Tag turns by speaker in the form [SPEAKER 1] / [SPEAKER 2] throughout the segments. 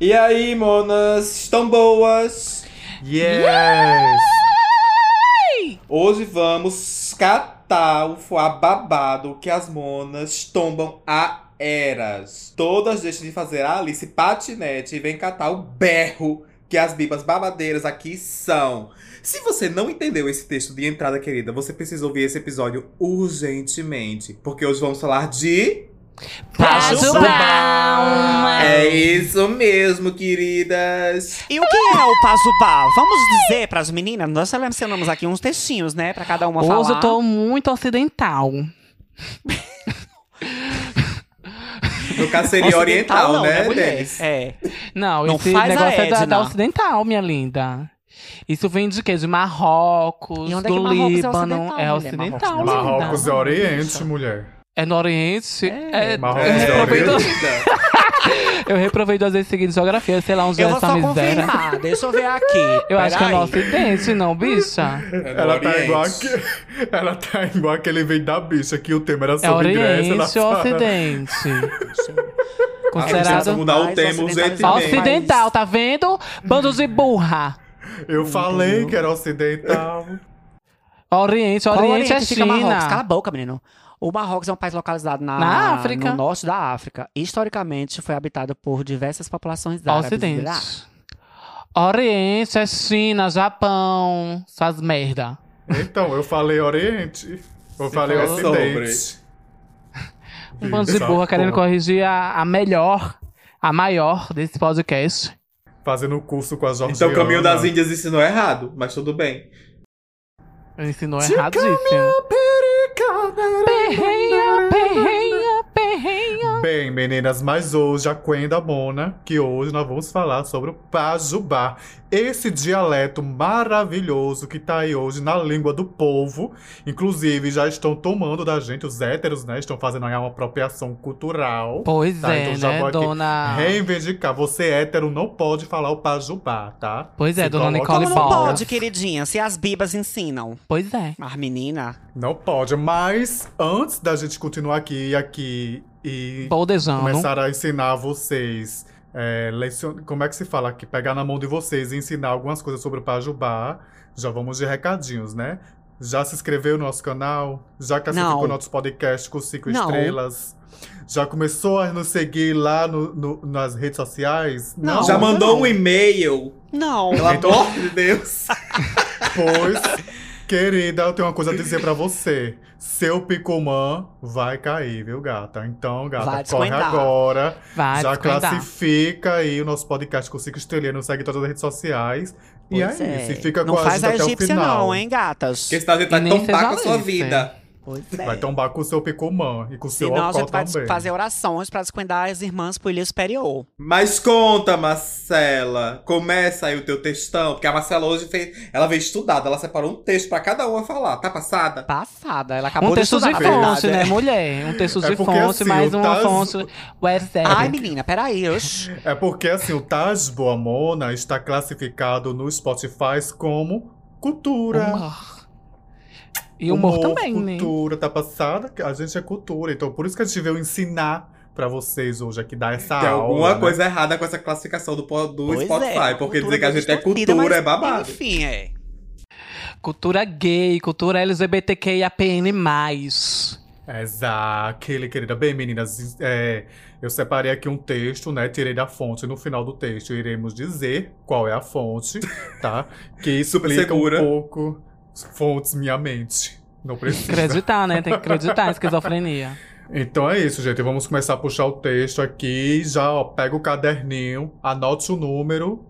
[SPEAKER 1] E aí, monas, estão boas?
[SPEAKER 2] Yes!
[SPEAKER 1] Hoje vamos catar o fuá babado que as monas tombam a eras. Todas deixam de fazer a Alice patinete e vem catar o berro que as bibas babadeiras aqui são. Se você não entendeu esse texto de entrada, querida, você precisa ouvir esse episódio urgentemente, porque hoje vamos falar de...
[SPEAKER 3] Ah.
[SPEAKER 2] Pajubá!
[SPEAKER 1] É isso mesmo, queridas!
[SPEAKER 3] E o que é o Pazubá? Vamos dizer pras meninas, nós selecionamos aqui uns textinhos, né? Pra cada uma
[SPEAKER 2] Hoje
[SPEAKER 3] falar.
[SPEAKER 2] eu tô muito ocidental.
[SPEAKER 1] No Caceria Oriental,
[SPEAKER 3] não,
[SPEAKER 1] né,
[SPEAKER 3] mulher?
[SPEAKER 1] Denis?
[SPEAKER 3] É.
[SPEAKER 2] Não,
[SPEAKER 3] Não
[SPEAKER 2] esse
[SPEAKER 3] faz a
[SPEAKER 2] negócio é da,
[SPEAKER 3] Edna.
[SPEAKER 2] da ocidental, minha linda. Isso vem de quê? De Marrocos,
[SPEAKER 3] E onde é que
[SPEAKER 2] do
[SPEAKER 3] Marrocos é
[SPEAKER 2] Líbano.
[SPEAKER 3] ocidental, mulher?
[SPEAKER 2] É ocidental,
[SPEAKER 3] Marrocos não é
[SPEAKER 2] linda.
[SPEAKER 4] Marrocos é Oriente, mulher.
[SPEAKER 2] É no Oriente.
[SPEAKER 3] É.
[SPEAKER 2] É.
[SPEAKER 4] Marrocos
[SPEAKER 2] eu,
[SPEAKER 4] é
[SPEAKER 2] reprovei
[SPEAKER 4] Oriente.
[SPEAKER 2] duas, eu reprovei duas vezes seguidas de geografia, sei lá onde
[SPEAKER 3] Eu
[SPEAKER 2] é
[SPEAKER 3] vou
[SPEAKER 2] essa
[SPEAKER 3] só
[SPEAKER 2] miséria.
[SPEAKER 3] confirmar, deixa eu ver aqui.
[SPEAKER 2] Eu acho que é
[SPEAKER 3] Peraí.
[SPEAKER 2] no Ocidente, não, bicha?
[SPEAKER 1] É no
[SPEAKER 4] Ela tá,
[SPEAKER 1] Oriente.
[SPEAKER 4] igual aque- ela tá igual aquele vídeo da bicha que o tema era
[SPEAKER 2] É
[SPEAKER 4] sobre Grécia. ela
[SPEAKER 2] Oriente ou
[SPEAKER 4] fala-
[SPEAKER 2] Ocidente?
[SPEAKER 1] A gente precisa
[SPEAKER 2] Considerado
[SPEAKER 1] mudar o
[SPEAKER 3] Mais
[SPEAKER 1] tema
[SPEAKER 3] é ocidental. é
[SPEAKER 1] urgentemente.
[SPEAKER 2] ocidental, tá vendo? Bando de burra.
[SPEAKER 4] Eu falei que era ocidental.
[SPEAKER 2] Oriente,
[SPEAKER 3] Qual
[SPEAKER 2] Oriente é
[SPEAKER 3] fica Marrocos? Cala a
[SPEAKER 2] China.
[SPEAKER 3] boca, menino. O Marrocos é um país localizado na,
[SPEAKER 2] Na África.
[SPEAKER 3] no norte da África. Historicamente, foi habitado por diversas populações árabes. né? Irá.
[SPEAKER 2] Ocidente. Oriente é China, Japão, essas merda.
[SPEAKER 4] Então, eu falei Oriente. Eu
[SPEAKER 2] Você
[SPEAKER 4] falei
[SPEAKER 2] falou
[SPEAKER 4] Ocidente.
[SPEAKER 2] Um bando de burra querendo corrigir a, a melhor, a maior desse podcast.
[SPEAKER 4] Fazendo um curso com a Jorge.
[SPEAKER 1] Então o caminho das Índias ensinou errado, mas tudo bem.
[SPEAKER 2] Eu ensinou
[SPEAKER 4] De
[SPEAKER 2] erradíssimo. Perrenha, perrenha, perrenha.
[SPEAKER 4] Bem, meninas, mas hoje a Quen da Mona, né? que hoje nós vamos falar sobre o Pajubá. Esse dialeto maravilhoso que tá aí hoje na língua do povo. Inclusive, já estão tomando da gente, os héteros, né? Estão fazendo aí uma apropriação cultural.
[SPEAKER 2] Pois
[SPEAKER 4] Tá,
[SPEAKER 2] é,
[SPEAKER 4] então já vou
[SPEAKER 2] né,
[SPEAKER 4] aqui
[SPEAKER 2] dona...
[SPEAKER 4] Reivindicar, você hétero não pode falar o Pajubá, tá?
[SPEAKER 2] Pois é,
[SPEAKER 4] Se
[SPEAKER 2] dona
[SPEAKER 4] coloca-
[SPEAKER 2] Nicole
[SPEAKER 3] Como não
[SPEAKER 2] Paula.
[SPEAKER 3] pode, queridinha, se as bibas ensinam.
[SPEAKER 2] Pois é.
[SPEAKER 3] Mas, menina,
[SPEAKER 4] Não pode, mas antes da gente continuar aqui e aqui e
[SPEAKER 2] Boldejano.
[SPEAKER 4] começar a ensinar vocês. é, lecion- Como é que se fala aqui? Pegar na mão de vocês e ensinar algumas coisas sobre o Pajubá. Já vamos de recadinhos, né? Já se inscreveu no nosso canal? Já classificou
[SPEAKER 3] Não.
[SPEAKER 4] nosso podcast com cinco
[SPEAKER 3] Não.
[SPEAKER 4] estrelas? Já começou a nos seguir lá no- no- nas redes sociais?
[SPEAKER 3] Não.
[SPEAKER 1] Já mandou um e-mail,
[SPEAKER 3] não.
[SPEAKER 1] pelo
[SPEAKER 4] Então-
[SPEAKER 1] amor de Deus.
[SPEAKER 4] Pois, querida, eu tenho uma coisa a dizer pra você. Seu picumã vai cair, viu, gata? Então, gata,
[SPEAKER 3] Vai
[SPEAKER 4] corre
[SPEAKER 3] descuentar.
[SPEAKER 4] agora.
[SPEAKER 3] Ah,
[SPEAKER 2] Vai
[SPEAKER 4] já
[SPEAKER 3] então.
[SPEAKER 2] descuidar.
[SPEAKER 4] classifica aí o nosso podcast com cinco estrelinhas, nos segue todas as redes sociais. e
[SPEAKER 3] Pois
[SPEAKER 4] aí,
[SPEAKER 3] é.
[SPEAKER 4] se fica
[SPEAKER 3] Não
[SPEAKER 4] com a
[SPEAKER 3] faz
[SPEAKER 4] gente
[SPEAKER 3] a
[SPEAKER 4] até o
[SPEAKER 3] egípcia,
[SPEAKER 4] final.
[SPEAKER 3] não, hein, gatas?
[SPEAKER 1] Porque senão a gente
[SPEAKER 2] E
[SPEAKER 1] vai
[SPEAKER 2] nem
[SPEAKER 1] tombar tá com a
[SPEAKER 2] seja
[SPEAKER 1] sua
[SPEAKER 2] isso,
[SPEAKER 1] vida.
[SPEAKER 3] Pois é.
[SPEAKER 4] Vai tombar com o seu picumã e com o seu
[SPEAKER 3] Senão a
[SPEAKER 4] alcool
[SPEAKER 3] gente vai
[SPEAKER 4] também.
[SPEAKER 3] fazer orações pra descuidar as irmãs pro ilha superior.
[SPEAKER 1] Mas conta, Marcela. Começa aí o teu textão. Porque a Marcela hoje fez. Ela veio estudada, ela separou um texto pra cada uma falar. Tá passada?
[SPEAKER 3] Passada, ela acabou
[SPEAKER 2] Um texto de
[SPEAKER 3] estudar, na
[SPEAKER 2] fonte,
[SPEAKER 3] verdade.
[SPEAKER 2] né, mulher? Um texto
[SPEAKER 4] É
[SPEAKER 2] de
[SPEAKER 4] porque,
[SPEAKER 2] fonte,
[SPEAKER 4] assim,
[SPEAKER 2] mais um
[SPEAKER 4] o
[SPEAKER 2] uma
[SPEAKER 4] Taz-
[SPEAKER 2] fonte. Websérie.
[SPEAKER 3] Ai, menina, peraí. oxi.
[SPEAKER 4] É porque assim, o Taj Boamona está classificado no Spotify como cultura.
[SPEAKER 2] Humor. E humor, também, né?
[SPEAKER 4] cultura, tá passada, que a gente é cultura. Então, por isso que a gente veio ensinar pra vocês hoje aqui, dar essa
[SPEAKER 1] Tem
[SPEAKER 4] aula.
[SPEAKER 1] alguma
[SPEAKER 4] né?
[SPEAKER 1] coisa errada com essa classificação do, po- do
[SPEAKER 3] Pois
[SPEAKER 1] Spotify.
[SPEAKER 3] é,
[SPEAKER 1] porque
[SPEAKER 3] cultura
[SPEAKER 1] dizer que a gente é
[SPEAKER 3] distorcida,
[SPEAKER 1] cultura
[SPEAKER 3] mas,
[SPEAKER 1] é babado.
[SPEAKER 3] Enfim, é.
[SPEAKER 2] Cultura gay, cultura LGBTQIAPN+.
[SPEAKER 4] Exato, querida. Bem, meninas, é, eu separei aqui um texto, né? Tirei da fonte. No final do texto, iremos dizer qual é a fonte, tá? Que
[SPEAKER 1] Super
[SPEAKER 4] explica um
[SPEAKER 1] segura.
[SPEAKER 4] pouco fontes minha mente. Não precisa.
[SPEAKER 2] Acreditar, né? Tem que acreditar em esquizofrenia.
[SPEAKER 4] Então é isso, gente. Vamos começar a puxar o texto aqui. Já, ó, pega o caderninho, anote o número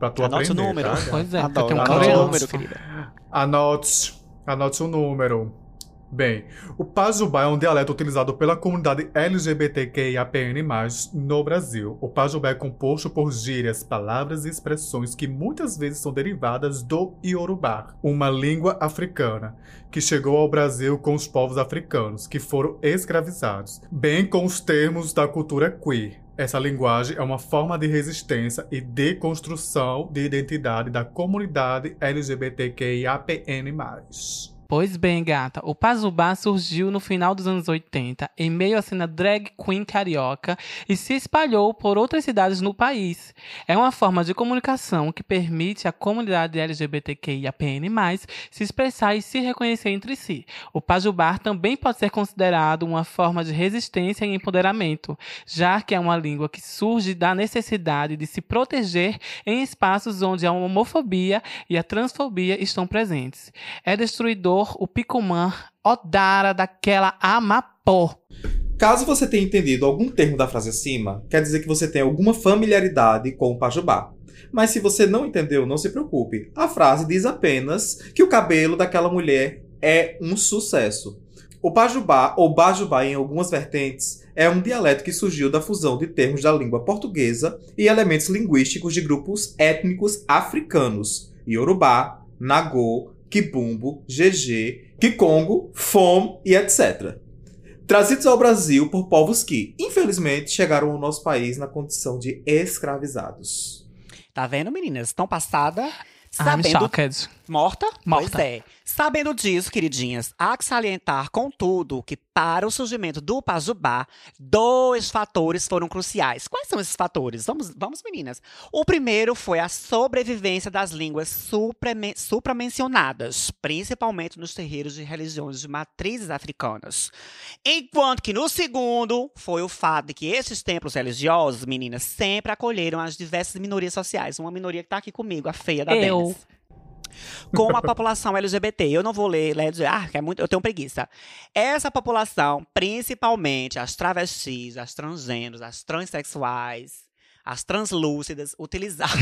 [SPEAKER 4] pra tu
[SPEAKER 3] Anote o
[SPEAKER 4] aprender,
[SPEAKER 3] número.
[SPEAKER 4] tá?
[SPEAKER 2] Pois é, porque
[SPEAKER 3] Adoro.
[SPEAKER 2] tem um
[SPEAKER 4] adoro.
[SPEAKER 3] Anote
[SPEAKER 2] cabelo.
[SPEAKER 3] o número, querida.
[SPEAKER 4] Anote, anote o um número. Bem, o Pajubá é um dialeto utilizado pela comunidade LGBTQIAPN+, no Brasil. O Pajubá é composto por gírias, palavras e expressões que muitas vezes são derivadas do Iorubá, uma língua africana que chegou ao Brasil com os povos africanos, que foram escravizados, bem com os termos da cultura queer. Essa linguagem é uma forma de resistência e deconstrução de identidade da comunidade LGBTQIAPN+.
[SPEAKER 2] Pois bem, gata, o Pazubá surgiu no final dos anos 80, em meio à cena drag queen carioca, e se espalhou por outras cidades no país. É uma forma de comunicação que permite à comunidade LGBTQIAPN+, se expressar e se reconhecer entre si. O Pajubá também pode ser considerado uma forma de resistência e empoderamento, já que é uma língua que surge da necessidade de se proteger em espaços onde a homofobia e a transfobia estão presentes. É destruidor o Picumã Odara daquela Amapó.
[SPEAKER 1] Caso você tenha entendido algum termo da frase acima, quer dizer que você tem alguma familiaridade com o Pajubá. Mas se você não entendeu, não se preocupe. A frase diz apenas que o cabelo daquela mulher é um sucesso. O Pajubá, ou Bajubá em algumas vertentes, é um dialeto que surgiu da fusão de termos da língua portuguesa e elementos linguísticos de grupos étnicos africanos, Yorubá, Nagô, Kibumbo, GG, Kikongo, Fom e etc. Trazidos ao Brasil por povos que, infelizmente, chegaram ao nosso país na condição de escravizados.
[SPEAKER 3] Tá vendo, meninas? Estão passada.
[SPEAKER 2] I'm
[SPEAKER 3] Sabendo.
[SPEAKER 2] shocked.
[SPEAKER 3] Morta?
[SPEAKER 2] Morta.
[SPEAKER 3] Pois é. Sabendo disso, queridinhas, há que salientar, contudo, que para o surgimento do Pajubá, dois fatores foram cruciais. Quais são esses fatores? Vamos, vamos meninas. O primeiro foi a sobrevivência das línguas suprame- supramencionadas, principalmente nos terreiros de religiões de matrizes africanas. Enquanto que no segundo foi o fato de que esses templos religiosos, meninas, sempre acolheram as diversas minorias sociais. Uma minoria que está aqui comigo, a feia da
[SPEAKER 2] Eu.
[SPEAKER 3] Denis com a população LGBT. Eu não vou ler, ler dizer, ah, que é muito, eu tenho preguiça. Essa população, principalmente as travestis, as transgêneros, as transexuais, as translúcidas, utilizavam,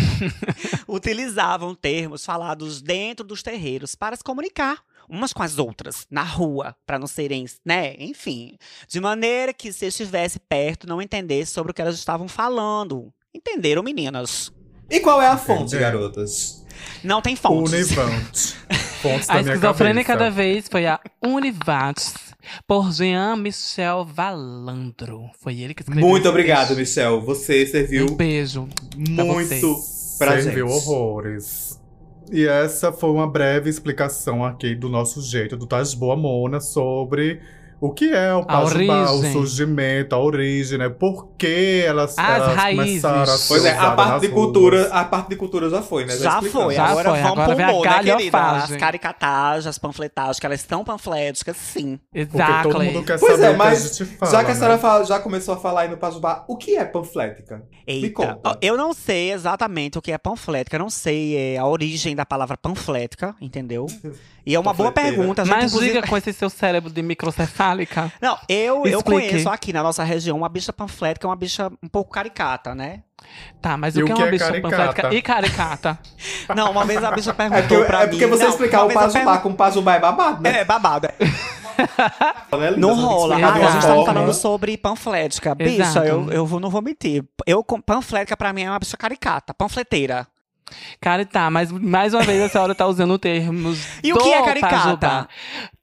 [SPEAKER 3] utilizavam termos falados dentro dos terreiros para se comunicar umas com as outras, na rua, para não serem, né, enfim, de maneira que se estivesse perto não entendesse sobre o que elas estavam falando. Entenderam, meninas?
[SPEAKER 1] E qual é a fonte,
[SPEAKER 4] Entendi.
[SPEAKER 1] garotas?
[SPEAKER 3] Não tem fontes.
[SPEAKER 4] Univant. Fontes da
[SPEAKER 2] A
[SPEAKER 4] minha
[SPEAKER 2] esquizofrênica da
[SPEAKER 4] cabeça.
[SPEAKER 2] vez foi a Univates, por Jean-Michel Valandro. Foi ele que escreveu
[SPEAKER 1] Muito
[SPEAKER 2] esse
[SPEAKER 1] obrigado,
[SPEAKER 2] texto.
[SPEAKER 1] Michel. Você serviu
[SPEAKER 2] Um beijo. pra
[SPEAKER 1] muito pra
[SPEAKER 4] Serviu
[SPEAKER 1] gente.
[SPEAKER 4] horrores. E essa foi uma breve explicação aqui do nosso jeito, do Taz Boa Mona, sobre o que é o
[SPEAKER 2] A
[SPEAKER 4] Pajubá, o
[SPEAKER 2] origem.
[SPEAKER 4] surgimento, a origem, né? Por que elas,
[SPEAKER 2] As
[SPEAKER 4] elas
[SPEAKER 2] raízes.
[SPEAKER 4] começaram a ser
[SPEAKER 1] Pois é, a
[SPEAKER 4] usadas
[SPEAKER 1] parte
[SPEAKER 4] nas
[SPEAKER 1] de cultura, a parte de cultura já foi, né?
[SPEAKER 3] Já
[SPEAKER 1] explicamos.
[SPEAKER 3] foi,
[SPEAKER 2] Já
[SPEAKER 3] agora
[SPEAKER 2] foi,
[SPEAKER 3] vamos
[SPEAKER 2] agora vem a
[SPEAKER 3] pro humor, né, querida?
[SPEAKER 2] galhofagem.
[SPEAKER 3] As caricatagens, as panfletagens, que elas são panfléticas, sim.
[SPEAKER 4] Porque
[SPEAKER 2] Exato.
[SPEAKER 4] todo mundo quer
[SPEAKER 1] Pois
[SPEAKER 4] saber
[SPEAKER 1] é,
[SPEAKER 4] o que a
[SPEAKER 1] mas
[SPEAKER 4] gente fala,
[SPEAKER 1] já que a senhora
[SPEAKER 4] né?
[SPEAKER 1] fala- já começou a falar aí no Pajubá, o que é
[SPEAKER 3] Então,
[SPEAKER 1] panflética?
[SPEAKER 3] Eita,
[SPEAKER 1] conta.
[SPEAKER 3] eu não sei exatamente o que é panflética, eu não sei é, a origem da palavra panflética, entendeu? E é uma boa
[SPEAKER 1] Panfleteira.
[SPEAKER 3] pergunta. a gente,
[SPEAKER 2] Mas
[SPEAKER 3] inclusive-
[SPEAKER 2] diga com esse seu cérebro de microcefálica.
[SPEAKER 3] Não, eu, eu
[SPEAKER 2] Explique.
[SPEAKER 3] conheço aqui na nossa região uma bicha panflética, uma bicha um pouco caricata, né?
[SPEAKER 2] Tá, mas
[SPEAKER 4] E
[SPEAKER 2] o
[SPEAKER 4] o
[SPEAKER 2] que é
[SPEAKER 4] que
[SPEAKER 2] uma
[SPEAKER 4] é
[SPEAKER 2] bicha
[SPEAKER 4] caricata?
[SPEAKER 2] panflética e caricata?
[SPEAKER 3] Não, uma vez a bicha
[SPEAKER 1] É porque,
[SPEAKER 3] perguntou pra
[SPEAKER 1] é
[SPEAKER 3] mim...
[SPEAKER 1] porque você
[SPEAKER 3] não,
[SPEAKER 1] explicar
[SPEAKER 3] uma
[SPEAKER 1] o
[SPEAKER 3] vez eu
[SPEAKER 1] Pajubá com o Pajubá é babado,
[SPEAKER 3] pergun-
[SPEAKER 1] né?
[SPEAKER 3] É, babado.
[SPEAKER 1] né, linda?
[SPEAKER 3] Não
[SPEAKER 1] Você tem que
[SPEAKER 3] rola.
[SPEAKER 1] explicar de
[SPEAKER 3] Ah,
[SPEAKER 1] uma
[SPEAKER 3] a gente tava
[SPEAKER 1] forma.
[SPEAKER 3] falando sobre panflética. Bicha,
[SPEAKER 2] Exato.
[SPEAKER 3] eu, eu vou- não vou mentir. Eu, com- panflética pra mim é uma bicha caricata, panfleteira.
[SPEAKER 2] Cara, tá, mas mais uma vez a senhora tá usando termos.
[SPEAKER 3] E o
[SPEAKER 2] do
[SPEAKER 3] que é caricata?
[SPEAKER 2] Pajubá.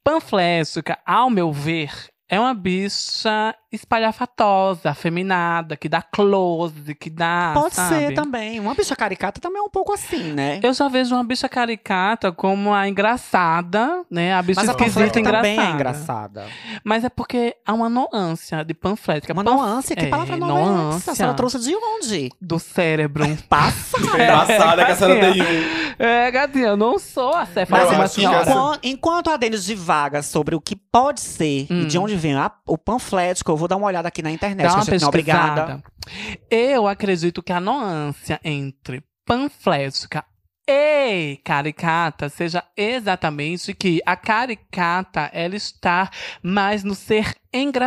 [SPEAKER 2] Panflética, ao meu ver, é uma bicha espalhafatosa, afeminada, que dá close, que dá.
[SPEAKER 3] Pode ser
[SPEAKER 2] Ah, sabe?
[SPEAKER 3] também. Uma bicha caricata também é um pouco assim, né?
[SPEAKER 2] Eu já vejo uma bicha caricata como a engraçada, né? A bicha
[SPEAKER 3] Mas a
[SPEAKER 2] esquisita
[SPEAKER 3] panflética
[SPEAKER 2] e engraçada.
[SPEAKER 3] também é engraçada.
[SPEAKER 2] Mas é porque há uma nuância de panflética.
[SPEAKER 3] Uma
[SPEAKER 2] Panf-
[SPEAKER 3] nuance, que
[SPEAKER 2] é,
[SPEAKER 3] palavra nova é essa?
[SPEAKER 2] nuância.
[SPEAKER 3] A senhora trouxe de onde?
[SPEAKER 2] Do cérebro.
[SPEAKER 3] Passa!
[SPEAKER 1] É Engraçada que a senhora
[SPEAKER 2] Assim,
[SPEAKER 1] tem um.
[SPEAKER 2] É, gatinha, eu não sou a
[SPEAKER 4] Mas
[SPEAKER 2] Cefálica,
[SPEAKER 4] eu
[SPEAKER 2] uma
[SPEAKER 4] acho que
[SPEAKER 2] senhora.
[SPEAKER 4] essa-
[SPEAKER 3] Enquanto, é assim, enquanto a Denis divaga sobre o que pode ser
[SPEAKER 2] Hum.
[SPEAKER 3] e de onde vem a- o panflético, eu vou dar uma olhada aqui na internet.
[SPEAKER 2] Dá
[SPEAKER 3] que a
[SPEAKER 2] uma
[SPEAKER 3] gente não é obrigada.
[SPEAKER 2] pesquisada. Eu acredito que a nuância entre panflética e caricata seja exatamente que a caricata ela está mais no ser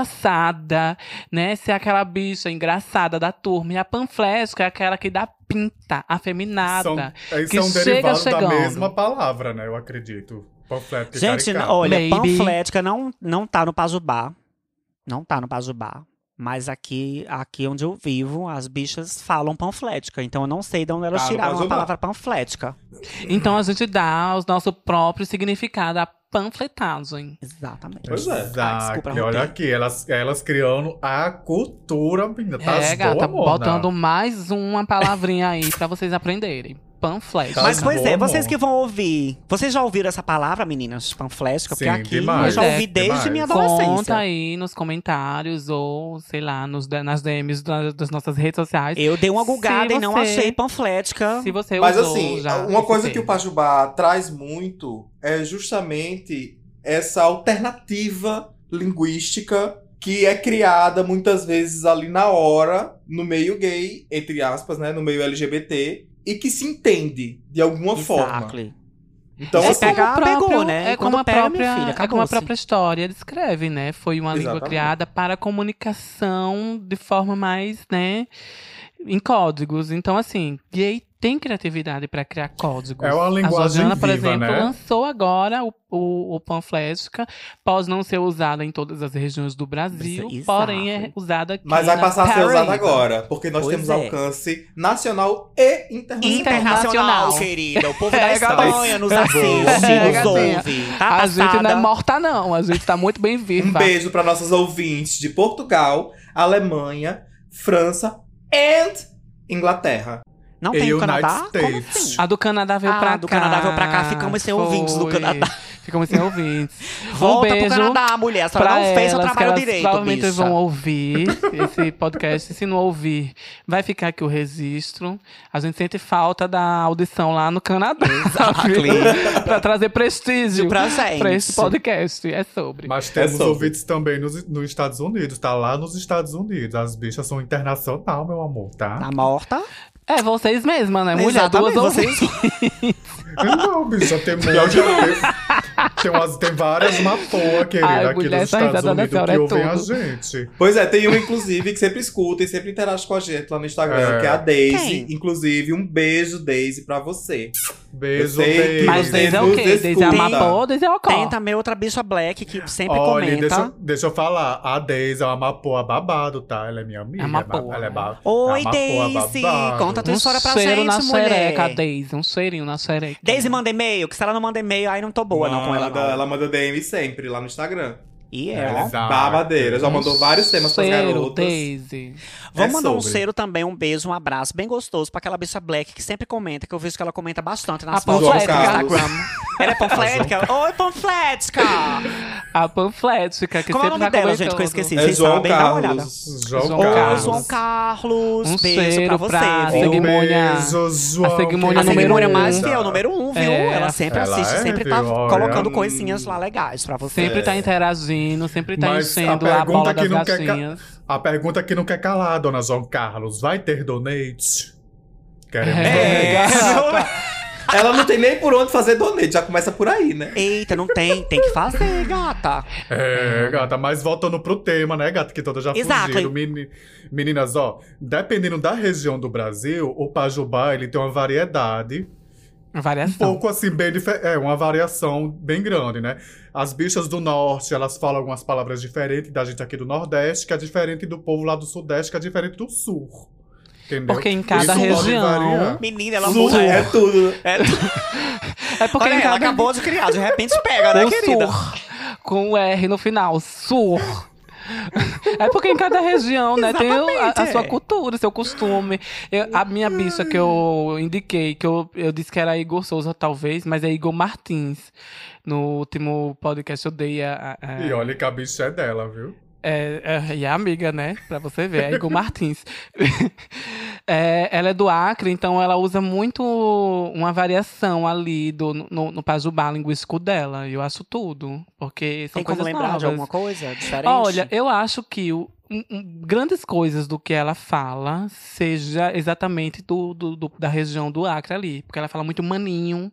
[SPEAKER 2] engraçada, né? Ser aquela bicha engraçada da turma. E a panflética é aquela que dá pinta, afeminada.
[SPEAKER 4] São, aí
[SPEAKER 2] que
[SPEAKER 4] são
[SPEAKER 2] chega
[SPEAKER 4] derivados
[SPEAKER 2] chegando.
[SPEAKER 4] da mesma palavra, né? Eu acredito. Panfleto e
[SPEAKER 3] Gente,
[SPEAKER 4] caricata.
[SPEAKER 3] olha,
[SPEAKER 2] Maybe.
[SPEAKER 3] panflética não, não tá no Pajubá. Não tá no Pajubá. Mas aqui, aqui onde eu vivo, as bichas falam panflética. Então eu não sei de onde elas
[SPEAKER 1] Tá no
[SPEAKER 3] tiraram a
[SPEAKER 1] Pajubá.
[SPEAKER 3] palavra panflética.
[SPEAKER 2] Então a gente dá o nosso próprio significado à panfletagem.
[SPEAKER 3] Exatamente.
[SPEAKER 1] Pois é.
[SPEAKER 2] Ah,
[SPEAKER 3] Ai, desculpa,
[SPEAKER 4] Exato. E olha
[SPEAKER 3] Roteiro.
[SPEAKER 4] aqui, elas, elas criando a cultura, menina. Tá
[SPEAKER 2] é,
[SPEAKER 4] boa,
[SPEAKER 2] gata,
[SPEAKER 4] Mona.
[SPEAKER 2] botando mais uma palavrinha aí pra vocês aprenderem. Né? panfleto.
[SPEAKER 4] Tá
[SPEAKER 3] Mas, pois é,
[SPEAKER 4] bom,
[SPEAKER 3] vocês
[SPEAKER 4] amor.
[SPEAKER 3] que vão ouvir. Vocês já ouviram essa palavra, meninas? Panflética? Porque
[SPEAKER 4] Sim,
[SPEAKER 3] aqui eu
[SPEAKER 4] demais,
[SPEAKER 3] já ouvi
[SPEAKER 2] é,
[SPEAKER 3] desde
[SPEAKER 4] demais.
[SPEAKER 3] minha adolescência.
[SPEAKER 2] Conta aí nos comentários ou, sei lá, nos, nas DMs da- das nossas redes sociais.
[SPEAKER 3] Eu dei uma
[SPEAKER 2] Se
[SPEAKER 3] gulgada e não
[SPEAKER 2] você-
[SPEAKER 3] achei panflética.
[SPEAKER 2] Se você
[SPEAKER 1] Mas
[SPEAKER 2] usou
[SPEAKER 1] assim,
[SPEAKER 2] já
[SPEAKER 1] uma
[SPEAKER 2] esse
[SPEAKER 1] coisa que o
[SPEAKER 2] termo.
[SPEAKER 1] Pajubá traz muito é justamente essa alternativa linguística que é criada muitas vezes ali na hora, no meio gay, entre aspas, né, no meio LGBT, e que se entende de alguma forma.
[SPEAKER 3] Exactly.
[SPEAKER 1] Então,
[SPEAKER 3] É
[SPEAKER 1] assim,
[SPEAKER 3] pega- pegar,
[SPEAKER 2] próprio-
[SPEAKER 3] pegou, né?
[SPEAKER 2] É
[SPEAKER 3] Quando
[SPEAKER 2] como, a
[SPEAKER 3] pega, minha
[SPEAKER 2] própria,
[SPEAKER 3] filha,
[SPEAKER 2] é como a
[SPEAKER 3] acabou-se.
[SPEAKER 2] própria história descreve, né? Foi uma língua
[SPEAKER 1] Exatamente.
[SPEAKER 2] criada para comunicação de forma mais, né? Em códigos. Então, assim, gay tem criatividade para criar códigos.
[SPEAKER 4] É uma linguagem
[SPEAKER 2] A Jordana, por
[SPEAKER 4] viva,
[SPEAKER 2] exemplo,
[SPEAKER 4] né?
[SPEAKER 2] lançou agora o, o, o panflética. Pode não ser usada em todas as regiões do Brasil,
[SPEAKER 3] Isso, exato.
[SPEAKER 2] porém é usada aqui
[SPEAKER 1] mas vai
[SPEAKER 2] na
[SPEAKER 1] passar a ser usado
[SPEAKER 2] Paraíba.
[SPEAKER 1] agora, porque nós
[SPEAKER 3] Pois
[SPEAKER 1] temos
[SPEAKER 3] é.
[SPEAKER 1] alcance nacional e internacional.
[SPEAKER 3] Internacional,
[SPEAKER 2] Internacional.
[SPEAKER 3] querida. O povo
[SPEAKER 2] É,
[SPEAKER 3] da Espanha
[SPEAKER 4] gatinha.
[SPEAKER 3] nos assiste,
[SPEAKER 2] É,
[SPEAKER 3] nos
[SPEAKER 2] gatinha.
[SPEAKER 3] ouve. Tá
[SPEAKER 2] a gente não é
[SPEAKER 3] passada.
[SPEAKER 2] morta, não. A gente tá muito bem
[SPEAKER 1] Um
[SPEAKER 2] viva.
[SPEAKER 1] beijo para nossos ouvintes de Portugal, Alemanha, França e Inglaterra.
[SPEAKER 3] Não
[SPEAKER 4] E
[SPEAKER 3] tem o
[SPEAKER 4] United
[SPEAKER 3] Canadá? Como
[SPEAKER 4] States.
[SPEAKER 3] assim?
[SPEAKER 2] A do Canadá veio
[SPEAKER 3] Ah,
[SPEAKER 2] pra cá.
[SPEAKER 3] do Canadá veio pra cá, ficamos sem ouvintes do
[SPEAKER 2] Foi.
[SPEAKER 3] Canadá.
[SPEAKER 2] Ficamos sem ouvintes.
[SPEAKER 3] Volta
[SPEAKER 2] um
[SPEAKER 3] pro
[SPEAKER 2] beijo
[SPEAKER 3] Canadá, mulher. A
[SPEAKER 2] Pra
[SPEAKER 3] senhora não fez
[SPEAKER 2] elas,
[SPEAKER 3] seu
[SPEAKER 2] que
[SPEAKER 3] trabalho
[SPEAKER 2] elas
[SPEAKER 3] direito,
[SPEAKER 2] Provavelmente
[SPEAKER 3] bicha.
[SPEAKER 2] vão ouvir esse podcast. Se não ouvir, vai ficar aqui o registro. A gente sente falta da audição lá no Canadá.
[SPEAKER 3] Exactly.
[SPEAKER 2] pra trazer prestígio
[SPEAKER 3] Pra gente.
[SPEAKER 2] pra esse podcast. É sobre.
[SPEAKER 4] Mas temos
[SPEAKER 1] sobre.
[SPEAKER 4] ouvintes também nos, nos Estados Unidos, tá lá nos Estados Unidos. As bichas são internacional, meu amor, tá?
[SPEAKER 3] Tá morta?
[SPEAKER 2] É vocês mesmas, né? Mulher, duas
[SPEAKER 3] Exatamente,
[SPEAKER 2] ouvintes.
[SPEAKER 4] Não, bicha, tem muita. tem, tem, umas, tem várias matoas, querida,
[SPEAKER 2] Ai,
[SPEAKER 4] aqui
[SPEAKER 2] mulher,
[SPEAKER 4] nos
[SPEAKER 2] essa
[SPEAKER 4] Estados
[SPEAKER 2] risada da
[SPEAKER 4] Unidos que
[SPEAKER 2] senhora é
[SPEAKER 4] ouvem a
[SPEAKER 2] tudo.
[SPEAKER 4] gente.
[SPEAKER 1] Pois é, tem uma, inclusive, que sempre escuta e sempre interage com a gente lá no Instagram,
[SPEAKER 4] É.
[SPEAKER 1] que é a Daisy.
[SPEAKER 3] Quem?
[SPEAKER 1] Inclusive, um beijo, Daisy, pra você.
[SPEAKER 4] Beijo,
[SPEAKER 1] Eu sei que-
[SPEAKER 4] beijo.
[SPEAKER 2] Mas desde é o
[SPEAKER 1] Nos
[SPEAKER 2] quê? Desde a
[SPEAKER 1] escuta.
[SPEAKER 2] Mapô, desde a Ocó.
[SPEAKER 3] Tem também outra bicha black que sempre
[SPEAKER 4] Olha, deixa,
[SPEAKER 2] tá?
[SPEAKER 3] comenta.
[SPEAKER 4] eu- deixa eu falar. A Daisy é uma mapoa babado, tá? Ela é minha amiga.
[SPEAKER 2] É uma boa,
[SPEAKER 4] Ela é
[SPEAKER 1] Ah,
[SPEAKER 3] Oi,
[SPEAKER 4] ba... é uma boa
[SPEAKER 3] Daisy.
[SPEAKER 4] babado.
[SPEAKER 3] Conta tua
[SPEAKER 2] Um
[SPEAKER 3] história pra
[SPEAKER 2] cheiro
[SPEAKER 3] gente,
[SPEAKER 2] na
[SPEAKER 3] mulher.
[SPEAKER 2] xereca, Daisy. Um cheirinho na xereca.
[SPEAKER 3] Daisy manda e-mail, que se ela não manda e-mail, aí não tô boa não com ela.
[SPEAKER 1] Manda-
[SPEAKER 3] não. É.
[SPEAKER 1] Ela É, manda DM sempre lá no Instagram.
[SPEAKER 3] E ela.
[SPEAKER 4] Exato.
[SPEAKER 1] Babadeira. Já mandou vários temas pras
[SPEAKER 2] Cheiro,
[SPEAKER 1] garotas.
[SPEAKER 2] Daisy.
[SPEAKER 3] Vamos
[SPEAKER 1] É
[SPEAKER 3] mandar um
[SPEAKER 1] sobre.
[SPEAKER 3] cheiro também, um beijo, um abraço bem gostoso pra aquela bicha black que sempre comenta, que eu vejo que ela comenta bastante nas
[SPEAKER 2] A
[SPEAKER 3] fotos do
[SPEAKER 1] panflética.
[SPEAKER 3] Instagram. Ela é panflética? Oi, panflética!
[SPEAKER 2] A panflética, que
[SPEAKER 3] Como é o
[SPEAKER 2] sempre
[SPEAKER 3] nome
[SPEAKER 2] tá
[SPEAKER 3] dela, gente,
[SPEAKER 2] comentando.
[SPEAKER 3] que eu esqueci?
[SPEAKER 1] É
[SPEAKER 3] Vocês
[SPEAKER 1] João
[SPEAKER 3] sabem, dá uma olhada.
[SPEAKER 1] Carlos.
[SPEAKER 4] João,
[SPEAKER 2] João
[SPEAKER 3] Ô,
[SPEAKER 4] Carlos.
[SPEAKER 3] João Carlos,
[SPEAKER 2] Um
[SPEAKER 3] beijo pra
[SPEAKER 2] cheiro
[SPEAKER 3] você.
[SPEAKER 2] pra
[SPEAKER 3] viu?
[SPEAKER 2] Seguimônia.
[SPEAKER 4] Beijo, João.
[SPEAKER 2] A Seguimônia
[SPEAKER 3] A
[SPEAKER 4] Carlos.
[SPEAKER 2] número
[SPEAKER 3] Seguimônia
[SPEAKER 2] um.
[SPEAKER 3] mais fiel, número um, viu?
[SPEAKER 2] É.
[SPEAKER 3] Ela sempre
[SPEAKER 4] Tá. Ela
[SPEAKER 3] assiste,
[SPEAKER 4] é,
[SPEAKER 3] sempre tá
[SPEAKER 4] viu? Olha.
[SPEAKER 3] colocando coisinhas lá legais pra você.
[SPEAKER 2] Sempre tá interagindo, sempre tá
[SPEAKER 4] Mas a
[SPEAKER 2] enchendo a,
[SPEAKER 4] pergunta
[SPEAKER 2] bola
[SPEAKER 4] que
[SPEAKER 2] das
[SPEAKER 4] não quer ca-
[SPEAKER 2] gatinhas.
[SPEAKER 4] A pergunta é que não quer calar, dona João Carlos. Vai ter donate? Queremos
[SPEAKER 2] É.
[SPEAKER 4] donate.
[SPEAKER 1] Ela não tem nem por onde fazer donate, já começa por aí, né?
[SPEAKER 3] Eita, não tem, tem que fazer, gata.
[SPEAKER 4] É, gata, mas voltando pro tema, né, gata, que todas já
[SPEAKER 3] Exato.
[SPEAKER 4] fugiram. Meni- Meninas, ó, dependendo da região do Brasil, o Pajubá, ele tem uma variedade um
[SPEAKER 2] Variação.
[SPEAKER 4] pouco assim, bem diferente. É, uma variação bem grande, né? As bichas do norte, elas falam algumas palavras diferentes da gente aqui do Nordeste, que é diferente do povo lá do Sudeste, que é diferente do Sul. Entendeu?
[SPEAKER 2] Porque em cada
[SPEAKER 4] pode
[SPEAKER 2] região-
[SPEAKER 4] variar.
[SPEAKER 3] Menina, ela
[SPEAKER 1] Sul
[SPEAKER 3] muda.
[SPEAKER 1] é tudo.
[SPEAKER 3] É,
[SPEAKER 2] É porque
[SPEAKER 3] olha,
[SPEAKER 2] em
[SPEAKER 3] ela
[SPEAKER 2] cada...
[SPEAKER 3] acabou de criar, de repente pega, né,
[SPEAKER 2] o
[SPEAKER 3] querida?
[SPEAKER 2] sur, com o R no final, sur. É porque em cada região, né, tem o- a, a
[SPEAKER 3] Exatamente,
[SPEAKER 2] sua
[SPEAKER 3] é.
[SPEAKER 2] cultura, o seu costume. Eu- a minha bicha que eu indiquei, que eu, eu disse que era Igor Souza, talvez, mas é Igor Martins. No último podcast eu dei a- a- a-
[SPEAKER 4] E olha que a bicha é dela, viu?
[SPEAKER 2] É, é, e a amiga, né? Pra você ver, é Igor Martins. É, ela é do Acre, então ela usa muito uma variação ali do, no, no pajubá linguístico dela. E eu acho tudo, porque são
[SPEAKER 3] Tem como
[SPEAKER 2] coisas
[SPEAKER 3] lembrar
[SPEAKER 2] novas.
[SPEAKER 3] de alguma coisa diferente?
[SPEAKER 2] Olha, eu acho que o- um- um- grandes coisas do que ela fala seja exatamente do, do- do- da região do Acre ali. Porque ela fala muito maninho,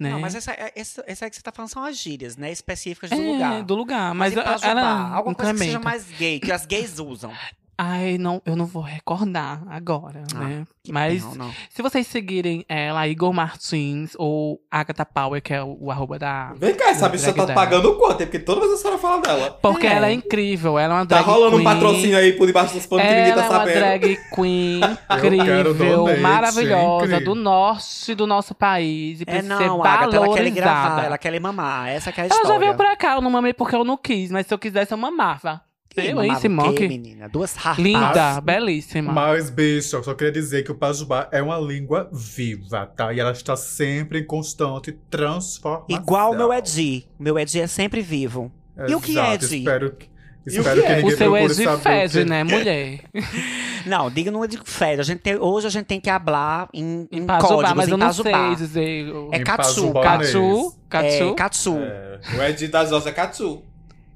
[SPEAKER 2] né?
[SPEAKER 3] Não, mas essa, essa, essa aí que você tá falando são as gírias, né? Específicas
[SPEAKER 2] é,
[SPEAKER 3] do lugar.
[SPEAKER 2] do lugar. Mas,
[SPEAKER 3] em Pajubá,
[SPEAKER 2] ela um
[SPEAKER 3] alguma coisa que seja
[SPEAKER 2] incrementa.
[SPEAKER 3] mais gay, que as gays usam.
[SPEAKER 2] Ai, não, eu não vou recordar agora,
[SPEAKER 3] Ah,
[SPEAKER 2] né?
[SPEAKER 3] Que
[SPEAKER 2] Mas
[SPEAKER 3] pena, não.
[SPEAKER 2] se vocês seguirem ela, Igor Martins ou Agatha Power, que é o, o arroba da.
[SPEAKER 1] Vem cá, essa bicha
[SPEAKER 2] Drag
[SPEAKER 1] tá
[SPEAKER 2] dela.
[SPEAKER 1] pagando quanto? É porque toda vez a senhora fala dela.
[SPEAKER 2] Porque
[SPEAKER 3] É.
[SPEAKER 2] ela é incrível, ela é uma
[SPEAKER 1] Tá
[SPEAKER 2] drag
[SPEAKER 1] rolando um
[SPEAKER 2] queen.
[SPEAKER 1] patrocínio aí por debaixo dos panos que ninguém
[SPEAKER 2] Ela
[SPEAKER 1] tá
[SPEAKER 2] é uma
[SPEAKER 1] sabendo.
[SPEAKER 2] drag queen
[SPEAKER 4] quero
[SPEAKER 2] incrível,
[SPEAKER 4] donate,
[SPEAKER 2] maravilhosa,
[SPEAKER 4] incrível.
[SPEAKER 2] do norte do nosso país. E
[SPEAKER 3] É,
[SPEAKER 2] precisa ser
[SPEAKER 3] não, Agatha,
[SPEAKER 2] valorizada.
[SPEAKER 3] ela quer lhe gravar, ela quer lhe mamar. Essa que é a
[SPEAKER 2] Ela
[SPEAKER 3] história.
[SPEAKER 2] já veio pra cá, eu não mamei porque eu não quis, mas se eu quisesse eu mamava. Seu,
[SPEAKER 3] Uma
[SPEAKER 2] hein, Simão?
[SPEAKER 3] maluquê,
[SPEAKER 2] Que
[SPEAKER 3] menina. Duas rapas.
[SPEAKER 2] linda, belíssima.
[SPEAKER 4] Mas, bicho, eu só queria dizer que o Pajubá é uma língua viva, tá? E ela está sempre em constante transformação.
[SPEAKER 3] Igual o meu Edi. O meu Edi é sempre vivo. E o que é
[SPEAKER 4] Exato,
[SPEAKER 3] Edi?
[SPEAKER 4] Espero que,
[SPEAKER 1] o
[SPEAKER 4] espero
[SPEAKER 1] que é?
[SPEAKER 4] que
[SPEAKER 2] O
[SPEAKER 4] ninguém
[SPEAKER 2] seu
[SPEAKER 4] procure
[SPEAKER 2] ex de
[SPEAKER 4] saber o
[SPEAKER 2] fede,
[SPEAKER 4] que-
[SPEAKER 2] né, mulher?
[SPEAKER 3] Não, diga não é de fed. A gente tem- hoje a gente tem que hablar em, em,
[SPEAKER 2] Em
[SPEAKER 3] códigos,
[SPEAKER 2] Pazubá, mas
[SPEAKER 3] em
[SPEAKER 2] eu não
[SPEAKER 3] Pazubá.
[SPEAKER 2] sei dizer. o-
[SPEAKER 3] É
[SPEAKER 4] Em
[SPEAKER 3] Katsu.
[SPEAKER 4] Pazubanês.
[SPEAKER 2] Cachu,
[SPEAKER 3] É,
[SPEAKER 2] Cachu.
[SPEAKER 3] Katsu.
[SPEAKER 1] É. O Ed das Lojas Catu.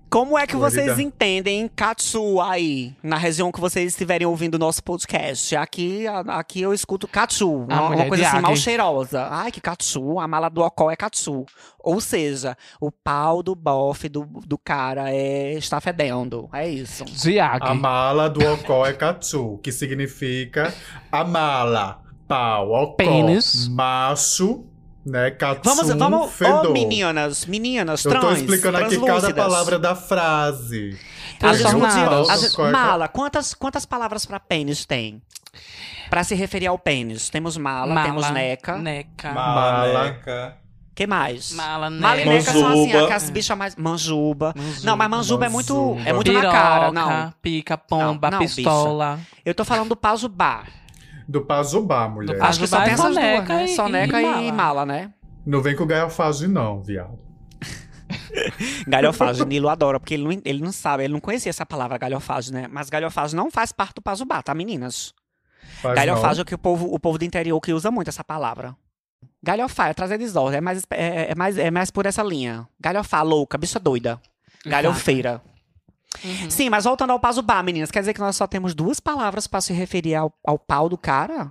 [SPEAKER 3] Como é que
[SPEAKER 4] Boa
[SPEAKER 3] vocês
[SPEAKER 4] vida.
[SPEAKER 3] entendem Katsu aí, na região que vocês estiverem ouvindo o nosso podcast? Aqui, a- aqui eu escuto Katsu,
[SPEAKER 2] A
[SPEAKER 3] uma,
[SPEAKER 2] mulher
[SPEAKER 3] uma coisa
[SPEAKER 2] de
[SPEAKER 3] assim
[SPEAKER 2] águia.
[SPEAKER 3] mal cheirosa. Ai, que Katsu, a mala do Ocol é Katsu. Ou seja, o pau do bofe do, do cara é, está fedendo. É isso.
[SPEAKER 4] A
[SPEAKER 2] Diag.
[SPEAKER 4] mala do Ocó é Katsu, que significa a mala, pau, Ocó,
[SPEAKER 2] Pênis.
[SPEAKER 4] macho, né? Katsu,
[SPEAKER 3] Vamos, vamos.
[SPEAKER 4] fedor.
[SPEAKER 3] Ô, meninas, meninas,
[SPEAKER 4] Eu
[SPEAKER 3] trans,
[SPEAKER 4] tô explicando aqui cada
[SPEAKER 3] translúcidas.
[SPEAKER 4] palavra da frase.
[SPEAKER 3] A gente
[SPEAKER 4] Entendeu?
[SPEAKER 2] jornada.
[SPEAKER 4] Pau
[SPEAKER 3] podia,
[SPEAKER 4] do
[SPEAKER 3] a gente-
[SPEAKER 4] Ocó é
[SPEAKER 3] mala, quantas, quantas palavras pra pênis tem? Pra se referir ao pênis. Temos mala, Ah, temos neca.
[SPEAKER 2] Neca.
[SPEAKER 1] Maleca.
[SPEAKER 3] que mais?
[SPEAKER 2] Mala, neca.
[SPEAKER 3] Mala e neca são assim,
[SPEAKER 1] Manjuba.
[SPEAKER 3] aquelas bichas mais. Manjuba.
[SPEAKER 2] Manjuba.
[SPEAKER 3] Não, mas manjuba é muito,
[SPEAKER 4] Manjuba.
[SPEAKER 3] é muito na cara, não.
[SPEAKER 2] pica, pomba,
[SPEAKER 3] Não, não,
[SPEAKER 2] pistola.
[SPEAKER 3] Eu tô falando do pazubá.
[SPEAKER 4] Do Pazubá, mulher.
[SPEAKER 2] Pazubá.
[SPEAKER 3] Acho que só
[SPEAKER 2] Pazubá
[SPEAKER 3] tem
[SPEAKER 2] é
[SPEAKER 3] essas duas,
[SPEAKER 2] soneca
[SPEAKER 3] né?
[SPEAKER 2] e-
[SPEAKER 3] Soneca
[SPEAKER 2] e
[SPEAKER 3] e,
[SPEAKER 2] mala.
[SPEAKER 3] mala. né?
[SPEAKER 4] Não vem com gaiofagem, não, viado.
[SPEAKER 3] Galhofagem, Nilo adora, porque ele não, ele não sabe, ele não conhecia essa palavra galhofagem, né? Mas galhofagem não faz parte do pazubá, tá, meninas?
[SPEAKER 4] Faz
[SPEAKER 3] Galhofagem é o que o povo, o povo do interior que usa muito essa palavra. Galhofar é trazer desordem, é mais, é, é mais, é mais por essa linha. Galhofar, louca, bicha doida. Galhofeira.
[SPEAKER 2] Uhum.
[SPEAKER 3] Sim, mas voltando ao Pazubá, meninas, quer dizer que nós só temos duas palavras pra se referir ao, ao pau do cara?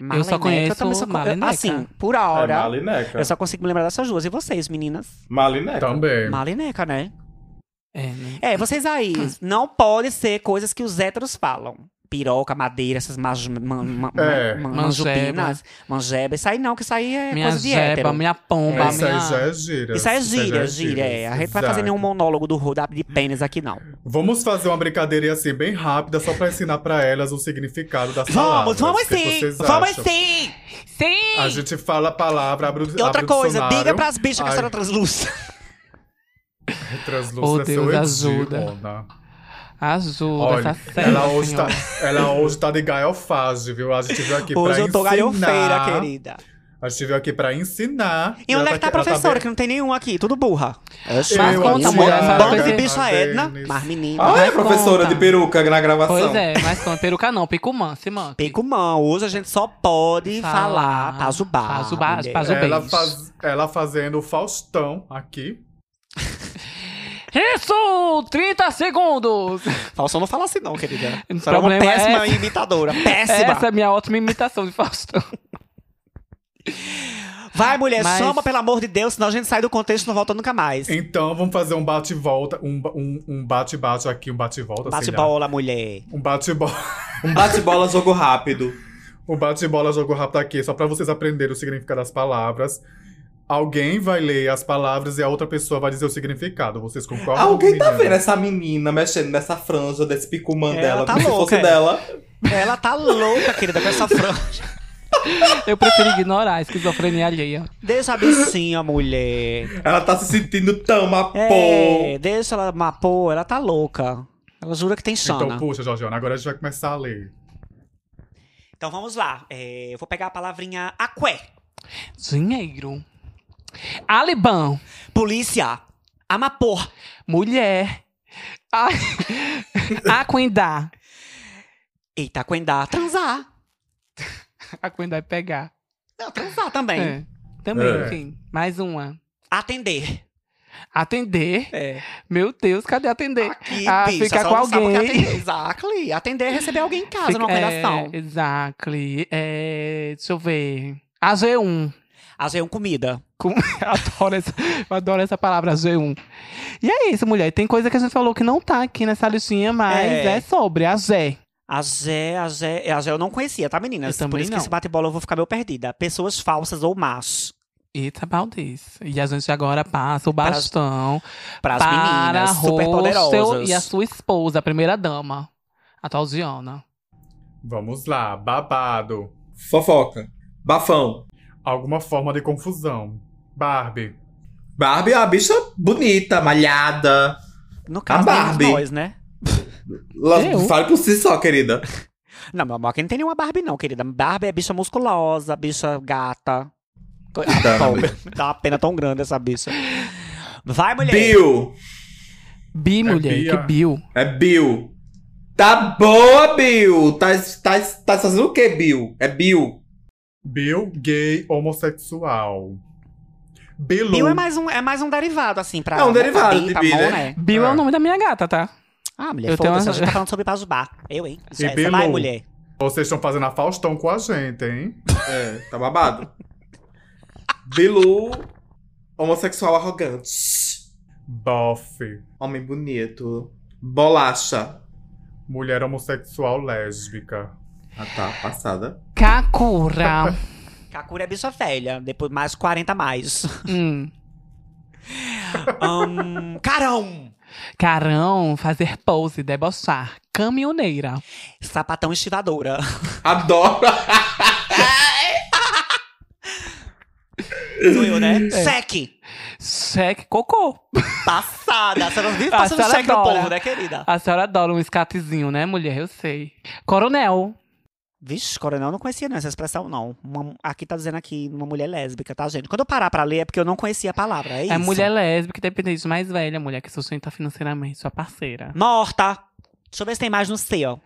[SPEAKER 3] Mala
[SPEAKER 2] Eu só
[SPEAKER 3] e neca,
[SPEAKER 2] conheço
[SPEAKER 3] também só con-
[SPEAKER 2] mala e neca.
[SPEAKER 3] Assim, por
[SPEAKER 1] É,
[SPEAKER 3] hora,
[SPEAKER 1] Malineca.
[SPEAKER 3] eu só consigo me lembrar dessas duas. E vocês, meninas?
[SPEAKER 1] Malineca.
[SPEAKER 4] não. Também.
[SPEAKER 3] Mala e neca, né?
[SPEAKER 2] É, né?
[SPEAKER 3] É, vocês aí, não pode ser coisas que os héteros falam. Piroca, madeira, essas maj, man, man,
[SPEAKER 4] É.
[SPEAKER 3] man-
[SPEAKER 2] Manjeba.
[SPEAKER 3] manjubinas, manjeba. Isso aí não, que isso aí é
[SPEAKER 2] Minha
[SPEAKER 3] coisa de
[SPEAKER 2] jeba,
[SPEAKER 3] hétero.
[SPEAKER 2] minha pomba,
[SPEAKER 4] Isso aí
[SPEAKER 2] minha...
[SPEAKER 4] já é gíria.
[SPEAKER 3] Isso aí é
[SPEAKER 4] já
[SPEAKER 3] gíria, gíria. é. A gente não vai fazer
[SPEAKER 4] Exato.
[SPEAKER 3] nenhum monólogo do roda de pênis aqui, não.
[SPEAKER 4] Vamos fazer uma brincadeirinha assim, bem rápida, só pra ensinar pra elas o significado das
[SPEAKER 3] Vamos,
[SPEAKER 4] palavras.
[SPEAKER 3] vamos
[SPEAKER 4] O que
[SPEAKER 3] sim!
[SPEAKER 4] vocês
[SPEAKER 3] Vamos
[SPEAKER 4] acham?
[SPEAKER 3] sim!
[SPEAKER 2] Sim!
[SPEAKER 4] A gente fala a palavra, abre o
[SPEAKER 3] E outra
[SPEAKER 4] abre o
[SPEAKER 3] coisa,
[SPEAKER 4] dicionário.
[SPEAKER 3] diga pras bichas que a
[SPEAKER 4] Ai.
[SPEAKER 3] senhora translúcida.
[SPEAKER 4] Translúcida,
[SPEAKER 2] Oh,
[SPEAKER 4] seu
[SPEAKER 2] Deus,
[SPEAKER 4] Edil,
[SPEAKER 2] ajuda.
[SPEAKER 4] Ona.
[SPEAKER 2] Ajuda
[SPEAKER 4] Olha,
[SPEAKER 2] essa série,
[SPEAKER 4] ela hoje, tá,
[SPEAKER 2] senhora.
[SPEAKER 4] ela hoje tá de gaiofagem, viu? A gente veio aqui pra
[SPEAKER 3] Hoje eu tô
[SPEAKER 4] ensinar.
[SPEAKER 3] galhofeira, querida.
[SPEAKER 4] A gente veio aqui pra ensinar.
[SPEAKER 3] E onde é que tá a professora, que
[SPEAKER 4] que
[SPEAKER 3] não tem nenhum aqui? Tudo burra.
[SPEAKER 2] Mas
[SPEAKER 4] Eu,
[SPEAKER 2] conta,
[SPEAKER 4] a
[SPEAKER 2] mulher,
[SPEAKER 4] Tiana,
[SPEAKER 2] fala
[SPEAKER 3] Bando
[SPEAKER 2] coisa-
[SPEAKER 3] de
[SPEAKER 4] a
[SPEAKER 3] bicha
[SPEAKER 4] Denise.
[SPEAKER 3] Edna, mas menina.
[SPEAKER 1] Ah, é
[SPEAKER 2] Mas
[SPEAKER 1] professora de
[SPEAKER 2] conta.
[SPEAKER 1] peruca na
[SPEAKER 4] tá
[SPEAKER 1] gravação.
[SPEAKER 2] Pois é, mas com peruca não, picumã, se manca.
[SPEAKER 3] Pico mão, hoje a gente só pode
[SPEAKER 2] Falar.
[SPEAKER 3] falar Pazubá.
[SPEAKER 2] Pazubá,
[SPEAKER 3] mulher.
[SPEAKER 2] Pazubá. Faz o
[SPEAKER 4] Ela,
[SPEAKER 2] beijo.
[SPEAKER 4] faz- ela fazendo o Faustão aqui.
[SPEAKER 2] Isso! 30 segundos!
[SPEAKER 3] Faustão não fala assim, não, querida.
[SPEAKER 2] O
[SPEAKER 3] Você é uma
[SPEAKER 2] problema é
[SPEAKER 3] péssima
[SPEAKER 2] essa.
[SPEAKER 3] imitadora. Péssima.
[SPEAKER 2] Essa é a minha ótima imitação de Faustão.
[SPEAKER 3] Vai, mulher,
[SPEAKER 2] Mas-
[SPEAKER 3] samba, pelo amor de Deus, senão a gente sai do contexto e não volta nunca mais.
[SPEAKER 4] Então vamos fazer um bate-volta, um, ba- um, um bate-bate aqui, um bate-volta. sei lá.
[SPEAKER 3] Bate-bola, mulher.
[SPEAKER 4] Um bate-bola.
[SPEAKER 1] Um bate-bola, jogo rápido.
[SPEAKER 4] O bate-bola jogo rápido aqui, só pra vocês aprenderem o significado das palavras. Alguém vai ler as palavras e a outra pessoa vai dizer o significado. Vocês concordam?
[SPEAKER 1] Alguém tá vendo
[SPEAKER 4] meninas?
[SPEAKER 1] essa menina mexendo nessa franja desse picumã
[SPEAKER 3] Ela
[SPEAKER 1] dela,
[SPEAKER 3] tá
[SPEAKER 1] como se
[SPEAKER 3] louca,
[SPEAKER 1] fosse
[SPEAKER 3] é.
[SPEAKER 1] dela.
[SPEAKER 3] Ela tá louca, querida, com essa franja.
[SPEAKER 2] Eu prefiro ignorar a esquizofrenia alheia.
[SPEAKER 3] Deixa a bichinha, mulher.
[SPEAKER 1] Ela tá se sentindo tão mapô.
[SPEAKER 3] É, deixa ela mapô, ela tá louca. Ela jura que tem chana.
[SPEAKER 4] Então,
[SPEAKER 3] Então,
[SPEAKER 4] puxa, Georgiana, agora a gente vai começar a ler.
[SPEAKER 3] Então, vamos lá. É, eu vou pegar a palavrinha aqué.
[SPEAKER 2] Dinheiro. Alibão.
[SPEAKER 3] Polícia. Amapor.
[SPEAKER 2] Mulher. Ai. Aquindá.
[SPEAKER 3] Eita, aquendá. Transar.
[SPEAKER 2] Aquindá é pegar.
[SPEAKER 3] Não, transar também.
[SPEAKER 2] É. Também,
[SPEAKER 4] É.
[SPEAKER 2] enfim. Mais uma.
[SPEAKER 3] Atender.
[SPEAKER 2] Atender.
[SPEAKER 3] É.
[SPEAKER 2] Meu Deus, cadê atender?
[SPEAKER 3] Aqui,
[SPEAKER 2] Ah,
[SPEAKER 3] bicha,
[SPEAKER 2] ficar
[SPEAKER 3] só
[SPEAKER 2] com
[SPEAKER 3] não sabe o que é
[SPEAKER 2] alguém.
[SPEAKER 3] Atender. Exactly. Atender é receber alguém em casa,
[SPEAKER 2] Fica-
[SPEAKER 3] numa operação.
[SPEAKER 2] É, exactly. É, deixa eu ver. A G1.
[SPEAKER 3] Azeiam é um comida.
[SPEAKER 2] Com- adoro, essa, eu adoro essa palavra, G1. E é isso, mulher. Tem coisa que a gente falou que não tá aqui nessa listinha, mas é,
[SPEAKER 3] É.
[SPEAKER 2] sobre a Zé.
[SPEAKER 3] A Zé, a Zé, a Zé eu não conhecia, tá, meninas?
[SPEAKER 2] Eu também
[SPEAKER 3] Por isso
[SPEAKER 2] não.
[SPEAKER 3] que esse bate-bola eu vou ficar meio perdida. Pessoas falsas ou más.
[SPEAKER 2] It's about this. E a gente agora passa o
[SPEAKER 3] Para as-
[SPEAKER 2] bastão
[SPEAKER 3] Pras
[SPEAKER 2] para,
[SPEAKER 3] meninas super
[SPEAKER 2] Hostel
[SPEAKER 3] poderosas.
[SPEAKER 2] e a sua esposa, a primeira-dama, a tal Diona.
[SPEAKER 4] Vamos lá, babado.
[SPEAKER 1] Fofoca. Bafão.
[SPEAKER 4] Alguma forma de confusão. Barbie.
[SPEAKER 1] Barbie é uma bicha bonita, malhada.
[SPEAKER 3] No caso,
[SPEAKER 1] A Barbie.
[SPEAKER 3] nenhum de nós, né?
[SPEAKER 1] La-
[SPEAKER 2] Eu?
[SPEAKER 1] Fale por si só, querida.
[SPEAKER 3] Não, meu amor, aqui não tem nenhuma Barbie, não, querida. Barbie é bicha musculosa, bicha gata. Co-
[SPEAKER 1] Dá,
[SPEAKER 3] Pô,
[SPEAKER 1] amiga.
[SPEAKER 3] Dá uma pena tão grande essa bicha. Vai, mulher.
[SPEAKER 1] Bill.
[SPEAKER 2] Bi, mulher,
[SPEAKER 4] bi,
[SPEAKER 2] que
[SPEAKER 4] ó.
[SPEAKER 2] Bill.
[SPEAKER 1] É Bill. Tá boa, Bill. Tá, tá, tá fazendo o quê, Bill? É Bill.
[SPEAKER 4] Bill, gay, homossexual. Bilu.
[SPEAKER 3] Bill é mais, um, é mais um derivado, assim, pra.
[SPEAKER 1] É um derivado
[SPEAKER 3] pra
[SPEAKER 1] de
[SPEAKER 3] pra
[SPEAKER 1] bi, né?
[SPEAKER 3] moné.
[SPEAKER 2] Bill é.
[SPEAKER 4] É.
[SPEAKER 2] o nome da minha gata, tá?
[SPEAKER 3] Ah, mulher,
[SPEAKER 2] Eu tenho
[SPEAKER 3] foda-se,
[SPEAKER 2] uma-
[SPEAKER 3] a gente tá falando sobre Pajubá. Eu, hein?
[SPEAKER 4] E
[SPEAKER 3] Jéssica,
[SPEAKER 4] Bilu?
[SPEAKER 3] Vai, mulher.
[SPEAKER 4] Vocês estão fazendo a Faustão com a gente, hein?
[SPEAKER 1] É, tá babado. Bilu, homossexual arrogante.
[SPEAKER 4] Bof.
[SPEAKER 1] Homem bonito. Bolacha.
[SPEAKER 4] Mulher homossexual lésbica.
[SPEAKER 1] Ah, tá. Passada.
[SPEAKER 2] Kakura.
[SPEAKER 3] Kakura é bicha velha, depois mais 40 a mais.
[SPEAKER 2] Hum.
[SPEAKER 3] Ahn, carão!
[SPEAKER 2] Carão, fazer pose, debochar. Caminhoneira.
[SPEAKER 3] Sapatão estivadora.
[SPEAKER 1] Adoro.
[SPEAKER 3] Sou eu, né? Cheque!
[SPEAKER 2] Cheque cocô.
[SPEAKER 3] Passada! A senhora vive
[SPEAKER 2] A
[SPEAKER 3] passando
[SPEAKER 2] senhora
[SPEAKER 3] cheque no
[SPEAKER 2] adora.
[SPEAKER 3] povo, né, querida?
[SPEAKER 2] A senhora adora um escatezinho, né, mulher? Eu sei. Coronel.
[SPEAKER 3] Vixe, coronel, não conhecia não, essa expressão, não. Uma- aqui tá dizendo aqui uma mulher lésbica, tá, gente? Quando eu parar pra ler é porque eu não conhecia a palavra, é isso?
[SPEAKER 2] É mulher lésbica, independente mais velha, mulher que sustenta financeiramente sua parceira.
[SPEAKER 3] Morta! Deixa eu ver se tem mais no C, ó.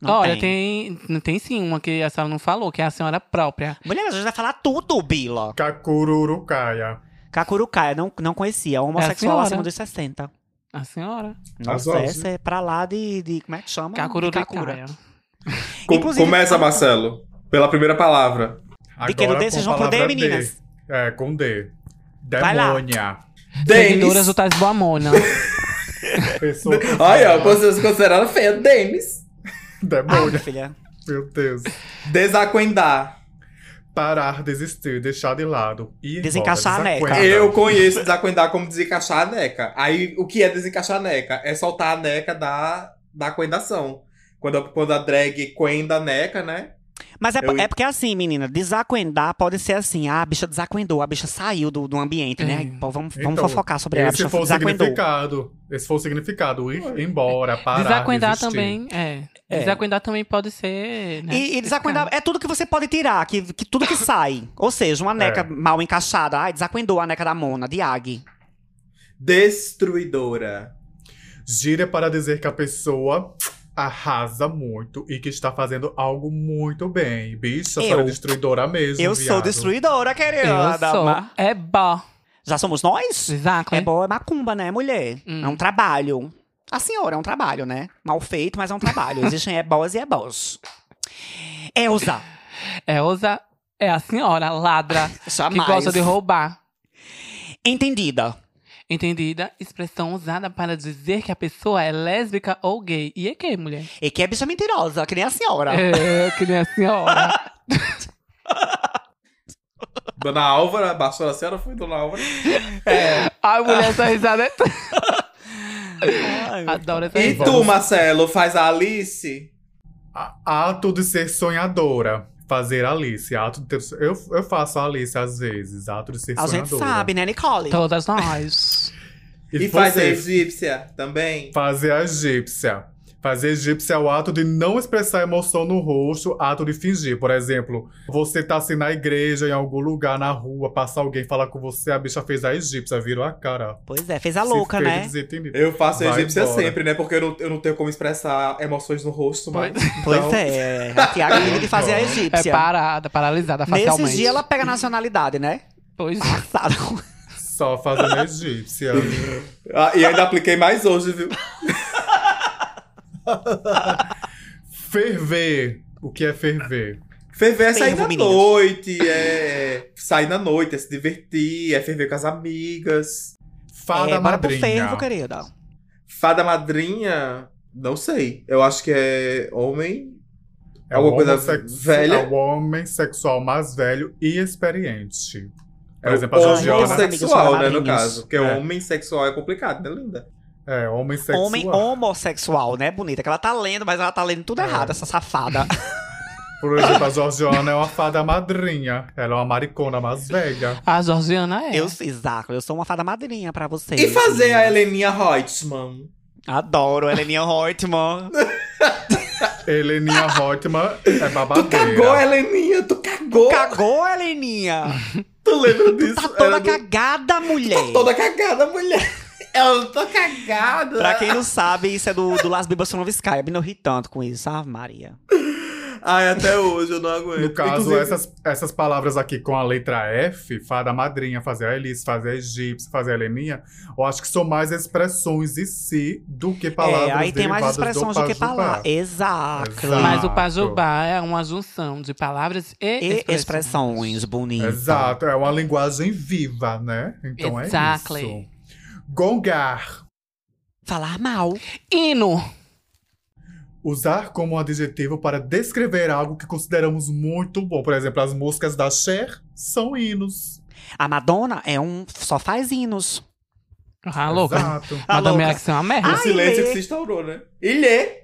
[SPEAKER 3] Não
[SPEAKER 2] Olha, tem. tem. Tem sim uma que a senhora não falou, que é a senhora própria.
[SPEAKER 3] Mulher, a gente vai falar tudo, Bila.
[SPEAKER 4] Kakururucaia.
[SPEAKER 3] Cacurucaia, não, não conhecia. É um Homossexual
[SPEAKER 2] É senhora.
[SPEAKER 3] acima dos 60.
[SPEAKER 2] A senhora.
[SPEAKER 3] Nossa,
[SPEAKER 4] Azul.
[SPEAKER 3] essa é pra lá de, de- Como é que chama?
[SPEAKER 2] Kakuru
[SPEAKER 3] de Kakura.
[SPEAKER 1] Co-
[SPEAKER 3] Inclusive-
[SPEAKER 1] começa, Marcelo. Pela primeira palavra.
[SPEAKER 3] Pequeno D, vocês vão pro D,
[SPEAKER 4] palavra
[SPEAKER 3] meninas.
[SPEAKER 4] É, com D.
[SPEAKER 3] Vai lá.
[SPEAKER 4] Demônia.
[SPEAKER 2] Seguidoras
[SPEAKER 1] Denis.
[SPEAKER 2] do Tais Boamona.
[SPEAKER 4] Pessoa
[SPEAKER 1] Olha, vocês consideraram feia. Denis.
[SPEAKER 3] Ah,
[SPEAKER 4] Demônia.
[SPEAKER 3] minha filha.
[SPEAKER 4] Meu Deus.
[SPEAKER 1] Desacuendar.
[SPEAKER 4] Parar, desistir, deixar de lado. E
[SPEAKER 3] Desencaixar a neca.
[SPEAKER 1] Eu conheço desacuendar como desencaixar a neca. Aí, o que é desencaixar a neca? É soltar a neca da, da acuendação. Quando, a- quando a drag quenda a neca, né?
[SPEAKER 3] Mas é,
[SPEAKER 1] Eu-
[SPEAKER 3] é porque é assim, menina, desacuendar pode ser assim, ah, a bicha desacuendou, a bicha saiu do, do ambiente, né?
[SPEAKER 2] É.
[SPEAKER 3] Pô, vamos,
[SPEAKER 4] Então,
[SPEAKER 3] vamos fofocar sobre ela, a
[SPEAKER 4] Esse
[SPEAKER 3] bicha
[SPEAKER 4] foi o
[SPEAKER 3] desacuendou.
[SPEAKER 4] significado. Esse foi o significado. Ir embora, parar,
[SPEAKER 2] Desacuendar
[SPEAKER 4] desistir.
[SPEAKER 2] também. É.
[SPEAKER 3] É.
[SPEAKER 2] Desacuendar também pode ser. Né?
[SPEAKER 3] E, e desacuendar é tudo que você pode tirar, que, que tudo que sai. Ou seja, uma neca
[SPEAKER 4] É.
[SPEAKER 3] mal encaixada, ai, desacuendou a neca da Mona, de Ag.
[SPEAKER 1] Destruidora.
[SPEAKER 4] Gira para dizer que a pessoa arrasa muito e que está fazendo algo muito bem. Bicha, a senhora é
[SPEAKER 3] Eu.
[SPEAKER 4] destruidora mesmo,
[SPEAKER 3] Eu sou
[SPEAKER 4] viado.
[SPEAKER 3] destruidora, querida.
[SPEAKER 2] Eu sou.
[SPEAKER 3] Ma-
[SPEAKER 2] É bó.
[SPEAKER 3] Já somos nós?
[SPEAKER 2] Desaco,
[SPEAKER 3] É
[SPEAKER 2] hein?
[SPEAKER 3] boa, é macumba, né, mulher?
[SPEAKER 2] Hum.
[SPEAKER 3] É um trabalho. A senhora é um trabalho, né? Mal feito, mas é um trabalho. Existem é boas e é bons. Elza,
[SPEAKER 2] É ousa. É a senhora ladra que
[SPEAKER 3] jamais.
[SPEAKER 2] gosta de roubar.
[SPEAKER 3] Entendida.
[SPEAKER 2] Entendida? Expressão usada para dizer que a pessoa é lésbica ou gay. E é que, mulher?
[SPEAKER 3] E que é bicha mentirosa, que nem a senhora.
[SPEAKER 2] É, que nem a senhora.
[SPEAKER 1] Dona Álvara, baixou a senhora, foi Dona Álvara.
[SPEAKER 3] É.
[SPEAKER 2] Ai, mulher, essa risada é. Adoro essa
[SPEAKER 1] E
[SPEAKER 2] risada.
[SPEAKER 1] tu, Marcelo, faz a Alice?
[SPEAKER 4] A- Ato de ser sonhadora. Fazer Alice. Ato de ter... eu, eu faço a Alice às vezes. Ato de ser
[SPEAKER 3] A
[SPEAKER 4] sonhadora.
[SPEAKER 3] gente sabe, né, Nicole?
[SPEAKER 2] Todas nós.
[SPEAKER 1] E, faz a
[SPEAKER 4] você?
[SPEAKER 1] egípcia também?
[SPEAKER 4] Fazer a egípcia. Fazer a egípcia é o ato de não expressar emoção no rosto, ato de fingir. Por exemplo, você tá assim na igreja, em algum lugar, na rua, passa alguém falar com você, a bicha fez a egípcia, virou a cara.
[SPEAKER 3] Pois é, fez a
[SPEAKER 4] Se
[SPEAKER 3] louca,
[SPEAKER 4] fez
[SPEAKER 3] né?
[SPEAKER 4] desentendido.
[SPEAKER 1] Eu faço a
[SPEAKER 4] Vai
[SPEAKER 1] egípcia
[SPEAKER 4] embora.
[SPEAKER 1] sempre, né? Porque eu não, eu não tenho como expressar emoções no rosto, mas. então
[SPEAKER 4] então.
[SPEAKER 3] Pois é. A Tiago vive de fazer a
[SPEAKER 2] É
[SPEAKER 3] egípcia.
[SPEAKER 2] parada, paralisada facialmente.
[SPEAKER 3] Nesses dias ela pega nacionalidade, né?
[SPEAKER 2] Pois é.
[SPEAKER 3] Passado.
[SPEAKER 4] Só fazendo a egípcia.
[SPEAKER 1] Ah, e ainda apliquei mais hoje, viu?
[SPEAKER 4] ferver. O que é ferver?
[SPEAKER 1] Ferver é sair
[SPEAKER 3] Fervo,
[SPEAKER 1] na
[SPEAKER 3] meninas.
[SPEAKER 1] noite, é sair na noite, é se divertir, é ferver com as amigas.
[SPEAKER 4] Fada
[SPEAKER 3] é, bora pro
[SPEAKER 4] madrinha.
[SPEAKER 3] fervo, querida.
[SPEAKER 1] Fada madrinha, não sei. Eu acho que é homem.
[SPEAKER 4] É
[SPEAKER 1] Alguma
[SPEAKER 4] o
[SPEAKER 1] coisa
[SPEAKER 4] homossex-
[SPEAKER 1] velha?
[SPEAKER 4] É o homem sexual mais velho e experiente. Por
[SPEAKER 1] é
[SPEAKER 4] exemplo, a
[SPEAKER 1] homem
[SPEAKER 4] Georgiana.
[SPEAKER 1] sexual, né, no
[SPEAKER 3] Madrinhas.
[SPEAKER 1] caso. Porque
[SPEAKER 4] É.
[SPEAKER 1] homem sexual é complicado, né, linda?
[SPEAKER 4] É, homem sexual.
[SPEAKER 3] Homem homossexual, né? Bonita, que ela tá lendo, mas ela tá lendo tudo
[SPEAKER 4] É.
[SPEAKER 3] errado, essa safada.
[SPEAKER 4] Por exemplo, a Georgiana é uma fada madrinha. Ela é uma maricona mais velha.
[SPEAKER 2] A Georgiana é.
[SPEAKER 3] Eu, exato, eu sou uma fada madrinha pra vocês.
[SPEAKER 1] E fazer a Heleninha Reutemann?
[SPEAKER 3] Adoro, Heleninha Hortman.
[SPEAKER 4] Heleninha Hortman é
[SPEAKER 1] Tu
[SPEAKER 4] babadeira.
[SPEAKER 1] cagou, Heleninha, tu cagou.
[SPEAKER 3] Cagou, Heleninha.
[SPEAKER 1] Tu lembra disso?
[SPEAKER 3] Tá
[SPEAKER 1] Ela
[SPEAKER 3] toda
[SPEAKER 1] é do-
[SPEAKER 3] cagada, mulher.
[SPEAKER 1] Tá Toda cagada, mulher. Ela tá cagada.
[SPEAKER 3] Pra quem não sabe, isso é do, do Las Bibas Sonoviscaia. Me não ri tanto com isso. Ah, Maria.
[SPEAKER 1] Ai, até hoje eu não aguento.
[SPEAKER 4] No caso,
[SPEAKER 1] Inclusive,
[SPEAKER 4] essas, essas palavras aqui com a letra F, fada madrinha, fazer a Elis, fazer a egípcia, fazer a Heleninha, eu acho que são mais expressões em si do que palavras
[SPEAKER 3] é, aí tem mais
[SPEAKER 4] derivadas
[SPEAKER 3] expressões do que
[SPEAKER 4] Pajubá.
[SPEAKER 3] falar. Exato.
[SPEAKER 4] Exato.
[SPEAKER 2] Mas o pajubá é uma junção de palavras e,
[SPEAKER 3] E expressões
[SPEAKER 2] Então.
[SPEAKER 3] bonitas.
[SPEAKER 4] Exato, é uma linguagem viva, né? Então é
[SPEAKER 2] Exactly.
[SPEAKER 4] isso. Gongar.
[SPEAKER 3] Falar mal.
[SPEAKER 2] Hino.
[SPEAKER 4] Usar como um adjetivo para descrever algo que consideramos muito bom. Por exemplo, as músicas da Cher são hinos.
[SPEAKER 3] A Madonna é um. só faz hinos.
[SPEAKER 2] Ah, louca.
[SPEAKER 4] Exato.
[SPEAKER 3] Ah,
[SPEAKER 2] Mas também
[SPEAKER 3] louca.
[SPEAKER 2] é que isso é uma merda.
[SPEAKER 1] O
[SPEAKER 3] Ai,
[SPEAKER 1] silêncio
[SPEAKER 3] Lê.
[SPEAKER 1] que se instaurou, né? Ilê.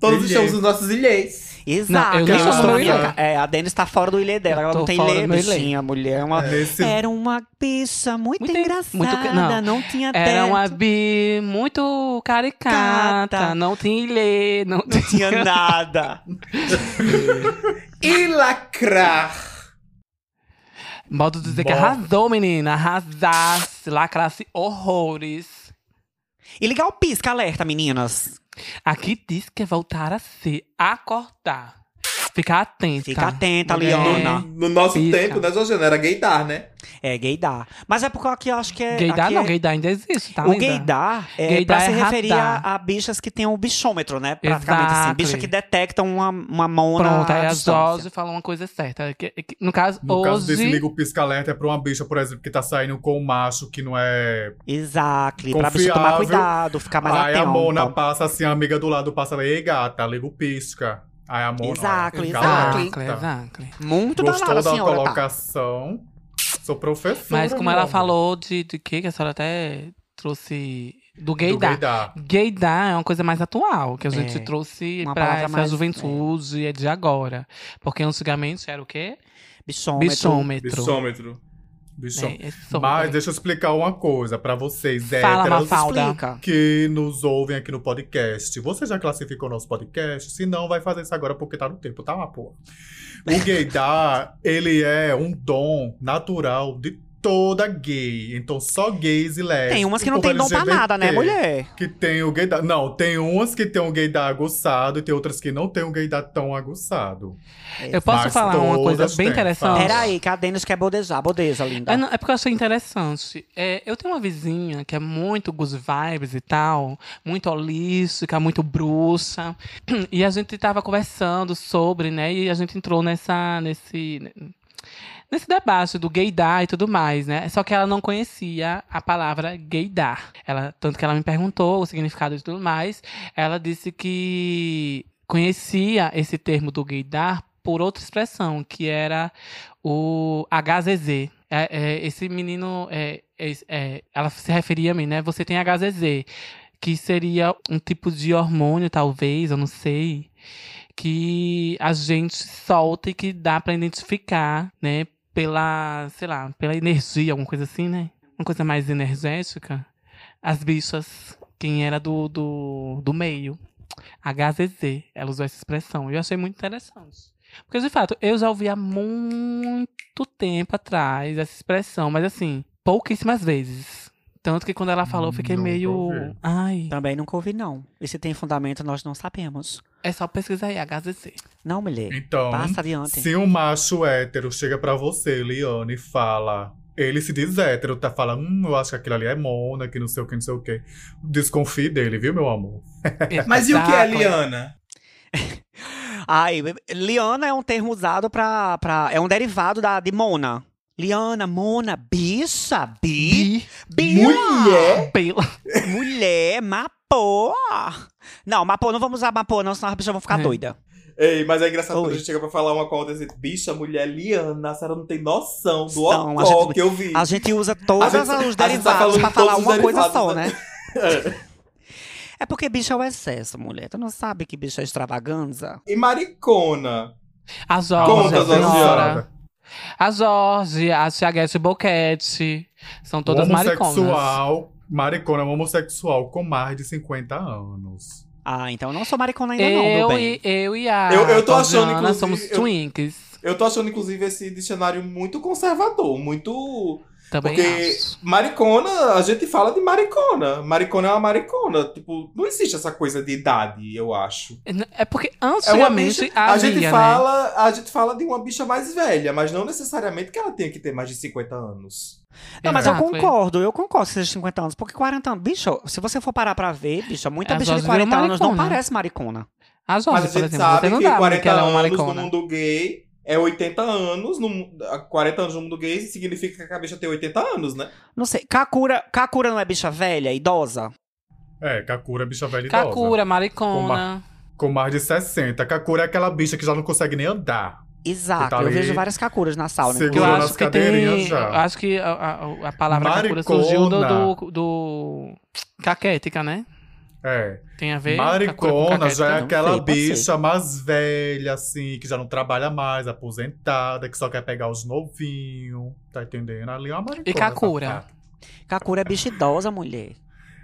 [SPEAKER 1] Todos
[SPEAKER 4] Ilê.
[SPEAKER 1] estamos nos nossos ilhês.
[SPEAKER 3] Exato.
[SPEAKER 2] eu
[SPEAKER 4] não
[SPEAKER 3] Ela
[SPEAKER 4] sou
[SPEAKER 3] tá na
[SPEAKER 4] do
[SPEAKER 3] minha
[SPEAKER 4] ilê.
[SPEAKER 3] ca- É, a Denis tá fora do ilê dela.
[SPEAKER 2] Eu
[SPEAKER 3] Ela não
[SPEAKER 2] tô
[SPEAKER 3] tem
[SPEAKER 2] fora do
[SPEAKER 3] ilê,
[SPEAKER 2] meu ilê.
[SPEAKER 3] bichinha, mulher. É
[SPEAKER 2] Ah,
[SPEAKER 3] uma-
[SPEAKER 4] Nesse
[SPEAKER 3] Era uma bicha muito,
[SPEAKER 2] Muito en-
[SPEAKER 3] engraçada.
[SPEAKER 2] muito que- não.
[SPEAKER 3] não. tinha
[SPEAKER 2] Era
[SPEAKER 3] teto,
[SPEAKER 2] uma bi muito caricata,
[SPEAKER 3] Cata.
[SPEAKER 2] não tinha ilê, não
[SPEAKER 3] Não tinha nada.
[SPEAKER 1] E lacrar.
[SPEAKER 2] Modo de dizer que
[SPEAKER 4] Bom.
[SPEAKER 2] arrasou, menina. Arrasasse, lacrasse horrores.
[SPEAKER 3] E ligar o pisca alerta, meninas.
[SPEAKER 2] Aqui diz que é voltar a se acordar. Ficar atenta.
[SPEAKER 3] Fica atenta,
[SPEAKER 2] Mulher.
[SPEAKER 3] Leona.
[SPEAKER 1] No nosso
[SPEAKER 2] Pisca.
[SPEAKER 1] tempo, né, Georgiana? Era gaydar, né?
[SPEAKER 3] É, gaydar. Mas é porque aqui eu acho que é.
[SPEAKER 2] Gaydar
[SPEAKER 3] aqui
[SPEAKER 2] não,
[SPEAKER 3] é-
[SPEAKER 2] gaydar ainda existe, tá?
[SPEAKER 3] O
[SPEAKER 2] linda?
[SPEAKER 3] gaydar é
[SPEAKER 2] Gaydar
[SPEAKER 3] pra
[SPEAKER 2] é
[SPEAKER 3] se referir a,
[SPEAKER 2] radar.
[SPEAKER 3] a bichas que tem o bichômetro, né? Praticamente assim.
[SPEAKER 2] Exato.
[SPEAKER 3] Bicha que detecta uma, uma mão na
[SPEAKER 2] Pronto, aí a
[SPEAKER 3] distância.
[SPEAKER 2] Jorge falou uma coisa certa. que- que- no caso,
[SPEAKER 4] No
[SPEAKER 2] hoje...
[SPEAKER 4] caso desse liga o pisca-alerta é pra uma bicha, por exemplo, que tá saindo com um macho que não é.
[SPEAKER 3] Exato. Pra bicha tomar
[SPEAKER 4] Confiável.
[SPEAKER 3] cuidado,
[SPEAKER 2] Tá
[SPEAKER 3] ficar mais
[SPEAKER 4] Aí a
[SPEAKER 3] atenta.
[SPEAKER 4] Mona passa assim, a amiga do lado passa ali, ei gata, liga o pisca. Aí a Mona.
[SPEAKER 3] Exactly,
[SPEAKER 4] "Ei,
[SPEAKER 3] exactly.
[SPEAKER 4] gata."
[SPEAKER 2] Exactly, exactly.
[SPEAKER 3] Muito
[SPEAKER 4] Gostou
[SPEAKER 3] danada,
[SPEAKER 4] da
[SPEAKER 3] senhora. Tá.
[SPEAKER 4] colocação? Sou professora.
[SPEAKER 2] assim, Mas como
[SPEAKER 4] meu
[SPEAKER 2] ela
[SPEAKER 4] amor.
[SPEAKER 2] falou de, de que, que a senhora até trouxe... Do
[SPEAKER 4] Do
[SPEAKER 2] gaydar.
[SPEAKER 4] gaydar.
[SPEAKER 2] Gaydar é uma coisa mais atual, que a gente
[SPEAKER 3] É.
[SPEAKER 2] trouxe
[SPEAKER 3] Uma
[SPEAKER 2] pra
[SPEAKER 3] palavra
[SPEAKER 2] essa
[SPEAKER 3] mais-
[SPEAKER 2] juventude, é. de agora. Porque antigamente era o quê?
[SPEAKER 3] Bichômetro.
[SPEAKER 2] Bichômetro.
[SPEAKER 1] Bissômetro.
[SPEAKER 4] Bichão.
[SPEAKER 2] Né? É sobre.
[SPEAKER 4] Mas deixa eu explicar uma coisa pra vocês,
[SPEAKER 2] Fala,
[SPEAKER 4] héteros
[SPEAKER 2] Mafalda.
[SPEAKER 3] Explica.
[SPEAKER 4] que nos ouvem aqui no podcast. Você já classificou nosso podcast? Se não, vai fazer isso agora porque tá no tempo, tá, uma porra? O gaydar, ele é um dom natural de toda gay. Então, só gays e lésbicas.
[SPEAKER 3] Tem umas que não tem dom pra nada, né, mulher?
[SPEAKER 4] Que tem o gaydar... Não, tem umas que tem o gaydar aguçado e tem outras que não tem o gaydar tão aguçado.
[SPEAKER 2] Eu posso
[SPEAKER 4] Mas
[SPEAKER 2] falar uma coisa
[SPEAKER 4] todas
[SPEAKER 2] bem
[SPEAKER 4] têm,
[SPEAKER 2] interessante?
[SPEAKER 4] fala.
[SPEAKER 3] Peraí, que a Denis quer bodejar. Bodeja, linda.
[SPEAKER 2] É, não, é porque eu achei interessante. É, eu tenho uma vizinha que é muito good vibes e tal, muito holística, muito bruxa. E a gente tava conversando sobre, né? E a gente entrou nessa, nesse, nesse debate do gaydar e tudo mais, né? Só que ela não conhecia a palavra gaydar. Ela, tanto que ela me perguntou o significado e tudo mais. Ela disse que conhecia esse termo do gaydar por outra expressão, que era o HZZ. É, é, esse menino, é, é, é, ela se referia a mim, né? Você tem HZZ, que seria um tipo de hormônio, talvez, eu não sei, que a gente solta e que dá pra identificar, né? Pela, sei lá, pela energia, alguma coisa assim, né? Uma coisa mais energética. As bichas, quem era do, do, do meio, HZZ, ela usou essa expressão. E eu achei muito interessante. Porque, de fato, eu já ouvi há muito tempo atrás essa expressão, mas assim, pouquíssimas vezes. Tanto que quando ela falou, eu fiquei
[SPEAKER 4] Nunca
[SPEAKER 2] meio.
[SPEAKER 4] ouvi.
[SPEAKER 2] Ai,
[SPEAKER 3] Também nunca ouvi, não. E se tem fundamento, nós não sabemos.
[SPEAKER 2] é só pesquisar aí, HZZ.
[SPEAKER 3] Não, mulher.
[SPEAKER 4] Então,
[SPEAKER 3] Passa adiante.
[SPEAKER 4] Se um macho hétero chega pra você, Liane, e fala. Ele se diz hétero, tá? Fala, hum, eu acho que aquilo ali é mona, que não sei o que, não sei o que. Desconfie dele, viu, meu amor?
[SPEAKER 1] Mas e o que é
[SPEAKER 2] Exato.
[SPEAKER 1] Liana?
[SPEAKER 3] Ai, Liana é um termo usado pra. pra é um derivado da, de Mona. Liana, Mona, bicha, bi.
[SPEAKER 2] Bi,
[SPEAKER 3] Bila.
[SPEAKER 1] Mulher?
[SPEAKER 2] pela.
[SPEAKER 3] Mulher, mapô. Não, mapô, não vamos usar mapô, não, senão as bichas vão ficar
[SPEAKER 2] É.
[SPEAKER 3] doidas.
[SPEAKER 1] Ei, mas é engraçado quando
[SPEAKER 3] Oi.
[SPEAKER 1] a gente chega pra falar uma com a outra e diz, bicha, mulher, Liana, a senhora não tem noção do
[SPEAKER 3] Não, a
[SPEAKER 1] ocó
[SPEAKER 3] gente-
[SPEAKER 1] que eu vi.
[SPEAKER 3] A gente usa todos
[SPEAKER 1] A gente- a gente
[SPEAKER 3] os
[SPEAKER 1] tá
[SPEAKER 3] derivados
[SPEAKER 1] falando
[SPEAKER 3] pra
[SPEAKER 1] todos
[SPEAKER 3] falar
[SPEAKER 1] os
[SPEAKER 3] uma coisa
[SPEAKER 1] derivados,
[SPEAKER 3] só,
[SPEAKER 1] né?
[SPEAKER 3] né? É porque bicho é o excesso, mulher. Tu não sabe que bicho é extravaganza?
[SPEAKER 1] E maricona?
[SPEAKER 2] A Jorge,
[SPEAKER 1] Conta,
[SPEAKER 2] a
[SPEAKER 1] dona
[SPEAKER 2] senhora.
[SPEAKER 1] senhora.
[SPEAKER 2] A Jorge, a Tiaguete Boquete. São todas mariconas.
[SPEAKER 4] Homossexual Um maricona é um homossexual com mais de 50 anos.
[SPEAKER 3] Ah, então eu não sou maricona ainda não, meu
[SPEAKER 2] Eu
[SPEAKER 3] bem.
[SPEAKER 2] e, eu e a
[SPEAKER 1] Eu- eu tô achando,
[SPEAKER 2] Georgiana
[SPEAKER 1] inclusive,
[SPEAKER 2] somos
[SPEAKER 1] eu-
[SPEAKER 2] twinks.
[SPEAKER 1] Eu tô achando, inclusive, esse dicionário muito conservador, muito.
[SPEAKER 2] Também
[SPEAKER 1] Porque
[SPEAKER 2] acho.
[SPEAKER 1] maricona, a gente fala de maricona. Maricona é uma maricona. Tipo, não existe essa coisa de idade, eu acho.
[SPEAKER 2] É porque
[SPEAKER 1] É uma
[SPEAKER 2] antigamente
[SPEAKER 1] bicha, a
[SPEAKER 2] havia,
[SPEAKER 1] gente
[SPEAKER 2] né?
[SPEAKER 1] fala, a gente fala de uma bicha mais velha, mas não necessariamente que ela tenha que ter mais de 50 anos.
[SPEAKER 3] Não, mas eu
[SPEAKER 2] Exato, é.
[SPEAKER 3] concordo, eu concordo que seja 50 anos, porque 40 anos, bicho, se você for parar pra ver, bicho, muita
[SPEAKER 2] As
[SPEAKER 3] bicha de
[SPEAKER 2] duas viram
[SPEAKER 3] 40 anos não
[SPEAKER 2] maricona.
[SPEAKER 3] parece maricona.
[SPEAKER 2] A Jorge,
[SPEAKER 1] mas a
[SPEAKER 2] por
[SPEAKER 1] gente
[SPEAKER 2] exemplo,
[SPEAKER 1] sabe
[SPEAKER 2] você não
[SPEAKER 1] que
[SPEAKER 2] dá pra dizer
[SPEAKER 1] 40
[SPEAKER 2] que ela é uma
[SPEAKER 1] anos no
[SPEAKER 2] maricona.
[SPEAKER 1] mundo gay é 80 anos. No, mu- 40 anos no mundo gay significa que a bicha tem 80 anos, né?
[SPEAKER 3] Não sei, Kakura, Kakura não é bicha velha, idosa?
[SPEAKER 4] É, Kakura é bicha velha idosa.
[SPEAKER 2] Kakura, maricona.
[SPEAKER 4] Com mais de 60. Kakura é aquela bicha que já não consegue nem andar.
[SPEAKER 3] Exato,
[SPEAKER 4] Tá
[SPEAKER 3] eu
[SPEAKER 4] ali.
[SPEAKER 3] vejo várias Kakuras na sala.
[SPEAKER 4] Segura
[SPEAKER 2] Que eu
[SPEAKER 3] inclusive.
[SPEAKER 4] Segurou nas
[SPEAKER 2] acho que
[SPEAKER 4] cadeirinhas
[SPEAKER 2] tem.
[SPEAKER 4] já.
[SPEAKER 2] eu Acho que a, a- a palavra Kakura surgiu do, do, do. Caquética, né?
[SPEAKER 4] É.
[SPEAKER 2] Tem a ver. Kakura com
[SPEAKER 4] Maricona
[SPEAKER 2] caquética,
[SPEAKER 4] já é
[SPEAKER 2] não?
[SPEAKER 4] aquela
[SPEAKER 3] sei, pode
[SPEAKER 4] bicha mais velha, assim, que já não trabalha mais, aposentada, que só quer pegar os novinhos. Tá entendendo? Ali é uma maricona.
[SPEAKER 2] E Kakura?
[SPEAKER 4] safada.
[SPEAKER 3] Kakura é bicha idosa, mulher.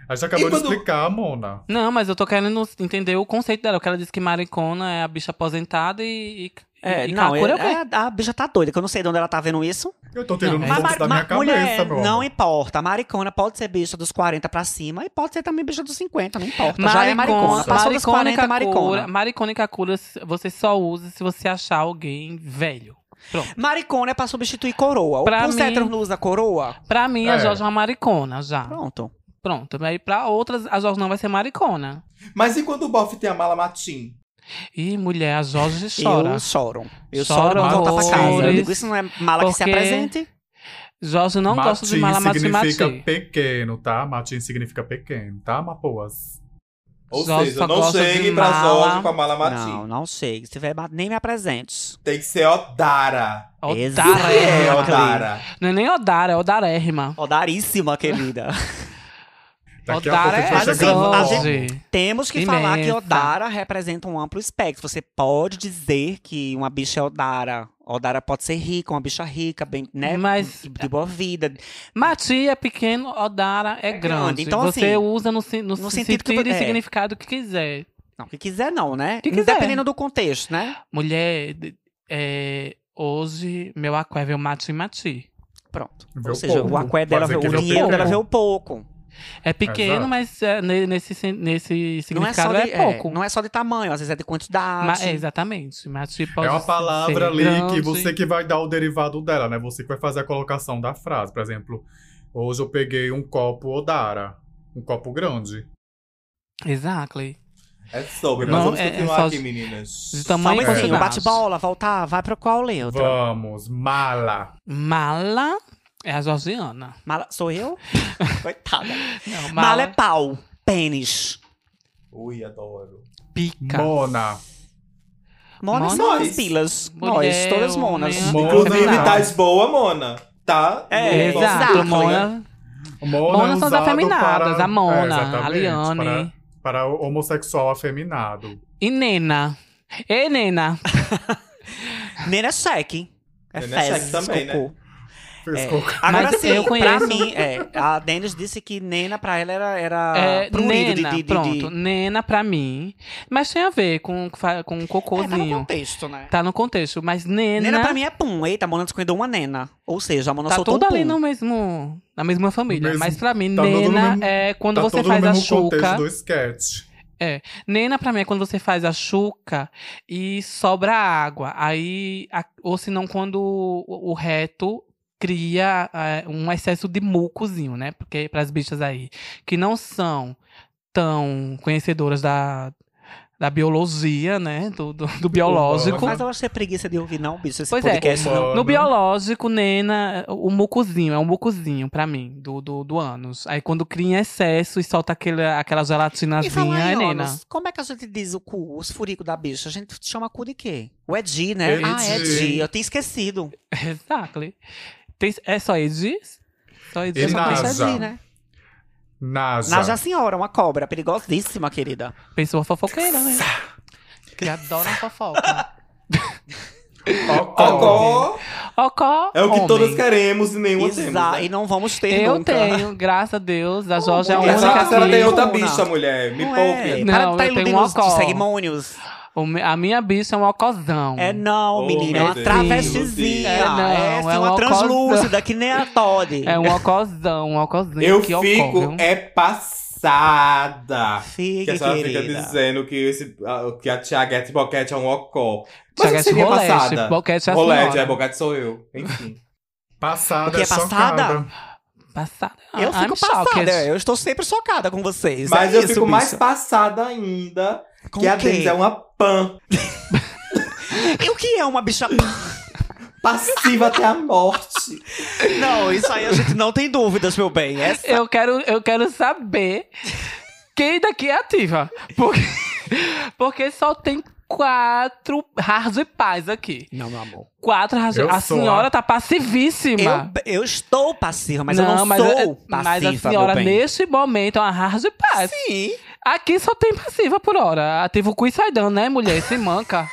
[SPEAKER 4] A gente acabou
[SPEAKER 1] E
[SPEAKER 4] de
[SPEAKER 1] quando-
[SPEAKER 4] explicar, Mona.
[SPEAKER 2] Não, mas eu tô querendo entender o conceito dela. Porque ela disse que maricona é a bicha aposentada e. e
[SPEAKER 3] É,
[SPEAKER 2] e
[SPEAKER 3] não,
[SPEAKER 2] Kakura é o quê?
[SPEAKER 3] é- é- a bicha tá doida, que eu não sei de onde ela tá vendo isso.
[SPEAKER 4] Eu tô tirando
[SPEAKER 2] Não,
[SPEAKER 4] fogo
[SPEAKER 3] Mas
[SPEAKER 4] da tá minha
[SPEAKER 3] ma-
[SPEAKER 4] cabeça,
[SPEAKER 3] mulher,
[SPEAKER 4] meu amor.
[SPEAKER 3] não importa. A maricona pode ser bicha dos 40 pra cima e pode ser também bicha dos 50, não importa. Já é maricona. Passou dos 40, é
[SPEAKER 2] maricona.
[SPEAKER 3] maricona.
[SPEAKER 2] Maricona e Kakura você só usa se você achar alguém velho. Pronto.
[SPEAKER 3] Maricona é pra substituir coroa.
[SPEAKER 2] Pra
[SPEAKER 3] o
[SPEAKER 2] mim-
[SPEAKER 3] mim... hétero não usa coroa.
[SPEAKER 2] Pra mim, a
[SPEAKER 4] É.
[SPEAKER 2] Jorge é uma maricona já. Pronto.
[SPEAKER 3] Pronto.
[SPEAKER 2] Aí pra outras, a Jorge não vai ser maricona.
[SPEAKER 1] Mas e quando o bofe tem a mala matim?
[SPEAKER 2] Ih, mulher, a Jorge chora.
[SPEAKER 3] Eu choro. Eu choro
[SPEAKER 2] Chora,
[SPEAKER 3] quando voltar pra casa. Eu
[SPEAKER 2] amores.
[SPEAKER 3] digo, isso não é mala que se
[SPEAKER 2] Porque-
[SPEAKER 3] apresente.
[SPEAKER 2] Jorge não gosta de
[SPEAKER 4] Matim
[SPEAKER 2] mala mati
[SPEAKER 4] significa
[SPEAKER 2] mati.
[SPEAKER 4] pequeno, tá? Matim significa pequeno, tá, Mapoas?
[SPEAKER 1] Ou
[SPEAKER 2] Jorge
[SPEAKER 1] seja,
[SPEAKER 2] só
[SPEAKER 1] não
[SPEAKER 2] gosta de
[SPEAKER 1] chegue pra
[SPEAKER 2] mala.
[SPEAKER 1] Jorge com a mala matim.
[SPEAKER 3] Não, não sei. Se tiver, ma- nem me apresentes.
[SPEAKER 1] Tem que ser Odara. É,
[SPEAKER 3] É,
[SPEAKER 2] Odarérrima.
[SPEAKER 1] Odara.
[SPEAKER 2] Não é nem Odara, é Odarérrima.
[SPEAKER 3] Rodaríssima, querida.
[SPEAKER 4] Daqui a pouco
[SPEAKER 2] Odara
[SPEAKER 4] a
[SPEAKER 2] é
[SPEAKER 4] gente
[SPEAKER 3] Mas
[SPEAKER 4] vai
[SPEAKER 3] assim,
[SPEAKER 4] chegar no
[SPEAKER 3] a
[SPEAKER 4] nome.
[SPEAKER 2] Jorge.
[SPEAKER 3] Temos que falar que
[SPEAKER 2] Imensa.
[SPEAKER 3] Odara representa um amplo espectro. Você pode dizer que uma bicha é Odara. Odara pode ser rica, uma bicha rica, bem, né?
[SPEAKER 2] Mas-
[SPEAKER 3] de boa vida.
[SPEAKER 2] Mati é pequeno, Odara é, grande.
[SPEAKER 3] grande. Então,
[SPEAKER 2] Você
[SPEAKER 3] assim,
[SPEAKER 2] usa no, si- no,
[SPEAKER 3] no
[SPEAKER 2] sentido,
[SPEAKER 3] sentido que-
[SPEAKER 2] e
[SPEAKER 3] é.
[SPEAKER 2] significado que quiser.
[SPEAKER 3] Não, o que quiser não, né?
[SPEAKER 2] Que quiser.
[SPEAKER 3] Dependendo do contexto, né?
[SPEAKER 2] Mulher, de- é, hoje meu aquável mati mati.
[SPEAKER 3] Pronto.
[SPEAKER 4] Vê
[SPEAKER 3] Ou
[SPEAKER 4] o
[SPEAKER 3] seja,
[SPEAKER 4] pouco.
[SPEAKER 3] o aqué dela
[SPEAKER 4] Fazer
[SPEAKER 3] vê o
[SPEAKER 4] que vê o
[SPEAKER 3] dinheiro, dela
[SPEAKER 2] pouco.
[SPEAKER 3] vê o pouco.
[SPEAKER 2] É pequeno,
[SPEAKER 4] Exato.
[SPEAKER 2] mas é, ne- nesse, sen- nesse
[SPEAKER 3] Não é, só
[SPEAKER 2] significado
[SPEAKER 3] de,
[SPEAKER 2] é,
[SPEAKER 3] é,
[SPEAKER 2] pouco.
[SPEAKER 3] não é só de tamanho, às vezes é de quantidade.
[SPEAKER 2] Ma- é, exatamente. Mati pode
[SPEAKER 4] É uma
[SPEAKER 2] ser
[SPEAKER 4] palavra ali
[SPEAKER 2] grande.
[SPEAKER 4] que você que vai dar o derivado dela, né? Você que vai fazer a colocação da frase. Por exemplo, hoje eu peguei um copo Odara. Um copo grande.
[SPEAKER 2] Exactly.
[SPEAKER 1] É sobre,
[SPEAKER 2] Não,
[SPEAKER 1] mas vamos
[SPEAKER 2] é- é
[SPEAKER 1] continuar
[SPEAKER 2] só
[SPEAKER 1] aqui,
[SPEAKER 2] de-
[SPEAKER 1] meninas.
[SPEAKER 3] Só
[SPEAKER 2] De
[SPEAKER 3] um
[SPEAKER 2] tamanho é e
[SPEAKER 3] minutinho,
[SPEAKER 2] quantidade.
[SPEAKER 3] bate-bola, voltar, vai pra qual letra?
[SPEAKER 4] Vamos, mala.
[SPEAKER 2] Mala é a Georgiana.
[SPEAKER 3] Mala, sou eu? Coitada.
[SPEAKER 2] Não, mala,
[SPEAKER 3] Mala é pau, pênis.
[SPEAKER 1] Ui, adoro.
[SPEAKER 2] pica.
[SPEAKER 4] Mona.
[SPEAKER 3] Monas são
[SPEAKER 1] Monas.
[SPEAKER 3] as pilas.
[SPEAKER 2] Mulher,
[SPEAKER 3] nós, todas
[SPEAKER 2] homem,
[SPEAKER 3] monas.
[SPEAKER 4] Mona.
[SPEAKER 1] Inclusive,
[SPEAKER 4] Não.
[SPEAKER 1] tá boa, Mona. Tá?
[SPEAKER 3] É,
[SPEAKER 1] Não gosto de
[SPEAKER 2] Exato,
[SPEAKER 1] coisa.
[SPEAKER 3] exactly.
[SPEAKER 2] Mona.
[SPEAKER 4] Mona,
[SPEAKER 2] Mona
[SPEAKER 4] é
[SPEAKER 2] são as
[SPEAKER 4] usado
[SPEAKER 2] afeminadas,
[SPEAKER 4] para... É,
[SPEAKER 2] a Mona,
[SPEAKER 4] exatamente,
[SPEAKER 2] a Liane.
[SPEAKER 4] Para, para o homossexual afeminado.
[SPEAKER 2] E Nena. Ei, Nena.
[SPEAKER 3] Nena é cheque. É
[SPEAKER 1] Nena é
[SPEAKER 3] fezes,
[SPEAKER 1] cheque também,
[SPEAKER 3] cocô.
[SPEAKER 4] Fez
[SPEAKER 3] É.
[SPEAKER 4] qualquer-
[SPEAKER 3] Agora
[SPEAKER 2] Mas
[SPEAKER 3] sim,
[SPEAKER 2] eu conheço-
[SPEAKER 3] pra mim, é, a Denis disse que Nena pra ela era, era
[SPEAKER 2] É,
[SPEAKER 3] prurido
[SPEAKER 2] nena, pronto. Nena pra mim. Mas tem a ver com, com um
[SPEAKER 3] É, tá no
[SPEAKER 2] cocôzinho.
[SPEAKER 3] contexto, né?
[SPEAKER 2] Tá no contexto, mas nena,
[SPEAKER 3] Nena, pra mim é pum. Eita, a Mona descuidou uma nena. Ou seja, a Mona
[SPEAKER 2] tá
[SPEAKER 3] soltou um
[SPEAKER 2] tudo ali
[SPEAKER 3] pum.
[SPEAKER 2] no mesmo, na mesma família.
[SPEAKER 4] Mesmo-
[SPEAKER 2] mas pra mim,
[SPEAKER 4] tá tudo no
[SPEAKER 2] nena
[SPEAKER 4] mesmo-
[SPEAKER 2] é quando
[SPEAKER 4] tá
[SPEAKER 2] você
[SPEAKER 4] todo no
[SPEAKER 2] faz a
[SPEAKER 4] mesmo contexto
[SPEAKER 2] chuca.
[SPEAKER 4] do sketch.
[SPEAKER 2] Nena pra mim é quando você faz a chuca e sobra água. Aí, a- ou senão quando o, o reto cria é, um excesso de mucozinho, né? Porque pras bichas aí que não são tão conhecedoras da, da biologia, né? Do, do- do biológico.
[SPEAKER 3] Mas eu achei preguiça de ouvir, não, bicho, esse
[SPEAKER 2] Pois é.
[SPEAKER 3] podcast. não.
[SPEAKER 2] No biológico, Nena, o mucozinho, é um mucozinho pra mim, do, do, do ânus. Aí quando cria em excesso e solta aquele, aquela
[SPEAKER 3] E falar
[SPEAKER 2] gelatinazinha, é
[SPEAKER 3] em
[SPEAKER 2] Nena.
[SPEAKER 3] ânus, como é que a gente diz o cu, os furicos da bicha? A gente chama cu de quê? O Edi, né?
[SPEAKER 4] Edi.
[SPEAKER 3] Ah, Edi. Eu tinha esquecido.
[SPEAKER 2] Exactly. Tem, é só edis? Só edis?
[SPEAKER 4] E
[SPEAKER 3] Eu
[SPEAKER 1] tá
[SPEAKER 3] só
[SPEAKER 4] Naja.
[SPEAKER 3] conheço Edi, né?
[SPEAKER 4] Naja.
[SPEAKER 3] Naja Senhora, uma cobra perigosíssima, querida.
[SPEAKER 2] Pessoa fofoqueira, né? Que adora uma fofoca.
[SPEAKER 4] Ó, ó.
[SPEAKER 1] Cocó.
[SPEAKER 2] Ocó,
[SPEAKER 1] É o que
[SPEAKER 2] homem.
[SPEAKER 1] todas queremos e nenhuma temos.
[SPEAKER 3] Exa-
[SPEAKER 1] Né?
[SPEAKER 3] E não vamos ter
[SPEAKER 2] Eu
[SPEAKER 3] nunca.
[SPEAKER 2] tenho, graças a Deus. A Jorge é a
[SPEAKER 3] bom.
[SPEAKER 1] Essa
[SPEAKER 2] única
[SPEAKER 1] essa ela tem
[SPEAKER 2] que...
[SPEAKER 1] outra
[SPEAKER 3] Não, não.
[SPEAKER 1] bicha, mulher. Me
[SPEAKER 3] Não é.
[SPEAKER 1] poupe. né?
[SPEAKER 3] Para
[SPEAKER 2] Não,
[SPEAKER 3] de tá
[SPEAKER 2] eu tenho
[SPEAKER 3] iludindo
[SPEAKER 2] um
[SPEAKER 3] os
[SPEAKER 2] alcohol.
[SPEAKER 3] cerimônios.
[SPEAKER 2] O me- A minha bicha é um ocozão.
[SPEAKER 3] É não,
[SPEAKER 1] Oh,
[SPEAKER 3] menina. É
[SPEAKER 1] meu
[SPEAKER 3] uma
[SPEAKER 1] Deus.
[SPEAKER 3] travestizinha.
[SPEAKER 2] É não,
[SPEAKER 3] É, sim, uma
[SPEAKER 2] é uma
[SPEAKER 3] translúcida, que nem a Todd.
[SPEAKER 2] É um ocozão, um ocozinho.
[SPEAKER 1] Eu
[SPEAKER 2] que ocorre,
[SPEAKER 1] fico
[SPEAKER 2] viu?
[SPEAKER 1] é passada.
[SPEAKER 3] Ah, Fique,
[SPEAKER 1] Que a senhora
[SPEAKER 3] querida.
[SPEAKER 1] fica dizendo que, esse, a- que a Tiaguete Boquete é um ocó. Mas eu
[SPEAKER 2] Chaguete
[SPEAKER 1] seria
[SPEAKER 2] é rolete,
[SPEAKER 1] passada.
[SPEAKER 2] Boquete é a
[SPEAKER 1] Rolete,
[SPEAKER 2] senhora.
[SPEAKER 1] é, Boquete sou eu. Enfim.
[SPEAKER 4] Passada,
[SPEAKER 3] O que é
[SPEAKER 4] chocada.
[SPEAKER 3] passada?
[SPEAKER 2] Passada. Ah,
[SPEAKER 3] Eu
[SPEAKER 2] I'm
[SPEAKER 3] fico passada.
[SPEAKER 2] shocked.
[SPEAKER 3] Eu estou sempre chocada com vocês.
[SPEAKER 1] Mas
[SPEAKER 3] É
[SPEAKER 1] eu
[SPEAKER 3] isso,
[SPEAKER 1] fico
[SPEAKER 3] bicha.
[SPEAKER 1] mais passada ainda
[SPEAKER 3] Com
[SPEAKER 1] que a
[SPEAKER 3] o quê?
[SPEAKER 1] Denise é uma pan.
[SPEAKER 3] E o que é uma bicha...
[SPEAKER 1] Passiva até a morte.
[SPEAKER 3] não, isso aí a gente não tem dúvidas, meu bem. É Essa...
[SPEAKER 2] Eu quero, eu quero saber quem daqui é ativa. Porque, porque só tem quatro raros e paz aqui.
[SPEAKER 3] Não, meu amor.
[SPEAKER 2] Quatro raros
[SPEAKER 4] Eu
[SPEAKER 2] A
[SPEAKER 4] sou
[SPEAKER 2] senhora tá passivíssima.
[SPEAKER 3] Eu, eu estou passiva, mas eu não sou passiva,
[SPEAKER 2] Mas a
[SPEAKER 3] meu
[SPEAKER 2] senhora,
[SPEAKER 3] bem.
[SPEAKER 2] neste momento, é uma raros e paz.
[SPEAKER 3] Sim.
[SPEAKER 2] Aqui só tem passiva por hora. Ativa o cu e sai dando, né, mulher? Se manca.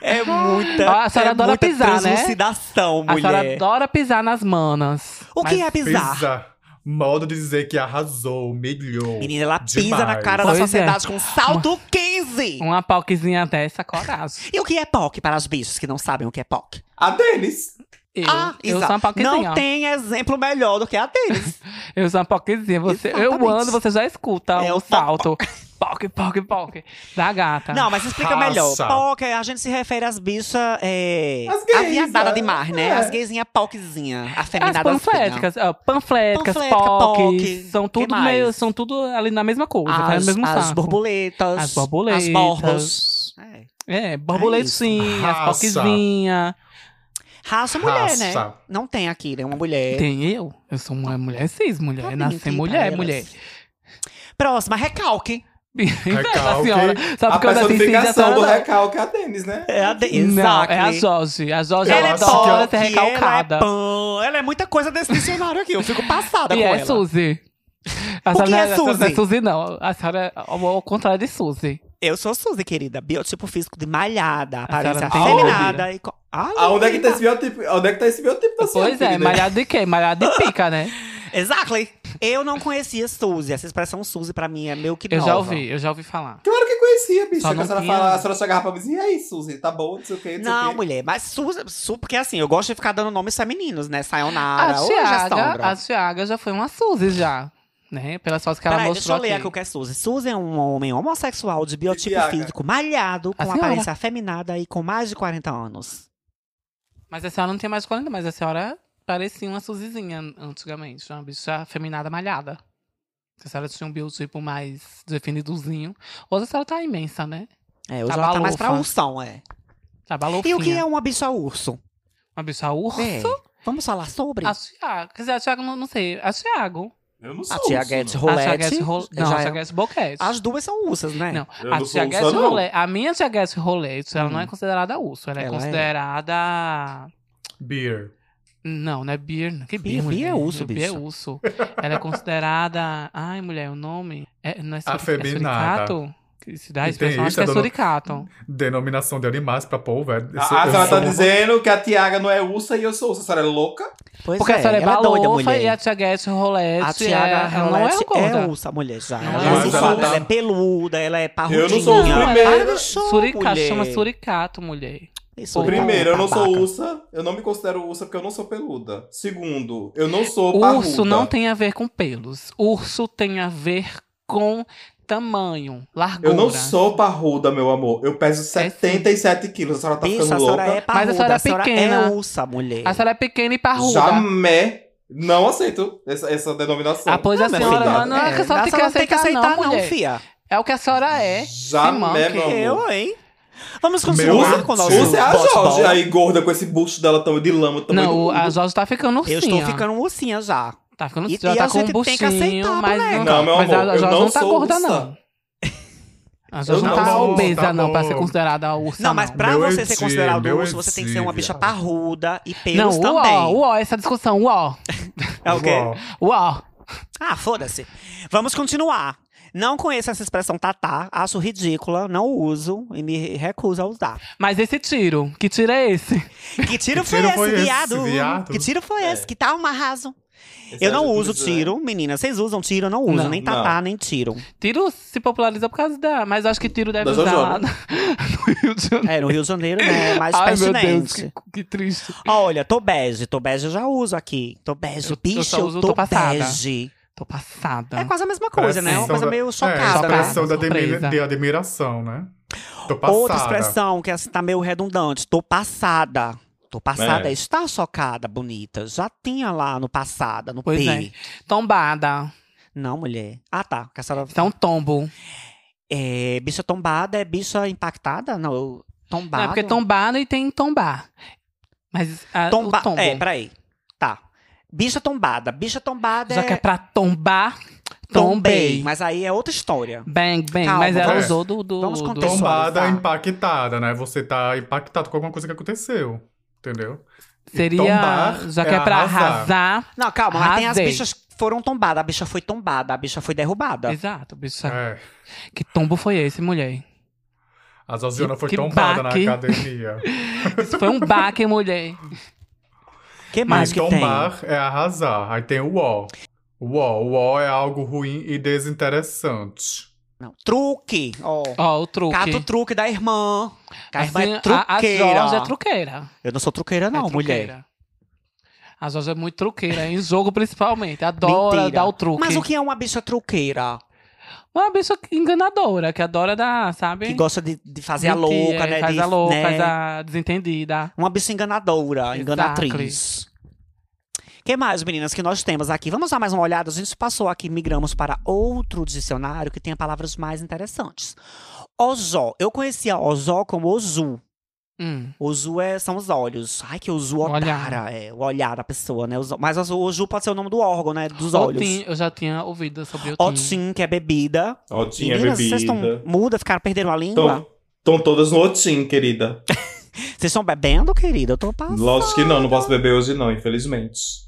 [SPEAKER 3] É muita.
[SPEAKER 2] Ah, a senhora
[SPEAKER 3] é
[SPEAKER 2] adora
[SPEAKER 3] muita
[SPEAKER 2] pisar, né?
[SPEAKER 3] translucidação,
[SPEAKER 2] A
[SPEAKER 3] mulher.
[SPEAKER 2] senhora adora pisar nas manas.
[SPEAKER 3] O que é pisar?
[SPEAKER 4] Pisa. Modo de dizer que arrasou, humilhou.
[SPEAKER 3] Menina, ela pisa
[SPEAKER 4] Demais.
[SPEAKER 3] na cara
[SPEAKER 2] Pois
[SPEAKER 3] da
[SPEAKER 2] é.
[SPEAKER 3] sociedade com um salto 15.
[SPEAKER 2] Uma palquezinha dessa, coragem.
[SPEAKER 3] E o que é POC para os bichos que não sabem o que é POC?
[SPEAKER 1] A Denise.
[SPEAKER 2] Eu,
[SPEAKER 3] ah,
[SPEAKER 2] eu
[SPEAKER 3] Isa,
[SPEAKER 2] sou uma palquezinha.
[SPEAKER 3] não tem exemplo melhor do que a deles.
[SPEAKER 2] Eu sou uma poquezinha. Você, eu
[SPEAKER 3] Exatamente.
[SPEAKER 2] ando, você já escuta
[SPEAKER 3] É
[SPEAKER 2] o
[SPEAKER 3] o poc,
[SPEAKER 2] salto. Poc, poc, poc. Da gata.
[SPEAKER 3] Não, mas explica
[SPEAKER 4] Raça.
[SPEAKER 3] melhor. POC, a gente se refere às bichas. É,
[SPEAKER 1] As gays,
[SPEAKER 3] a viadada
[SPEAKER 1] é.
[SPEAKER 3] de mar, né?
[SPEAKER 1] É.
[SPEAKER 3] As gaysinhas POCzinha.
[SPEAKER 2] As
[SPEAKER 3] Afeminadas.
[SPEAKER 2] panfléticas, ó, panfléticas,
[SPEAKER 3] assim, Panflética,
[SPEAKER 2] poc,
[SPEAKER 3] poc,
[SPEAKER 2] são
[SPEAKER 3] que
[SPEAKER 2] tudo
[SPEAKER 3] mais?
[SPEAKER 2] meio, são tudo ali na mesma coisa, tá no
[SPEAKER 3] As,
[SPEAKER 2] mesmo
[SPEAKER 3] as
[SPEAKER 2] saco.
[SPEAKER 3] borboletas.
[SPEAKER 2] As borboletas.
[SPEAKER 3] As borbas. É.
[SPEAKER 2] É, borboletinha, as
[SPEAKER 4] Raça.
[SPEAKER 2] poquezinha.
[SPEAKER 3] Raça mulher, né?
[SPEAKER 4] Raça.
[SPEAKER 3] Não tem aqui, né? Uma mulher.
[SPEAKER 2] Tem eu? Eu sou uma mulher cis, mulher.
[SPEAKER 3] Tá bem tá
[SPEAKER 2] Nasci
[SPEAKER 3] aqui
[SPEAKER 2] mulher, é
[SPEAKER 3] pra
[SPEAKER 2] mulher.
[SPEAKER 3] Próxima, recalque.
[SPEAKER 2] Inveja,
[SPEAKER 4] Recalque.
[SPEAKER 2] senhora. assim, Só
[SPEAKER 1] A
[SPEAKER 2] porque eu nasci cis, a
[SPEAKER 1] personificação
[SPEAKER 2] senhora
[SPEAKER 1] do
[SPEAKER 2] não.
[SPEAKER 1] recalque é a Denise, né?
[SPEAKER 3] É a de...
[SPEAKER 2] Não,
[SPEAKER 3] Exato. é
[SPEAKER 2] é a Jorge. A Jorge,
[SPEAKER 4] Eu
[SPEAKER 2] ela
[SPEAKER 4] acho que
[SPEAKER 2] adora
[SPEAKER 4] ela-
[SPEAKER 2] ser
[SPEAKER 3] Ela é
[SPEAKER 2] recalcada.
[SPEAKER 3] pão. Ela é muita coisa desse dicionário aqui. Eu fico passada Tá
[SPEAKER 2] E
[SPEAKER 3] com
[SPEAKER 2] é
[SPEAKER 3] ela.
[SPEAKER 2] Suzy. A
[SPEAKER 3] O
[SPEAKER 2] senhora
[SPEAKER 3] que
[SPEAKER 2] não
[SPEAKER 3] é
[SPEAKER 2] a senhora Não é
[SPEAKER 3] Suzy?
[SPEAKER 2] Suzy, não. A senhora é ao ao contrário de Suzy.
[SPEAKER 3] Eu sou Suzy, querida. Biotipo físico de malhada, aparência
[SPEAKER 2] senhora tá não tem
[SPEAKER 3] afeminada. E... co- Ah, não,
[SPEAKER 1] Aonde é que tá
[SPEAKER 3] querida.
[SPEAKER 1] esse biotipo? Onde é que tá esse biotipo da né? senhora?
[SPEAKER 2] Pois é,
[SPEAKER 1] querida?
[SPEAKER 2] malhado de quê? Malhado de pica, né?
[SPEAKER 3] Exactly. Eu não conhecia Suzy. Essa expressão Suzy pra mim é meio que
[SPEAKER 2] Eu
[SPEAKER 3] nova.
[SPEAKER 2] já ouvi, eu já ouvi falar.
[SPEAKER 1] Claro que conhecia, bicho.
[SPEAKER 2] Só
[SPEAKER 1] A
[SPEAKER 2] não
[SPEAKER 1] senhora,
[SPEAKER 2] tinha.
[SPEAKER 1] fala, a senhora chegava pra mim e dizia, e aí, Suzy, tá bom, não sei o que, não, sei
[SPEAKER 3] Não,
[SPEAKER 1] o que.
[SPEAKER 3] mulher, mas Suzy, Su- porque assim, eu gosto de ficar dando nomes femininos, né?
[SPEAKER 2] A
[SPEAKER 3] Sayonara, hoje a
[SPEAKER 2] Tiaga,
[SPEAKER 3] Sandra.
[SPEAKER 2] a Tiaga já foi uma Suzy já, né? Pelas fotos que ela
[SPEAKER 3] Peraí, deixa
[SPEAKER 2] mostrou
[SPEAKER 3] eu ler aqui
[SPEAKER 2] aqui.
[SPEAKER 3] o que é Suzy. Suzy é um homem homossexual de biotipo
[SPEAKER 1] Tiaga?
[SPEAKER 3] físico malhado,
[SPEAKER 2] A
[SPEAKER 3] com
[SPEAKER 2] senhora.
[SPEAKER 3] aparência afeminada e com mais de 40 anos.
[SPEAKER 2] Mas a senhora não tem mais 40, mas a senhora parecia uma Suzyzinha antigamente. Uma bicha feminada malhada. A senhora tinha um biotipo mais definidozinho. Hoje a senhora tá imensa, né?
[SPEAKER 3] É, hoje
[SPEAKER 2] Tá
[SPEAKER 3] ela tá mais pra
[SPEAKER 2] balofa.
[SPEAKER 3] ursão, é.
[SPEAKER 2] Tá balofinha.
[SPEAKER 3] E o que é uma bicha urso?
[SPEAKER 2] Uma bicha urso.
[SPEAKER 3] É. Vamos falar sobre?
[SPEAKER 2] A Tiago. ah, Quer dizer, a Tiago, não, não sei. é A Tiago.
[SPEAKER 1] Eu não
[SPEAKER 3] A
[SPEAKER 1] sou
[SPEAKER 3] Ah, Tia
[SPEAKER 1] urso,
[SPEAKER 2] Ah,
[SPEAKER 3] Guedes
[SPEAKER 1] não.
[SPEAKER 2] A
[SPEAKER 3] Rolete.
[SPEAKER 2] Tiaguete Rolete.
[SPEAKER 3] já
[SPEAKER 2] Não, a
[SPEAKER 3] é-
[SPEAKER 2] Tiaguete Boquete.
[SPEAKER 3] As duas são ursas, né?
[SPEAKER 2] Não,
[SPEAKER 1] Eu
[SPEAKER 2] a
[SPEAKER 1] não sou
[SPEAKER 2] Tiaguete
[SPEAKER 1] ursa, não.
[SPEAKER 2] Rolete. A minha Tiaguete Rolete, ela não é
[SPEAKER 3] Hum.
[SPEAKER 2] considerada urso. Ela é
[SPEAKER 3] Ela é.
[SPEAKER 2] considerada.
[SPEAKER 4] Beer.
[SPEAKER 2] Não, não é Birna. Que
[SPEAKER 3] Beer-
[SPEAKER 2] Birna?
[SPEAKER 3] beer é urso,
[SPEAKER 2] Beer é
[SPEAKER 3] bicha.
[SPEAKER 2] urso. Ela é considerada. Ai, mulher, o nome. É, não é suri- é
[SPEAKER 4] Afeminada.
[SPEAKER 2] suricato? Que se dá a
[SPEAKER 4] E tem
[SPEAKER 2] expressão, acho
[SPEAKER 4] isso,
[SPEAKER 2] que é
[SPEAKER 4] dona-
[SPEAKER 2] suricato.
[SPEAKER 4] Denominação de animais pra povo. É,
[SPEAKER 1] A, a
[SPEAKER 4] eu
[SPEAKER 1] senhora
[SPEAKER 4] sou-
[SPEAKER 1] tá dizendo que a Tiaga não é ursa e eu sou ursa. A senhora é louca?
[SPEAKER 3] Pois
[SPEAKER 2] Porque
[SPEAKER 3] é,
[SPEAKER 2] a senhora é
[SPEAKER 3] ela é doida,
[SPEAKER 2] balofa
[SPEAKER 3] mulher.
[SPEAKER 2] e a Tiaguete Rolete.
[SPEAKER 3] A Tiaga
[SPEAKER 2] é, ela não é
[SPEAKER 3] Rolete é,
[SPEAKER 2] gorda.
[SPEAKER 3] ursa, mulher, já.
[SPEAKER 2] Não
[SPEAKER 3] Ela,
[SPEAKER 2] é
[SPEAKER 3] é
[SPEAKER 1] ursa.
[SPEAKER 3] ursuda, ela é peluda, ela é parrudinha.
[SPEAKER 1] Eu não sou urso,
[SPEAKER 2] Não,
[SPEAKER 1] primeiro.
[SPEAKER 2] ela-
[SPEAKER 3] Para do show,
[SPEAKER 2] Suricato,
[SPEAKER 3] mulher.
[SPEAKER 2] chama suricato, mulher.
[SPEAKER 3] Isso,
[SPEAKER 1] Primeiro, eu não sou
[SPEAKER 3] babaca.
[SPEAKER 1] ursa. Eu não me considero ursa porque eu não sou peluda. Segundo, eu não sou
[SPEAKER 2] Urso
[SPEAKER 1] parruda.
[SPEAKER 2] não tem a ver com pelos. Urso tem a ver com tamanho, largura.
[SPEAKER 1] Eu não sou parruda, meu amor. Eu peso 77 quilos. A senhora tá
[SPEAKER 3] Bicho,
[SPEAKER 1] ficando
[SPEAKER 3] a senhora
[SPEAKER 1] louca?
[SPEAKER 3] é parruda,
[SPEAKER 2] senhora é
[SPEAKER 3] a senhora
[SPEAKER 2] pequena.
[SPEAKER 3] é ursa, mulher.
[SPEAKER 2] A senhora é pequena e parruda.
[SPEAKER 1] Jamais não aceito essa, essa denominação.
[SPEAKER 2] Ah, pois a
[SPEAKER 3] meu
[SPEAKER 2] senhora
[SPEAKER 1] filho,
[SPEAKER 2] não, não é que a senhora
[SPEAKER 3] a
[SPEAKER 2] tem que
[SPEAKER 3] senhora
[SPEAKER 2] aceitar, não,
[SPEAKER 3] não,
[SPEAKER 2] mulher.
[SPEAKER 3] fia.
[SPEAKER 2] É o que a senhora é.
[SPEAKER 1] Jamais, meu
[SPEAKER 2] Simão,
[SPEAKER 1] amor.
[SPEAKER 3] Eu, hein? Vamos
[SPEAKER 4] Meu
[SPEAKER 3] continuar
[SPEAKER 4] Deus.
[SPEAKER 3] com o nosso
[SPEAKER 1] Ursa é a
[SPEAKER 3] bate-bola.
[SPEAKER 1] Jorge aí, gorda, com esse bucho dela tão de lama. Tão
[SPEAKER 2] Não, o- a Jorge tá ficando ursinha.
[SPEAKER 3] Eu estou ficando um ursinha já.
[SPEAKER 2] Tá ficando
[SPEAKER 3] E-
[SPEAKER 2] ursinha,
[SPEAKER 3] e
[SPEAKER 2] tá
[SPEAKER 3] a
[SPEAKER 2] com um
[SPEAKER 3] gente tem que
[SPEAKER 2] buchinho,
[SPEAKER 3] aceitar,
[SPEAKER 2] mas
[SPEAKER 3] moleque.
[SPEAKER 2] não,
[SPEAKER 1] Não, meu
[SPEAKER 2] mas
[SPEAKER 1] amor,
[SPEAKER 2] a
[SPEAKER 1] eu
[SPEAKER 2] Jorge
[SPEAKER 1] não
[SPEAKER 2] não, tá
[SPEAKER 1] sou
[SPEAKER 2] gorda,
[SPEAKER 1] ursa.
[SPEAKER 2] não. A Jorge
[SPEAKER 1] Eu
[SPEAKER 2] não,
[SPEAKER 1] não
[SPEAKER 2] tá
[SPEAKER 1] sou,
[SPEAKER 2] obesa,
[SPEAKER 4] tá
[SPEAKER 2] não, pra
[SPEAKER 4] bom.
[SPEAKER 2] ser considerada ursa,
[SPEAKER 3] Não, mas pra
[SPEAKER 4] Meu
[SPEAKER 3] você ser
[SPEAKER 4] antigo,
[SPEAKER 3] considerado
[SPEAKER 4] meu
[SPEAKER 3] urso, você tem que ser uma
[SPEAKER 4] antigo.
[SPEAKER 3] bicha parruda e
[SPEAKER 2] Não,
[SPEAKER 3] pelos
[SPEAKER 2] uó,
[SPEAKER 3] também.
[SPEAKER 2] uó, essa discussão, uó,
[SPEAKER 3] É o quê?
[SPEAKER 4] Uau.
[SPEAKER 2] uó.
[SPEAKER 3] Ah, foda-se. Vamos continuar. Não conheço essa expressão tatá, acho ridícula, não uso e me recuso a usar.
[SPEAKER 2] Mas esse tiro, que tiro é esse?
[SPEAKER 3] Que tiro, foi,
[SPEAKER 4] tiro
[SPEAKER 3] esse,
[SPEAKER 4] foi esse,
[SPEAKER 3] viado?
[SPEAKER 4] viado?
[SPEAKER 3] Que tiro foi
[SPEAKER 5] É.
[SPEAKER 3] esse? Que tá um arraso.
[SPEAKER 5] Esse
[SPEAKER 1] é
[SPEAKER 3] Eu não
[SPEAKER 5] áudio
[SPEAKER 3] uso
[SPEAKER 5] tudo isso, né?
[SPEAKER 3] tiro, menina. Vocês usam tiro, eu não uso.
[SPEAKER 2] Não,
[SPEAKER 3] nem tatá,
[SPEAKER 5] não.
[SPEAKER 3] nem tiro.
[SPEAKER 2] Tiro se popularizou por causa da. Mas acho que tiro deve
[SPEAKER 5] Da
[SPEAKER 2] usar
[SPEAKER 5] Jojo,
[SPEAKER 2] lá
[SPEAKER 5] né?
[SPEAKER 2] no Rio de Janeiro.
[SPEAKER 3] É, no Rio de Janeiro, né? É mais
[SPEAKER 2] Ai, meu Deus,
[SPEAKER 3] pertinente.
[SPEAKER 2] que, que triste.
[SPEAKER 3] Olha, tô bege. Tô bege eu já uso aqui. Tô bege.
[SPEAKER 2] Eu- eu
[SPEAKER 3] Bicho,
[SPEAKER 2] só
[SPEAKER 3] eu,
[SPEAKER 2] uso
[SPEAKER 3] tô,
[SPEAKER 2] Tá. tô passada.
[SPEAKER 3] bege.
[SPEAKER 2] Tô passada.
[SPEAKER 3] É quase a mesma coisa, né? É uma
[SPEAKER 4] Pressão
[SPEAKER 3] coisa
[SPEAKER 4] da-
[SPEAKER 3] meio
[SPEAKER 4] É,
[SPEAKER 3] chocada, né?
[SPEAKER 4] expressão da
[SPEAKER 2] Surpresa.
[SPEAKER 4] admira- de admiração, né? Tô passada.
[SPEAKER 3] Outra expressão que assim, tá meio redundante. Tô passada. Tô passada.
[SPEAKER 5] É.
[SPEAKER 3] é Está chocada, bonita. Já tinha lá no passada, no
[SPEAKER 2] Pois
[SPEAKER 3] P.
[SPEAKER 2] é. Tombada.
[SPEAKER 3] Não, mulher. Ah, tá. Que a senhora...
[SPEAKER 2] Isso é um tombo.
[SPEAKER 3] É, bicha tombada é bicha impactada? Não, eu- tombado.
[SPEAKER 2] Não, é porque tombada e tem tombar. Mas a,
[SPEAKER 3] Tomba-
[SPEAKER 2] o tombo.
[SPEAKER 3] É, peraí. Tá. Bicha tombada. Bicha tombada
[SPEAKER 2] Já
[SPEAKER 3] é...
[SPEAKER 2] que é pra tombar, tombei.
[SPEAKER 3] Mas aí é outra história.
[SPEAKER 2] Bang, bang.
[SPEAKER 3] Calma,
[SPEAKER 2] mas ela
[SPEAKER 4] vamos-
[SPEAKER 2] usou do. do
[SPEAKER 3] Vamos
[SPEAKER 2] do...
[SPEAKER 3] contextualizar.
[SPEAKER 4] Tombada,
[SPEAKER 3] Pessoalizar.
[SPEAKER 4] impactada, né? Você tá impactado com alguma coisa que aconteceu. Entendeu? E
[SPEAKER 2] Seria.
[SPEAKER 4] tombar
[SPEAKER 2] já que é, pra arrasar.
[SPEAKER 3] Não, calma. Mas tem as
[SPEAKER 2] Arrasei.
[SPEAKER 3] bichas que foram tombadas. A bicha foi tombada. A bicha foi derrubada.
[SPEAKER 2] Exato,
[SPEAKER 3] Tá.
[SPEAKER 2] bicho.
[SPEAKER 4] É.
[SPEAKER 2] Que tombo foi esse, mulher?
[SPEAKER 4] A Zosiana
[SPEAKER 2] Que-
[SPEAKER 4] foi
[SPEAKER 2] que
[SPEAKER 4] tombada
[SPEAKER 2] baque.
[SPEAKER 4] na academia.
[SPEAKER 2] Isso foi um baque, mulher.
[SPEAKER 3] O que mais
[SPEAKER 4] e
[SPEAKER 3] que tem?
[SPEAKER 4] tombar é arrasar. Aí tem o ó. O ó. O ó é algo ruim e desinteressante.
[SPEAKER 3] Não. Truque. Ó.
[SPEAKER 2] Ó, o truque.
[SPEAKER 3] Cata o truque da irmã. Que a irmã é
[SPEAKER 2] Assim, a-
[SPEAKER 3] truqueira.
[SPEAKER 2] A Jorge é truqueira.
[SPEAKER 3] Eu não sou truqueira, não,
[SPEAKER 2] é
[SPEAKER 3] mulher.
[SPEAKER 2] truqueira. A Jorge é muito truqueira, em jogo principalmente. Adora
[SPEAKER 3] Mentira.
[SPEAKER 2] dar o truque.
[SPEAKER 3] Mas o que é uma bicha truqueira?
[SPEAKER 2] Uma bicha enganadora, que adora dar, sabe?
[SPEAKER 3] Que gosta de, de fazer a
[SPEAKER 2] Mentira,
[SPEAKER 3] louca, né?
[SPEAKER 2] é, Faz
[SPEAKER 3] de,
[SPEAKER 2] a louca,
[SPEAKER 3] né?
[SPEAKER 2] faz a desentendida.
[SPEAKER 3] Uma bicha enganadora,
[SPEAKER 2] Exactly.
[SPEAKER 3] enganatriz. O que mais, meninas, que nós temos aqui? Vamos dar mais uma olhada. A gente passou aqui, migramos para outro dicionário que tenha palavras mais interessantes. Ozó. Eu conhecia Ozó como Ozu.
[SPEAKER 2] Hum.
[SPEAKER 3] Ozu é, são os olhos. Ai, que Ozu
[SPEAKER 2] Olhar.
[SPEAKER 3] otara. É, o olhar da pessoa, né? Ozo- Mas Ozu, Ozu pode ser o nome do órgão, né? Dos olhos.
[SPEAKER 2] Otim, eu já tinha ouvido sobre o Tim.
[SPEAKER 3] Otim, que é bebida.
[SPEAKER 5] Otim é
[SPEAKER 3] Meninas, vocês
[SPEAKER 5] bebida.
[SPEAKER 3] estão muda, ficaram perdendo a língua?
[SPEAKER 5] Estão todas no Otim, querida.
[SPEAKER 3] Vocês estão bebendo, querida? Eu tô passando.
[SPEAKER 5] Lógico que não, não posso beber hoje, não, infelizmente.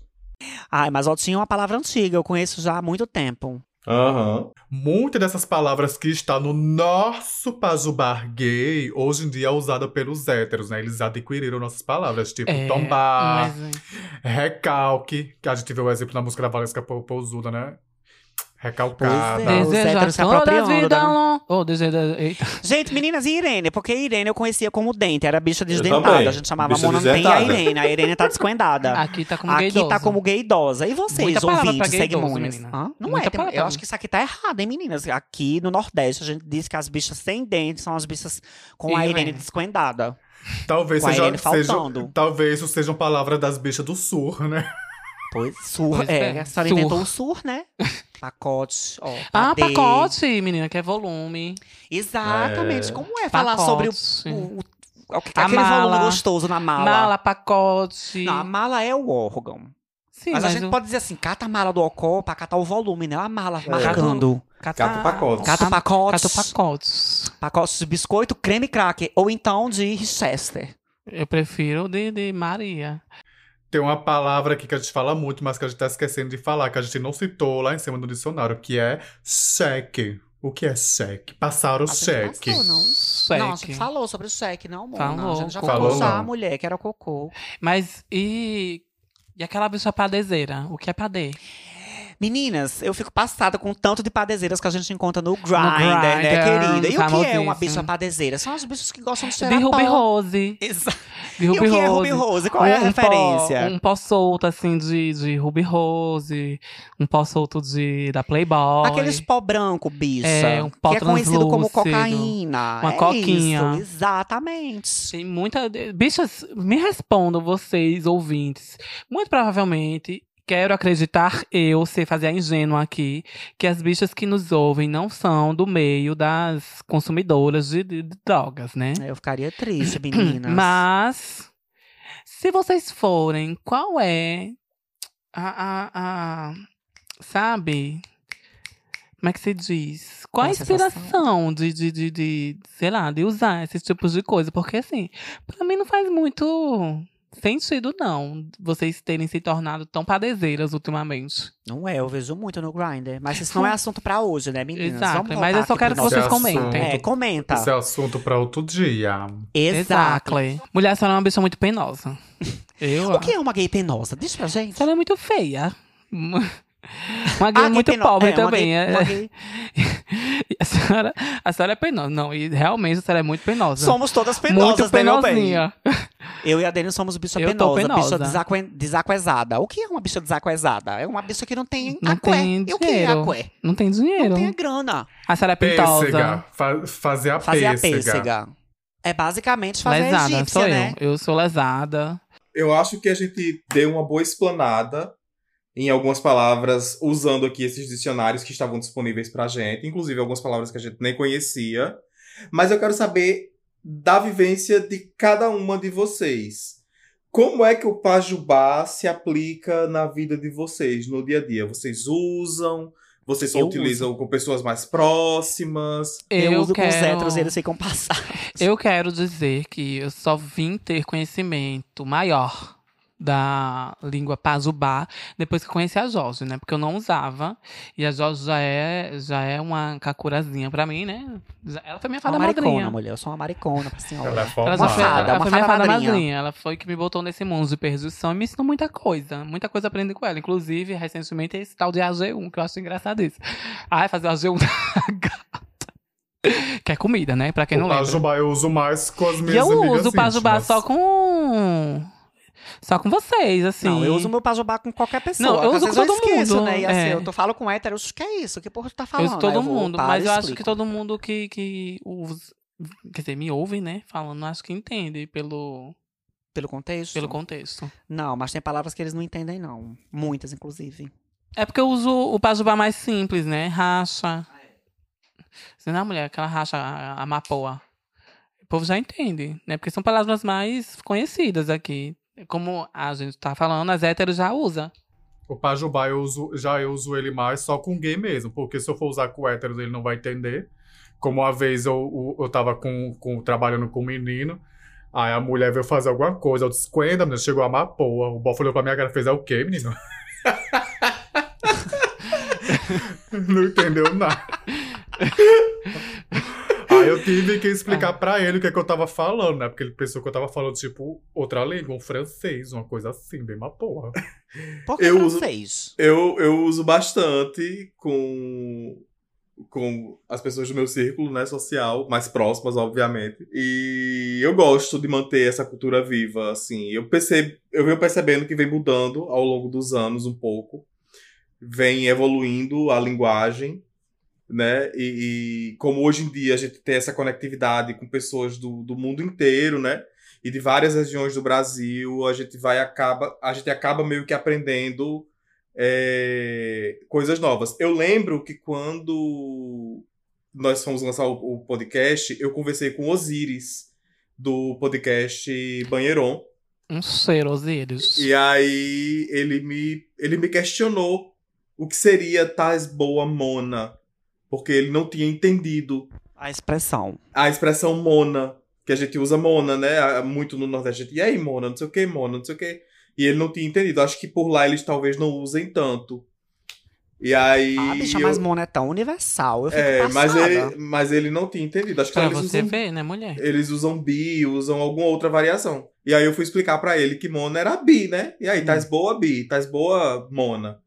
[SPEAKER 3] Ai, mas Otim é uma palavra antiga, eu conheço já há muito tempo.
[SPEAKER 5] Aham.
[SPEAKER 4] Muitas dessas palavras que está no nosso pazubar gay, hoje em dia é usada pelos héteros, né? Eles adquiriram nossas palavras, tipo
[SPEAKER 2] É,
[SPEAKER 4] tombar,
[SPEAKER 2] mas,
[SPEAKER 4] recalque, que a gente viu o exemplo na música da Valesca Pou- Pousuda, né? Recalcada.
[SPEAKER 3] Pois é. os
[SPEAKER 2] Deseja
[SPEAKER 3] héteros se
[SPEAKER 2] toda a
[SPEAKER 3] apropriando,
[SPEAKER 2] vida
[SPEAKER 3] né?
[SPEAKER 2] longa. Oh, deseja... Eita.
[SPEAKER 3] Gente, meninas, e Irene? Porque Irene eu conhecia como dente, era bicha
[SPEAKER 5] também.
[SPEAKER 3] desdentada. A gente chamava
[SPEAKER 5] Bicha
[SPEAKER 3] Monanten e a
[SPEAKER 5] desdentada.
[SPEAKER 3] Irene. A Irene tá descuendada.
[SPEAKER 2] Aqui tá como
[SPEAKER 3] aqui
[SPEAKER 2] gaydoso.
[SPEAKER 3] tá como gay idosa. E vocês,
[SPEAKER 2] Muita palavra pra
[SPEAKER 3] ouvintes,
[SPEAKER 2] gay idoso,
[SPEAKER 3] seguimões?
[SPEAKER 2] menina.
[SPEAKER 3] Hã? Não
[SPEAKER 2] Muita
[SPEAKER 3] é, tem-
[SPEAKER 2] palavra.
[SPEAKER 3] eu acho que isso aqui tá errado, hein, meninas? Aqui no Nordeste a gente diz que as bichas sem dente são as bichas com a
[SPEAKER 2] Irene.
[SPEAKER 3] Irene descuendada.
[SPEAKER 2] é.
[SPEAKER 4] Talvez
[SPEAKER 3] Com a
[SPEAKER 4] seja,
[SPEAKER 3] Irene faltando.
[SPEAKER 4] seja- talvez isso seja uma palavra das bichas do sur, né?
[SPEAKER 3] Pois, sur,
[SPEAKER 2] Pois
[SPEAKER 3] é.
[SPEAKER 2] é,
[SPEAKER 3] A senhora
[SPEAKER 2] sur.
[SPEAKER 3] inventou o sur, né? Pacote, ó.
[SPEAKER 2] Ah,
[SPEAKER 3] padê.
[SPEAKER 2] pacote, menina, que é volume.
[SPEAKER 3] Exatamente.
[SPEAKER 5] É.
[SPEAKER 3] Como é falar sobre o,
[SPEAKER 2] Pacote.
[SPEAKER 3] o, o- o que é
[SPEAKER 2] A
[SPEAKER 3] aquele
[SPEAKER 2] mala.
[SPEAKER 3] volume gostoso na mala?
[SPEAKER 2] Mala, pacote.
[SPEAKER 3] Não, a mala é o órgão.
[SPEAKER 2] Sim,
[SPEAKER 3] mas,
[SPEAKER 2] mas,
[SPEAKER 3] a gente
[SPEAKER 2] o-
[SPEAKER 3] pode dizer assim, cata a mala do ocó pra catar o volume, né? A mala
[SPEAKER 5] É.
[SPEAKER 3] marcando.
[SPEAKER 5] Cata o pacote.
[SPEAKER 3] Cata o pacote.
[SPEAKER 2] Cata pacotes.
[SPEAKER 3] Pacotes de biscoito, creme e cracker. Ou então de Chester.
[SPEAKER 2] Eu prefiro de, de Maria.
[SPEAKER 4] Tem uma palavra aqui que a gente fala muito, mas que a gente tá esquecendo de falar, que a gente não citou lá em cima do dicionário, que é cheque. O que é cheque? Passar o
[SPEAKER 3] A gente
[SPEAKER 4] cheque.
[SPEAKER 3] passou, não? é? Não, a gente
[SPEAKER 2] Seque.
[SPEAKER 3] falou sobre o cheque, não, amor.
[SPEAKER 2] Falou,
[SPEAKER 3] Não, a gente já
[SPEAKER 2] cocô.
[SPEAKER 3] falou já,
[SPEAKER 4] Falou.
[SPEAKER 3] mulher, que era cocô.
[SPEAKER 2] Mas e. E aquela bicha padezeira? O que é padê?
[SPEAKER 3] Meninas, eu fico passada com o tanto de padezeiras que a gente encontra no Grindr,
[SPEAKER 2] Grindr,
[SPEAKER 3] né, querida? E
[SPEAKER 2] tá
[SPEAKER 3] o que é
[SPEAKER 2] notícia.
[SPEAKER 3] uma bicha padezeira? São as bichas que gostam de
[SPEAKER 2] De
[SPEAKER 3] cheirar
[SPEAKER 2] Ruby
[SPEAKER 3] pó.
[SPEAKER 2] Rose.
[SPEAKER 3] Exato.
[SPEAKER 2] De
[SPEAKER 3] E o
[SPEAKER 2] Ruby
[SPEAKER 3] que é
[SPEAKER 2] Rose.
[SPEAKER 3] Ruby Rose? Qual é a
[SPEAKER 2] Um- um pó-
[SPEAKER 3] referência?
[SPEAKER 2] Um pó solto, assim, de, de Ruby Rose. Um pó solto de, da Playboy.
[SPEAKER 3] Aqueles pó branco, bicha.
[SPEAKER 2] É, um pó
[SPEAKER 3] Que é conhecido como
[SPEAKER 2] translúcido.
[SPEAKER 3] cocaína.
[SPEAKER 2] Uma
[SPEAKER 3] é
[SPEAKER 2] coquinha.
[SPEAKER 3] Isso, exatamente.
[SPEAKER 2] Tem muita. eh, Bichas, me respondam vocês, ouvintes. Muito provavelmente, quero acreditar eu, sem fazer a ingênua aqui, que as bichas que nos ouvem não são do meio das consumidoras de, de- de drogas, né?
[SPEAKER 3] Eu ficaria triste, meninas.
[SPEAKER 2] Mas, se vocês forem, qual é a. a- a- sabe? Como é que se diz? Qual a
[SPEAKER 3] Qual a sensação?
[SPEAKER 2] inspiração de, de, de, de, sei lá, de usar esses tipos de coisa? Porque, assim, pra mim não faz muito sentido, não, vocês terem se tornado tão padezeiras ultimamente.
[SPEAKER 3] Não é, eu vejo muito no Grindr. Mas isso não é assunto pra hoje, né, meninas?
[SPEAKER 2] Exato,
[SPEAKER 3] Vamos
[SPEAKER 2] mas
[SPEAKER 3] voltar
[SPEAKER 2] eu só
[SPEAKER 3] aqui
[SPEAKER 2] quero que
[SPEAKER 3] pro
[SPEAKER 4] Esse
[SPEAKER 2] vocês
[SPEAKER 4] assunto.
[SPEAKER 2] comentem.
[SPEAKER 3] É, comenta.
[SPEAKER 4] Esse é assunto pra outro dia.
[SPEAKER 3] É, Exato.
[SPEAKER 2] Exactly. Mulher, a senhora é uma bicha muito penosa. Eu
[SPEAKER 3] O que é uma gay penosa? Diz pra gente.
[SPEAKER 2] Ela é muito feia. Uma uma gay
[SPEAKER 3] Ah, gay
[SPEAKER 2] muito
[SPEAKER 3] peno-
[SPEAKER 2] pobre
[SPEAKER 3] é, uma
[SPEAKER 2] também.
[SPEAKER 3] gay-
[SPEAKER 2] é.
[SPEAKER 3] uma gay-
[SPEAKER 2] E a, senhora, a senhora é penosa. Não, e realmente a senhora é muito penosa.
[SPEAKER 3] Somos todas
[SPEAKER 2] muito
[SPEAKER 3] penosas, né, meu bem?
[SPEAKER 2] penosinha.
[SPEAKER 3] Eu e a Dani somos bicha
[SPEAKER 2] Eu tô
[SPEAKER 3] penosa, bicha
[SPEAKER 2] penosa.
[SPEAKER 3] desaque... desaquezada. O que é uma bicha desaquezada? É uma bicha que não tem
[SPEAKER 2] Não
[SPEAKER 3] aqué.
[SPEAKER 2] tem
[SPEAKER 3] E o que é
[SPEAKER 2] dinheiro.
[SPEAKER 3] aqué?
[SPEAKER 2] Não tem
[SPEAKER 3] Não
[SPEAKER 2] dinheiro.
[SPEAKER 3] tem a grana.
[SPEAKER 2] A senhora é
[SPEAKER 4] Pêssega.
[SPEAKER 2] pintosa.
[SPEAKER 4] Fa- fazer a
[SPEAKER 3] Fazer a
[SPEAKER 4] pêssega.
[SPEAKER 3] pêssega. É basicamente fazer a
[SPEAKER 2] Lesada,
[SPEAKER 3] egípcia,
[SPEAKER 2] sou
[SPEAKER 3] né?
[SPEAKER 2] eu. Eu sou lesada.
[SPEAKER 1] Eu acho que a gente deu uma boa explanada em algumas palavras, usando aqui esses dicionários que estavam disponíveis pra gente, inclusive algumas palavras que a gente nem conhecia. Mas eu quero saber da vivência de cada uma de vocês. Como é que o pajubá se aplica na vida de vocês, no dia a dia? Vocês usam? Vocês só
[SPEAKER 3] Eu
[SPEAKER 1] utilizam com pessoas mais próximas?
[SPEAKER 3] Eu, uso com os
[SPEAKER 2] quero-
[SPEAKER 3] héteros e eles ficam passados.
[SPEAKER 2] Eu quero dizer que eu só vim ter conhecimento maior da língua pazubá depois que eu conheci a Jorge, né? Porque eu não usava. E a Jorge já é, já é uma cacurazinha pra mim, né? Já- Ela foi minha fada
[SPEAKER 3] É uma maricona,
[SPEAKER 2] madrinha.
[SPEAKER 3] mulher. Eu sou uma maricona pra
[SPEAKER 4] Ela é
[SPEAKER 3] senhora.
[SPEAKER 2] Ela,
[SPEAKER 4] formada.
[SPEAKER 2] já
[SPEAKER 3] Uma
[SPEAKER 2] foi,
[SPEAKER 3] fada,
[SPEAKER 2] ela
[SPEAKER 3] uma
[SPEAKER 2] foi minha
[SPEAKER 3] fada
[SPEAKER 2] fada
[SPEAKER 3] madrinha.
[SPEAKER 2] madrinha. Ela foi que me botou nesse mundo de perdição e me ensinou muita coisa. Muita coisa eu aprendi com ela. Inclusive, recentemente, esse tal de AG1, que eu acho engraçadíssimo. Ai, fazer o AG1 da gata. Que é comida, né? Pra quem não
[SPEAKER 4] o
[SPEAKER 2] lembra.
[SPEAKER 4] Pajubá eu uso mais com as
[SPEAKER 2] E
[SPEAKER 4] minhas
[SPEAKER 2] eu
[SPEAKER 4] amigas
[SPEAKER 1] assim,
[SPEAKER 2] uso o Pajubá
[SPEAKER 4] íntimas.
[SPEAKER 1] tipo,
[SPEAKER 2] só com. Só com vocês, assim.
[SPEAKER 3] Não, eu uso meu pajubá com qualquer pessoa.
[SPEAKER 2] Não, eu
[SPEAKER 3] Às
[SPEAKER 2] uso
[SPEAKER 3] vezes
[SPEAKER 2] com todo
[SPEAKER 3] esqueço,
[SPEAKER 2] mundo,
[SPEAKER 3] Né? E assim,
[SPEAKER 2] é.
[SPEAKER 3] eu tô, falo com héteros, que é isso? Que porra tu tá
[SPEAKER 2] Eu
[SPEAKER 3] falando?
[SPEAKER 2] uso todo
[SPEAKER 3] Aí vou,
[SPEAKER 2] mundo.
[SPEAKER 3] paro
[SPEAKER 2] mas
[SPEAKER 3] e
[SPEAKER 2] eu acho
[SPEAKER 3] explico.
[SPEAKER 2] que todo mundo que, que usa. Quer dizer, me ouve, né? Falando, acho que entende pelo,
[SPEAKER 3] Pelo contexto?
[SPEAKER 2] pelo contexto.
[SPEAKER 3] Não, mas tem palavras que eles não entendem, não. Muitas, inclusive.
[SPEAKER 2] É porque eu uso o Pajubá mais simples, né? Racha. Você não é mulher, aquela racha, a, a mapoa. O povo já entende, né? Porque são palavras mais conhecidas aqui. Como a gente tá falando, as héteros já usam.
[SPEAKER 4] O Pajubá eu uso, já eu uso ele mais só com gay mesmo, porque se eu for usar com héteros ele não vai entender. Como uma vez eu, eu, eu tava com, com- trabalhando com um menino, aí a mulher veio fazer alguma coisa, eu disse, "Quenda, menino, chegou a mapoa. O bofe olhou pra minha cara e fez, é o quê, menino? não entendeu nada. Aí eu tive que explicar pra ele o que, é que eu tava falando, né? Porque ele pensou que eu tava falando, tipo, outra língua, um francês, uma coisa assim, bem uma porra.
[SPEAKER 3] Por que
[SPEAKER 1] Eu uso-
[SPEAKER 3] francês?
[SPEAKER 1] Eu, eu uso bastante com, com as pessoas do meu círculo né, social, mais próximas, obviamente. E eu gosto de manter essa cultura viva, assim. Eu, percebo, eu venho percebendo que vem mudando ao longo dos anos um pouco. Vem evoluindo a linguagem, né? E, e como hoje em dia a gente tem essa conectividade com pessoas do, do mundo inteiro, né? E de várias regiões do Brasil, a gente vai acaba, a gente acaba meio que aprendendo é, coisas novas. Eu lembro que quando nós fomos lançar o, o podcast, eu conversei com o Osiris, do podcast Banheiron.
[SPEAKER 2] Um cheiro, Osíris.
[SPEAKER 1] E aí ele me, ele me questionou o que seria tais boa mona, porque ele não tinha entendido
[SPEAKER 3] A expressão.
[SPEAKER 1] a expressão mona, que a gente usa mona, né? a- Muito no Nordeste. a gente, E aí, mona, não sei o que, mona, não sei o que. E ele não tinha entendido. Acho que por lá eles talvez não usem tanto. E aí.
[SPEAKER 3] Ah, bicha,
[SPEAKER 1] eu-
[SPEAKER 3] mas mona é tão universal. Eu fico
[SPEAKER 1] é, mas
[SPEAKER 3] passada.
[SPEAKER 1] ele, mas ele não tinha entendido. Acho que
[SPEAKER 2] Pra
[SPEAKER 1] eles
[SPEAKER 2] você
[SPEAKER 1] usam,
[SPEAKER 2] ver, né, mulher?
[SPEAKER 1] eles usam bi, usam alguma outra variação. E aí eu fui explicar pra ele que mona era bi, né? E aí, tais boa bi, tais boa mona.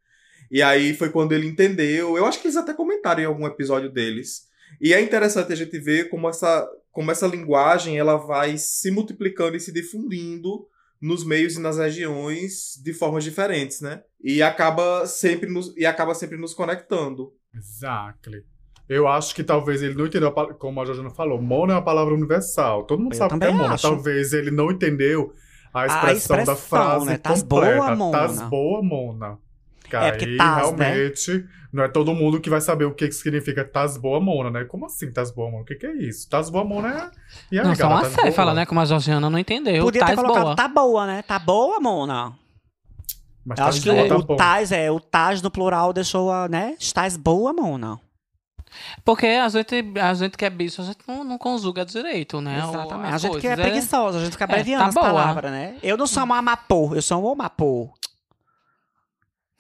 [SPEAKER 1] E aí foi quando ele entendeu. Eu acho que eles até comentaram em algum episódio deles. E é interessante a gente ver como essa, como essa linguagem ela vai se multiplicando e se difundindo nos meios e nas regiões de formas diferentes, né? E acaba sempre nos, e acaba sempre nos conectando.
[SPEAKER 4] Exactly. Eu acho que talvez ele não entendeu, a pal- como a Georgiana falou, mona é uma palavra universal. Todo mundo
[SPEAKER 3] Eu
[SPEAKER 4] sabe o que é
[SPEAKER 3] também
[SPEAKER 4] mona.
[SPEAKER 3] acho.
[SPEAKER 4] Talvez ele não entendeu a expressão, da
[SPEAKER 3] expressão,
[SPEAKER 4] frase
[SPEAKER 3] né? Tás
[SPEAKER 4] completa.
[SPEAKER 3] boa, mona.
[SPEAKER 4] Tás boa, mona. Que
[SPEAKER 3] É, porque
[SPEAKER 4] aí,
[SPEAKER 3] tás, né?
[SPEAKER 4] realmente, não é todo mundo que vai saber o que, que significa tás boa, mona, né? Como assim tás boa, mona? O que, que é isso? Tás boa, mona é... E aí,
[SPEAKER 2] não, só
[SPEAKER 4] galera,
[SPEAKER 2] uma
[SPEAKER 4] tás
[SPEAKER 2] sé,
[SPEAKER 4] boa?
[SPEAKER 2] fala, né? Como a Georgiana não entendeu.
[SPEAKER 3] Podia
[SPEAKER 2] tá
[SPEAKER 3] ter colocado
[SPEAKER 2] boa.
[SPEAKER 3] tá boa, né? Tá boa, mona.
[SPEAKER 4] Mas
[SPEAKER 3] Eu
[SPEAKER 4] tás
[SPEAKER 3] acho que
[SPEAKER 4] boa,
[SPEAKER 3] o,
[SPEAKER 4] tá
[SPEAKER 3] o
[SPEAKER 4] bom.
[SPEAKER 3] Taz, é, o Taz no plural deixou, a, né? Estás boa, mona.
[SPEAKER 2] Porque a gente, a gente que é bicho, a gente não, não conjuga direito, né? o-
[SPEAKER 3] Exatamente.
[SPEAKER 2] as
[SPEAKER 3] A gente que é
[SPEAKER 2] coisas.
[SPEAKER 3] preguiçosa, a gente fica
[SPEAKER 2] tá
[SPEAKER 3] abreviando as
[SPEAKER 2] boa.
[SPEAKER 3] palavras, né? Eu não sou uma amapô, eu sou um omapô.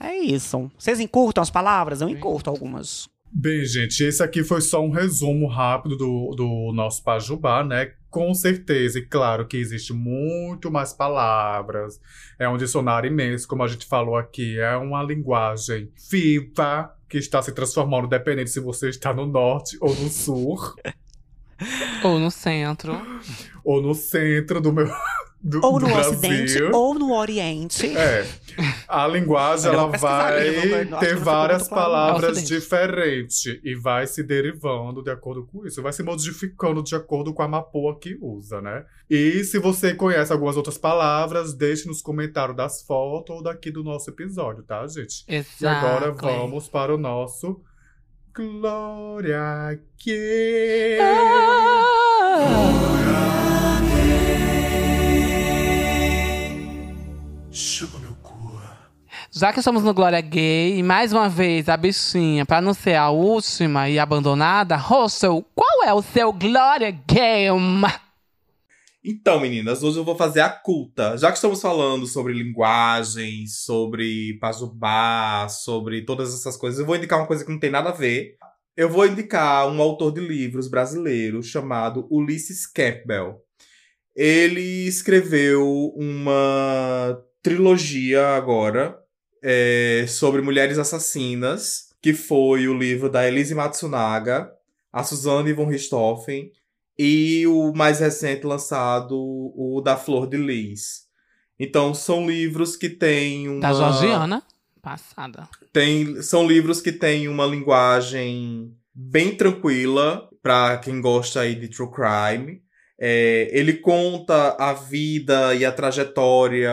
[SPEAKER 3] É isso. Vocês encurtam as palavras? Eu encurto algumas.
[SPEAKER 4] Bem, gente, esse aqui foi só um resumo rápido do, do nosso Pajubá, né? Com certeza, e claro que existe muito mais palavras. É um dicionário imenso, como a gente falou aqui. É uma linguagem viva que está se transformando, dependendo se você está no norte ou no sul,
[SPEAKER 2] Ou no centro.
[SPEAKER 4] ou no centro do meu. Do,
[SPEAKER 3] Ou
[SPEAKER 4] do
[SPEAKER 3] no
[SPEAKER 4] Brasil.
[SPEAKER 3] ocidente, ou no oriente.
[SPEAKER 4] É. A linguagem,
[SPEAKER 3] Eu
[SPEAKER 4] ela
[SPEAKER 3] vou pesquisar
[SPEAKER 4] vai
[SPEAKER 3] aqui, eu vou- nossa,
[SPEAKER 4] ter
[SPEAKER 3] eu vou
[SPEAKER 4] várias
[SPEAKER 3] procurar.
[SPEAKER 4] palavras
[SPEAKER 2] Ocidente.
[SPEAKER 4] diferentes e vai se derivando de acordo com isso. Vai se modificando de acordo com a mapoa que usa, né? E se você conhece algumas outras palavras, deixe nos comentários das fotos ou daqui do nosso episódio, tá, gente?
[SPEAKER 2] Exato.
[SPEAKER 4] E agora vamos para o nosso Glória que...
[SPEAKER 2] Ah! Já que somos no Glória Gay, e mais uma vez a bichinha, pra não ser a última e abandonada, Russell, qual é o seu Glória Game?
[SPEAKER 1] Então, meninas, hoje eu vou fazer a culta. Já que estamos falando sobre linguagem, sobre pajubá, sobre todas essas coisas, eu vou indicar uma coisa que não tem nada a ver. Eu vou indicar um autor de livros brasileiro chamado Ulisses Campbell. Ele escreveu uma trilogia agora é, sobre mulheres assassinas, que foi o livro da Elise Matsunaga, a Suzane von Richthofen e o mais recente lançado, o da Flor de Lis. Então, são livros que têm uma...
[SPEAKER 4] Ah.
[SPEAKER 2] Da Georgiana? Passada.
[SPEAKER 1] Tem, são livros que têm uma linguagem bem tranquila para quem gosta aí de true crime. É, ele conta a vida e a trajetória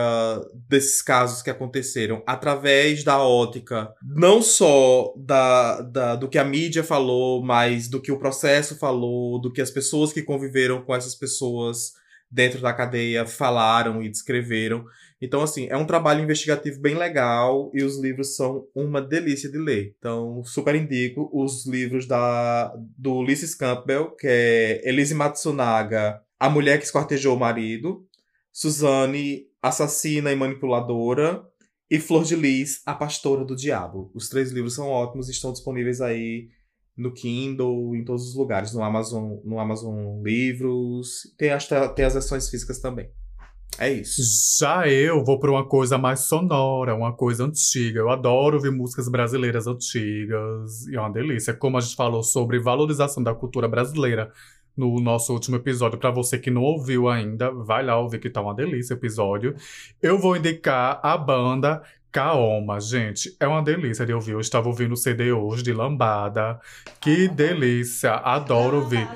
[SPEAKER 1] desses casos que aconteceram através da ótica, não só da, da- do que a mídia falou, mas do que o processo falou, do que as pessoas que conviveram com essas pessoas dentro da cadeia falaram e descreveram. Então, assim, é um trabalho investigativo bem legal e os livros são uma delícia de ler. Então, super indico os livros da, do Ulysses Campbell, que é Elise Matsunaga, A Mulher que Esquartejou o Marido, Suzane, Assassina e Manipuladora, e Flor de Lis, A Pastora do Diabo. Os três livros são ótimos e estão disponíveis aí no Kindle, em todos os lugares, no Amazon, no Amazon Livros, tem as, tem as versões físicas também. É isso.
[SPEAKER 4] Já eu vou para uma coisa mais sonora, uma coisa antiga. Eu adoro ouvir músicas brasileiras antigas. E é uma delícia. Como a gente falou sobre valorização da cultura brasileira no nosso último episódio, para você que não ouviu ainda, vai lá ouvir que tá uma delícia o episódio. Eu vou indicar a banda Kaoma, gente. É uma delícia de ouvir. Eu estava ouvindo o CD hoje de Lambada. Que delícia! Adoro ouvir.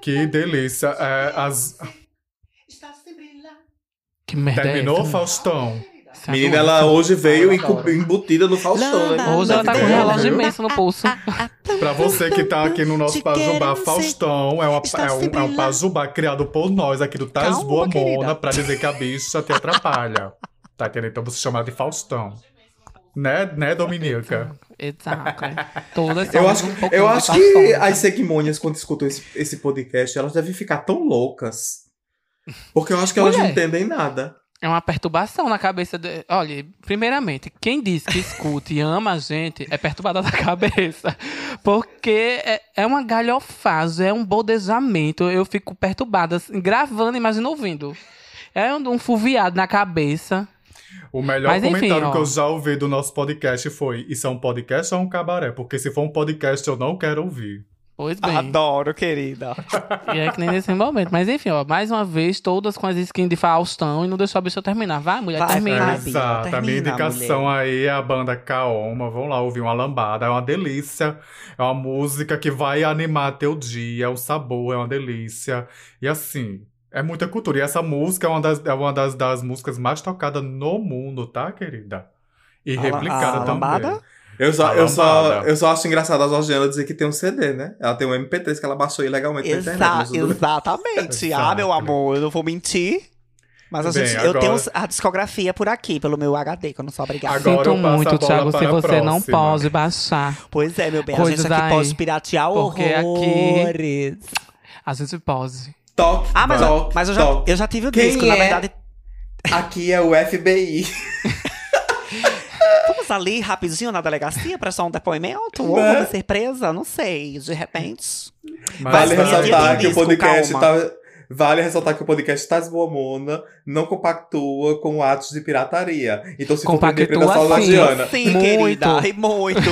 [SPEAKER 4] Que delícia. É, as...
[SPEAKER 2] Que merda é
[SPEAKER 4] Terminou,
[SPEAKER 2] essa? é
[SPEAKER 4] Faustão?
[SPEAKER 3] Tá
[SPEAKER 2] Essa
[SPEAKER 1] Menina,
[SPEAKER 2] doença.
[SPEAKER 1] ela hoje veio
[SPEAKER 2] Eu adoro.
[SPEAKER 1] encu- embutida no Faustão, né?
[SPEAKER 2] Hoje ela tá com um
[SPEAKER 4] Entendeu?
[SPEAKER 2] relógio imenso no pulso.
[SPEAKER 4] Pra você que tá aqui no nosso
[SPEAKER 3] Te
[SPEAKER 4] Pajubá,
[SPEAKER 3] querendo
[SPEAKER 4] Faustão é, uma,
[SPEAKER 3] Está
[SPEAKER 4] é, um, é um
[SPEAKER 3] sempre lá.
[SPEAKER 4] Pajubá criado por nós aqui do Tais
[SPEAKER 3] Calma,
[SPEAKER 4] Boa Mona
[SPEAKER 3] querida.
[SPEAKER 4] pra dizer que a bicha te atrapalha. Tá entendendo? Então você chamar de Faustão. Né, né Dominica?
[SPEAKER 2] Exato. é. Todas
[SPEAKER 1] Eu
[SPEAKER 2] são
[SPEAKER 1] acho,
[SPEAKER 2] um pouquinho
[SPEAKER 1] eu
[SPEAKER 2] de
[SPEAKER 1] acho
[SPEAKER 3] né?
[SPEAKER 1] que
[SPEAKER 2] Faustão.
[SPEAKER 1] as Seguimônias, quando escutam esse, esse podcast, elas devem ficar tão loucas. Porque eu acho que elas não
[SPEAKER 2] Mulher.
[SPEAKER 1] entendem nada.
[SPEAKER 2] É uma perturbação na cabeça. De... Olha, primeiramente, quem diz que escuta e ama a gente é perturbada da cabeça. Porque é, é uma galhofagem, é um bodejamento. Eu fico perturbada, assim, gravando, imagina ouvindo. É um, um fuviado na cabeça.
[SPEAKER 4] O melhor
[SPEAKER 2] Mas enfim,
[SPEAKER 4] comentário
[SPEAKER 2] ó.
[SPEAKER 4] que eu já ouvi do nosso podcast foi: Isso é um podcast ou é um cabaré? Porque se for um podcast, eu não quero ouvir.
[SPEAKER 2] Pois bem.
[SPEAKER 3] Adoro, querida.
[SPEAKER 2] E é que nem nesse momento. Mas enfim, ó, mais uma vez, todas com as skins de Faustão e não deixou a bicha terminar. Vai, mulher,
[SPEAKER 3] Vai,
[SPEAKER 2] termina.
[SPEAKER 3] vai. Bia,
[SPEAKER 4] Exato. A minha
[SPEAKER 3] termina,
[SPEAKER 4] indicação aí é a banda Kaoma. Vão lá ouvir uma lambada. É uma delícia. É uma música que vai animar teu dia. É um sabor, é uma delícia. E assim, é muita cultura. E essa música é uma das, é uma das, das músicas mais tocadas no mundo, tá, querida?
[SPEAKER 3] A
[SPEAKER 4] E
[SPEAKER 3] la-
[SPEAKER 4] replicada
[SPEAKER 3] a
[SPEAKER 4] também.
[SPEAKER 3] lambada?
[SPEAKER 1] Eu só,
[SPEAKER 4] A
[SPEAKER 1] eu, só,
[SPEAKER 4] lambada.
[SPEAKER 1] eu só acho engraçado a Georgiana dizer que tem um CD, né? Ela tem um MP3 que ela baixou ilegalmente na internet.
[SPEAKER 3] Exa
[SPEAKER 1] mas tudo bem.
[SPEAKER 3] exatamente. Ah,
[SPEAKER 4] Exato.
[SPEAKER 3] meu amor, eu não vou mentir. Mas a
[SPEAKER 4] Bem,
[SPEAKER 3] gente, eu
[SPEAKER 4] agora-
[SPEAKER 3] tenho a discografia por aqui, pelo meu HD, que eu não sou obrigada.
[SPEAKER 4] Agora eu
[SPEAKER 2] Sinto
[SPEAKER 4] passo a
[SPEAKER 2] muito,
[SPEAKER 4] bola
[SPEAKER 2] Thiago, se
[SPEAKER 4] para a
[SPEAKER 2] você não
[SPEAKER 4] próxima.
[SPEAKER 2] pode baixar.
[SPEAKER 3] Pois é, meu bem, a
[SPEAKER 2] Coisas
[SPEAKER 3] gente aqui
[SPEAKER 2] aí.
[SPEAKER 3] pode piratear
[SPEAKER 2] Porque aqui-
[SPEAKER 3] horrores.
[SPEAKER 2] A gente pode.
[SPEAKER 1] Toque,
[SPEAKER 3] Ah, mas,
[SPEAKER 1] toque,
[SPEAKER 3] mas eu, já,
[SPEAKER 1] toque.
[SPEAKER 3] eu já tive o
[SPEAKER 1] Quem
[SPEAKER 3] disco, na
[SPEAKER 1] é?
[SPEAKER 3] verdade.
[SPEAKER 1] Aqui é o FBI.
[SPEAKER 3] Vamos ali rapidinho na delegacia prestar um depoimento? Ou
[SPEAKER 1] Né?
[SPEAKER 3] vamos ser presa? Não sei, de repente.
[SPEAKER 4] Mas
[SPEAKER 1] Vale
[SPEAKER 3] Mas
[SPEAKER 4] vai-
[SPEAKER 3] minha
[SPEAKER 1] ressaltar
[SPEAKER 3] dica
[SPEAKER 1] que o
[SPEAKER 3] diz, com
[SPEAKER 1] podcast
[SPEAKER 3] calma.
[SPEAKER 1] tá. Vale ressaltar que o podcast Tais Boa Mona não compactua com atos de pirataria. Então se for prender
[SPEAKER 2] Compactua
[SPEAKER 1] prevenção
[SPEAKER 2] sim.
[SPEAKER 1] lagiana.
[SPEAKER 3] Sim,
[SPEAKER 2] Muito.
[SPEAKER 3] querida. E muito.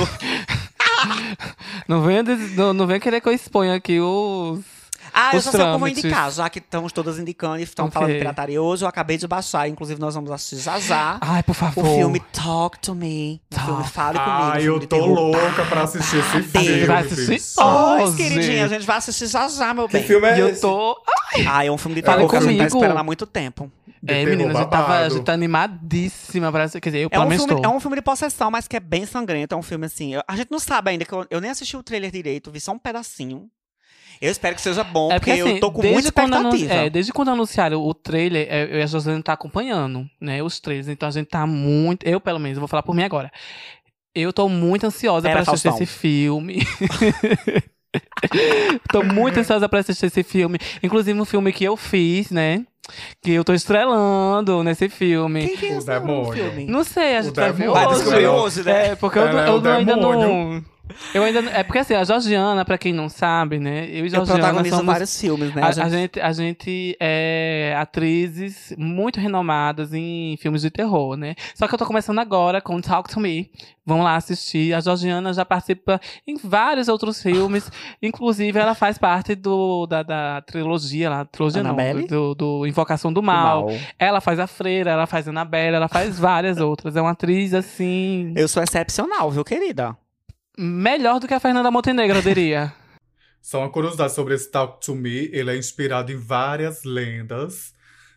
[SPEAKER 2] Não venha, des- não, não venha querer que eu exponha aqui os.
[SPEAKER 3] Ah, eu
[SPEAKER 2] Os
[SPEAKER 3] já sei como
[SPEAKER 2] trâmites.
[SPEAKER 3] indicar, já que estamos todas indicando e estão
[SPEAKER 2] Ok.
[SPEAKER 3] falando de pirataria hoje. Eu acabei de baixar, inclusive nós vamos assistir já já.
[SPEAKER 2] Ai, por
[SPEAKER 3] o
[SPEAKER 2] favor.
[SPEAKER 3] filme Talk to Me. O
[SPEAKER 2] Talk.
[SPEAKER 3] filme Fale Comigo. filme
[SPEAKER 4] Ai, Ah, eu
[SPEAKER 3] de
[SPEAKER 4] tô
[SPEAKER 3] terror.
[SPEAKER 4] louca pra assistir esse filme.
[SPEAKER 2] Vai assistir?
[SPEAKER 4] bicho.
[SPEAKER 2] Ó.
[SPEAKER 3] Pois,
[SPEAKER 2] Ozzy.
[SPEAKER 3] queridinha, a gente vai assistir já já, meu
[SPEAKER 1] Que
[SPEAKER 3] bem.
[SPEAKER 1] filme é
[SPEAKER 2] E eu
[SPEAKER 1] esse?
[SPEAKER 2] tô.
[SPEAKER 3] Ah, é um filme de
[SPEAKER 2] Fale
[SPEAKER 3] terror que a gente tá
[SPEAKER 2] comigo.
[SPEAKER 3] esperando há muito tempo.
[SPEAKER 4] De
[SPEAKER 2] É,
[SPEAKER 4] terror
[SPEAKER 2] menina, a gente, tava, a
[SPEAKER 4] babado.
[SPEAKER 2] gente tá animadíssima. Pra... Quer dizer, eu
[SPEAKER 3] É
[SPEAKER 2] pelo
[SPEAKER 3] um,
[SPEAKER 2] menos
[SPEAKER 3] filme,
[SPEAKER 2] estou.
[SPEAKER 3] é um filme de possessão, mas que é bem sangrento. É um filme assim. eu- a gente não sabe ainda, que eu, eu nem assisti o trailer direito, vi só um pedacinho. Eu espero que seja bom,
[SPEAKER 2] É
[SPEAKER 3] porque, eu tô com muita
[SPEAKER 2] assim, quando anun-
[SPEAKER 3] expectativa.
[SPEAKER 2] é, desde quando anunciaram o trailer, é, eu e a Josiane tá acompanhando, né, os trailers. Então a gente tá muito, eu pelo menos, vou falar por mim agora. Eu tô muito ansiosa
[SPEAKER 3] Pera,
[SPEAKER 2] pra assistir
[SPEAKER 3] Faustão.
[SPEAKER 2] esse filme. tô muito ansiosa pra assistir esse filme. Inclusive um filme que eu fiz, né, que eu tô estrelando nesse filme.
[SPEAKER 3] Quem que é
[SPEAKER 4] O
[SPEAKER 3] esse cara no
[SPEAKER 4] demônio.
[SPEAKER 3] filme?
[SPEAKER 2] Não sei, a
[SPEAKER 4] O
[SPEAKER 2] gente vai ver
[SPEAKER 4] demônio.
[SPEAKER 3] Vai
[SPEAKER 4] Nossa.
[SPEAKER 3] descobrir
[SPEAKER 2] hoje.
[SPEAKER 3] hoje, né?
[SPEAKER 2] É, porque eu,
[SPEAKER 4] Ela é
[SPEAKER 2] eu
[SPEAKER 4] o
[SPEAKER 2] não- ainda
[SPEAKER 4] demônio.
[SPEAKER 2] não... Eu ainda não- É porque assim, a Georgiana, pra quem não sabe, né, eu e
[SPEAKER 3] Eu
[SPEAKER 2] Georgiana
[SPEAKER 3] protagonizo
[SPEAKER 2] somos
[SPEAKER 3] vários filmes, né?
[SPEAKER 2] a, a gente... a gente é atrizes muito renomadas em filmes de terror, né? Só que eu tô começando agora com Talk to Me. Vão lá assistir. A Georgiana já participa em vários outros filmes. Inclusive, ela faz parte do, da, da trilogia lá. Trilogia
[SPEAKER 3] Annabelle?
[SPEAKER 2] não. Do, do Invocação do
[SPEAKER 3] Do
[SPEAKER 2] é Mal. Ela faz a Freira, ela faz a Anabela, ela faz várias outras. É uma atriz, assim,
[SPEAKER 3] Eu sou excepcional, viu, querida?
[SPEAKER 2] melhor do que a Fernanda Montenegro, eu diria.
[SPEAKER 4] Só uma curiosidade sobre esse Talk to Me, ele é inspirado em várias lendas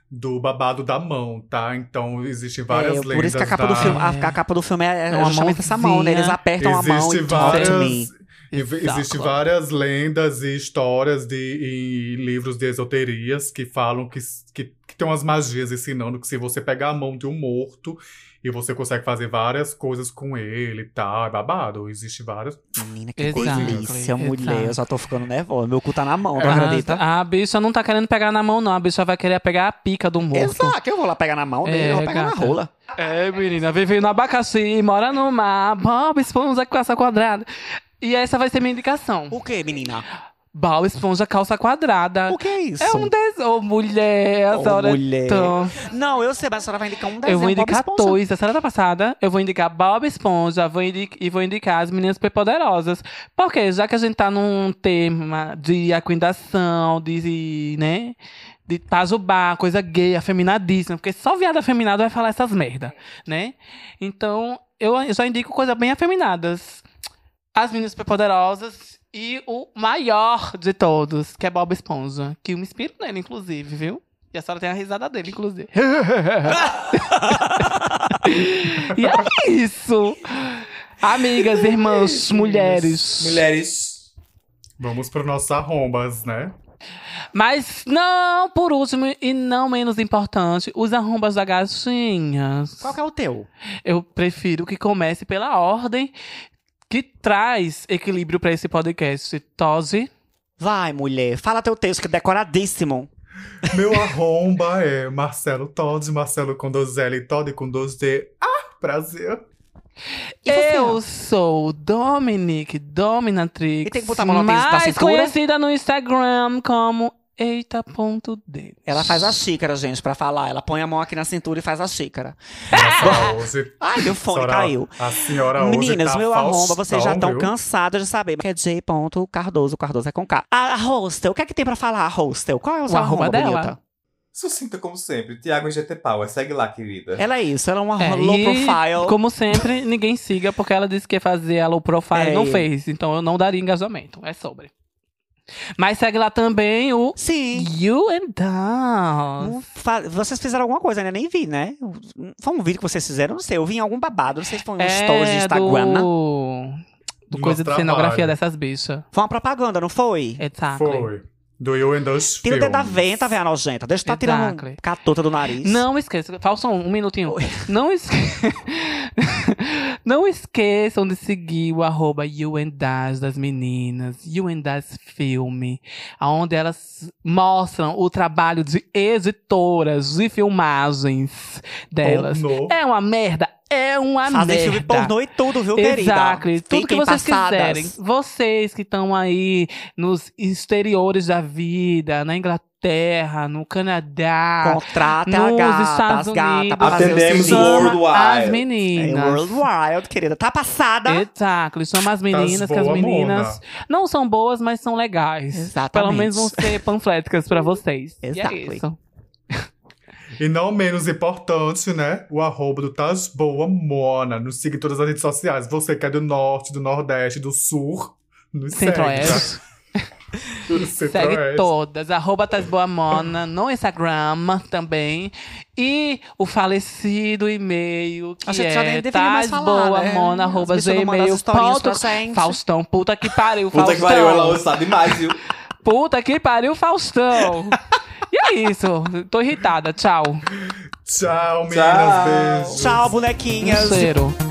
[SPEAKER 4] do babado da mão, tá? Então existem várias
[SPEAKER 3] É,
[SPEAKER 4] lendas.
[SPEAKER 3] por isso que a capa
[SPEAKER 4] da...
[SPEAKER 3] do filme, a,
[SPEAKER 2] É.
[SPEAKER 3] a capa do filme é, é
[SPEAKER 2] É uma
[SPEAKER 3] justamente essa mão, né?
[SPEAKER 2] mãozinha.
[SPEAKER 3] Eles apertam a mão
[SPEAKER 4] Existem
[SPEAKER 3] e talk
[SPEAKER 4] várias,
[SPEAKER 3] to me.
[SPEAKER 4] existem
[SPEAKER 2] Exato.
[SPEAKER 4] várias lendas e histórias de, em livros de esoterias que falam que, que, que tem umas magias ensinando que se você pegar a mão de um morto e você consegue fazer várias coisas com ele e tal, é babado. Existem várias.
[SPEAKER 3] Menina, que
[SPEAKER 2] Exato,
[SPEAKER 3] delícia,
[SPEAKER 2] exato.
[SPEAKER 3] mulher. Eu já tô ficando nervosa. Meu cu tá na mão, tu
[SPEAKER 2] Ah,
[SPEAKER 3] acredita?
[SPEAKER 2] a bicha não tá querendo pegar na mão, não. A bicha vai querer pegar a pica do morto.
[SPEAKER 3] É, Exato, eu vou lá pegar na mão dele,
[SPEAKER 2] É,
[SPEAKER 3] eu vou pegar na
[SPEAKER 2] gata.
[SPEAKER 3] rola.
[SPEAKER 2] É, menina, vive no abacaxi, mora no mar, Bob Esponja calça quadrada. E essa vai ser minha indicação.
[SPEAKER 3] O que, menina?
[SPEAKER 2] Bob Esponja calça quadrada.
[SPEAKER 3] O que é isso?
[SPEAKER 2] É um desenho. Ô, mulher, essa
[SPEAKER 3] Ô,
[SPEAKER 2] hora.
[SPEAKER 3] mulher.
[SPEAKER 2] Então,
[SPEAKER 3] Não, eu sei, mas a senhora vai indicar um desenho.
[SPEAKER 2] eu vou indicar
[SPEAKER 3] Bob Esponja.
[SPEAKER 2] dois. A semana passada, eu vou indicar Bob Esponja vou indi- e vou indicar as meninas superpoderosas. Porque já que a gente tá num tema de aquindação, de. né? De pajubá, coisa gay, afeminadíssima. Porque só viado afeminado vai falar essas merda, né? Então, eu eu só indico coisas bem afeminadas. As meninas superpoderosas e o maior de todos, que é Bob Esponja. Que eu me inspiro nele, inclusive, viu? E a senhora tem a risada dele, inclusive. e é isso! Amigas, irmãs, mulheres.
[SPEAKER 1] Mulheres.
[SPEAKER 4] Vamos para nossas arrombas, né?
[SPEAKER 2] Mas não, por último e não menos importante, os arrombas da gatinhas.
[SPEAKER 3] Qual que é o teu?
[SPEAKER 2] Eu prefiro que comece pela ordem que traz equilíbrio pra esse podcast. Tosi.
[SPEAKER 3] Vai, mulher. Fala teu texto, que é decoradíssimo.
[SPEAKER 4] Meu arromba é Marcelo Todd, Marcelo com dois L e Todd com dois D. Ah, prazer.
[SPEAKER 3] E você?
[SPEAKER 2] Eu sou Dominique Dominatrix.
[SPEAKER 3] E tem que botar a mão na tens- na
[SPEAKER 2] mais
[SPEAKER 3] cintura?
[SPEAKER 2] conhecida no Instagram como eita.d.
[SPEAKER 3] Ela faz a xícara, gente, pra falar. Ela põe a mão aqui na cintura e faz a xícara.
[SPEAKER 4] Nossa, hoje.
[SPEAKER 3] Ai, meu fone
[SPEAKER 4] senhora-
[SPEAKER 3] caiu.
[SPEAKER 4] A senhora hoje
[SPEAKER 3] Meninas,
[SPEAKER 4] tá
[SPEAKER 3] meu arromba, vocês já
[SPEAKER 4] Faustão,
[SPEAKER 3] estão
[SPEAKER 4] viu?
[SPEAKER 3] cansadas de saber que é J. Cardoso. Cardoso é com K. A hostel, o que é que tem pra falar, a hostel? Qual é o seu
[SPEAKER 2] arroba
[SPEAKER 3] arroba
[SPEAKER 2] dela.
[SPEAKER 3] bonita?
[SPEAKER 5] Sucinta como sempre. Tiago GT Power. Segue lá, querida.
[SPEAKER 3] Ela é isso, ela é uma
[SPEAKER 2] É,
[SPEAKER 3] low
[SPEAKER 2] e,
[SPEAKER 3] profile.
[SPEAKER 2] Como sempre, ninguém siga, porque ela disse que ia fazer a low profile
[SPEAKER 3] É.
[SPEAKER 2] e não fez. Então eu não daria engajamento. É sobre. Mas segue lá também o
[SPEAKER 3] Sim.
[SPEAKER 2] You and Down.
[SPEAKER 3] Não fa- Vocês fizeram alguma coisa, né? Nem vi, né? Foi um vídeo que vocês fizeram, não sei. Eu vi em algum babado, não sei se foi um stories de Instagram. né?
[SPEAKER 2] É, Do, do
[SPEAKER 4] Do
[SPEAKER 2] coisa
[SPEAKER 4] nosso
[SPEAKER 2] de cenografia
[SPEAKER 4] trabalho.
[SPEAKER 2] dessas bichas. É,
[SPEAKER 3] Foi uma propaganda, não foi?
[SPEAKER 2] Exactly.
[SPEAKER 4] Foi. Do You and Us
[SPEAKER 3] Tira o dedo da
[SPEAKER 4] Films.
[SPEAKER 3] venta, velha nojenta. Deixa eu estar tirando
[SPEAKER 2] Exato.
[SPEAKER 3] catuta do nariz.
[SPEAKER 2] Não esqueçam, falsam um minutinho. Não, esque... não esqueçam de seguir o arroba You and Das das meninas, You and Das Filme, onde elas mostram o trabalho de editoras de filmagens delas.
[SPEAKER 4] Pornô.
[SPEAKER 2] É uma merda? É uma
[SPEAKER 3] Fazem
[SPEAKER 2] merda.
[SPEAKER 3] filme pornô e tudo, viu, querida?
[SPEAKER 2] Exato, e tudo que
[SPEAKER 3] Fiquem
[SPEAKER 2] vocês
[SPEAKER 3] passadas.
[SPEAKER 2] quiserem. Vocês que estão aí nos exteriores da vida, na Inglaterra, no Canadá,
[SPEAKER 3] Contrata a
[SPEAKER 2] Ah, nos
[SPEAKER 3] gata,
[SPEAKER 2] Estados
[SPEAKER 3] as gatas, pra
[SPEAKER 2] Unidos.
[SPEAKER 3] fazer o
[SPEAKER 5] Atendemos
[SPEAKER 3] seguinte.
[SPEAKER 5] World Worldwide.
[SPEAKER 2] As
[SPEAKER 3] É,
[SPEAKER 2] meninas.
[SPEAKER 3] World Wild, querida. Tá passada?
[SPEAKER 2] Exato, chama as meninas, que as
[SPEAKER 4] boa,
[SPEAKER 2] meninas
[SPEAKER 4] mona.
[SPEAKER 2] não são boas, mas são legais.
[SPEAKER 3] Exatamente.
[SPEAKER 2] Pelo menos vão ser panfléticas pra vocês. E
[SPEAKER 3] Exato.
[SPEAKER 2] é isso.
[SPEAKER 4] E não menos importante, né? O arroba do Tasboa Mona. Nos siga em todas as redes sociais. Você que é do norte, do nordeste, do sul. Nos
[SPEAKER 2] Centro-Oeste.
[SPEAKER 4] segue. Centro-Oeste.
[SPEAKER 2] Segue todas. Arroba Tasboamona no Instagram também. E o falecido e-mail que
[SPEAKER 3] A gente
[SPEAKER 2] é
[SPEAKER 3] já nem deveria mais falar, né?
[SPEAKER 2] tasboamona,
[SPEAKER 3] As
[SPEAKER 2] arroba
[SPEAKER 3] pessoas não mandam as historinhas pra
[SPEAKER 2] gmail.com.
[SPEAKER 3] gente.
[SPEAKER 2] Faustão, puta que pariu,
[SPEAKER 5] Puta
[SPEAKER 2] Faustão.
[SPEAKER 5] que pariu, ela hoje tá demais, viu?
[SPEAKER 2] Puta que pariu, Faustão. e é isso. Tô irritada. Tchau.
[SPEAKER 4] Tchau, meninas.
[SPEAKER 5] Tchau.
[SPEAKER 4] Beijos.
[SPEAKER 3] Tchau, bonequinhas.
[SPEAKER 2] Cheiro.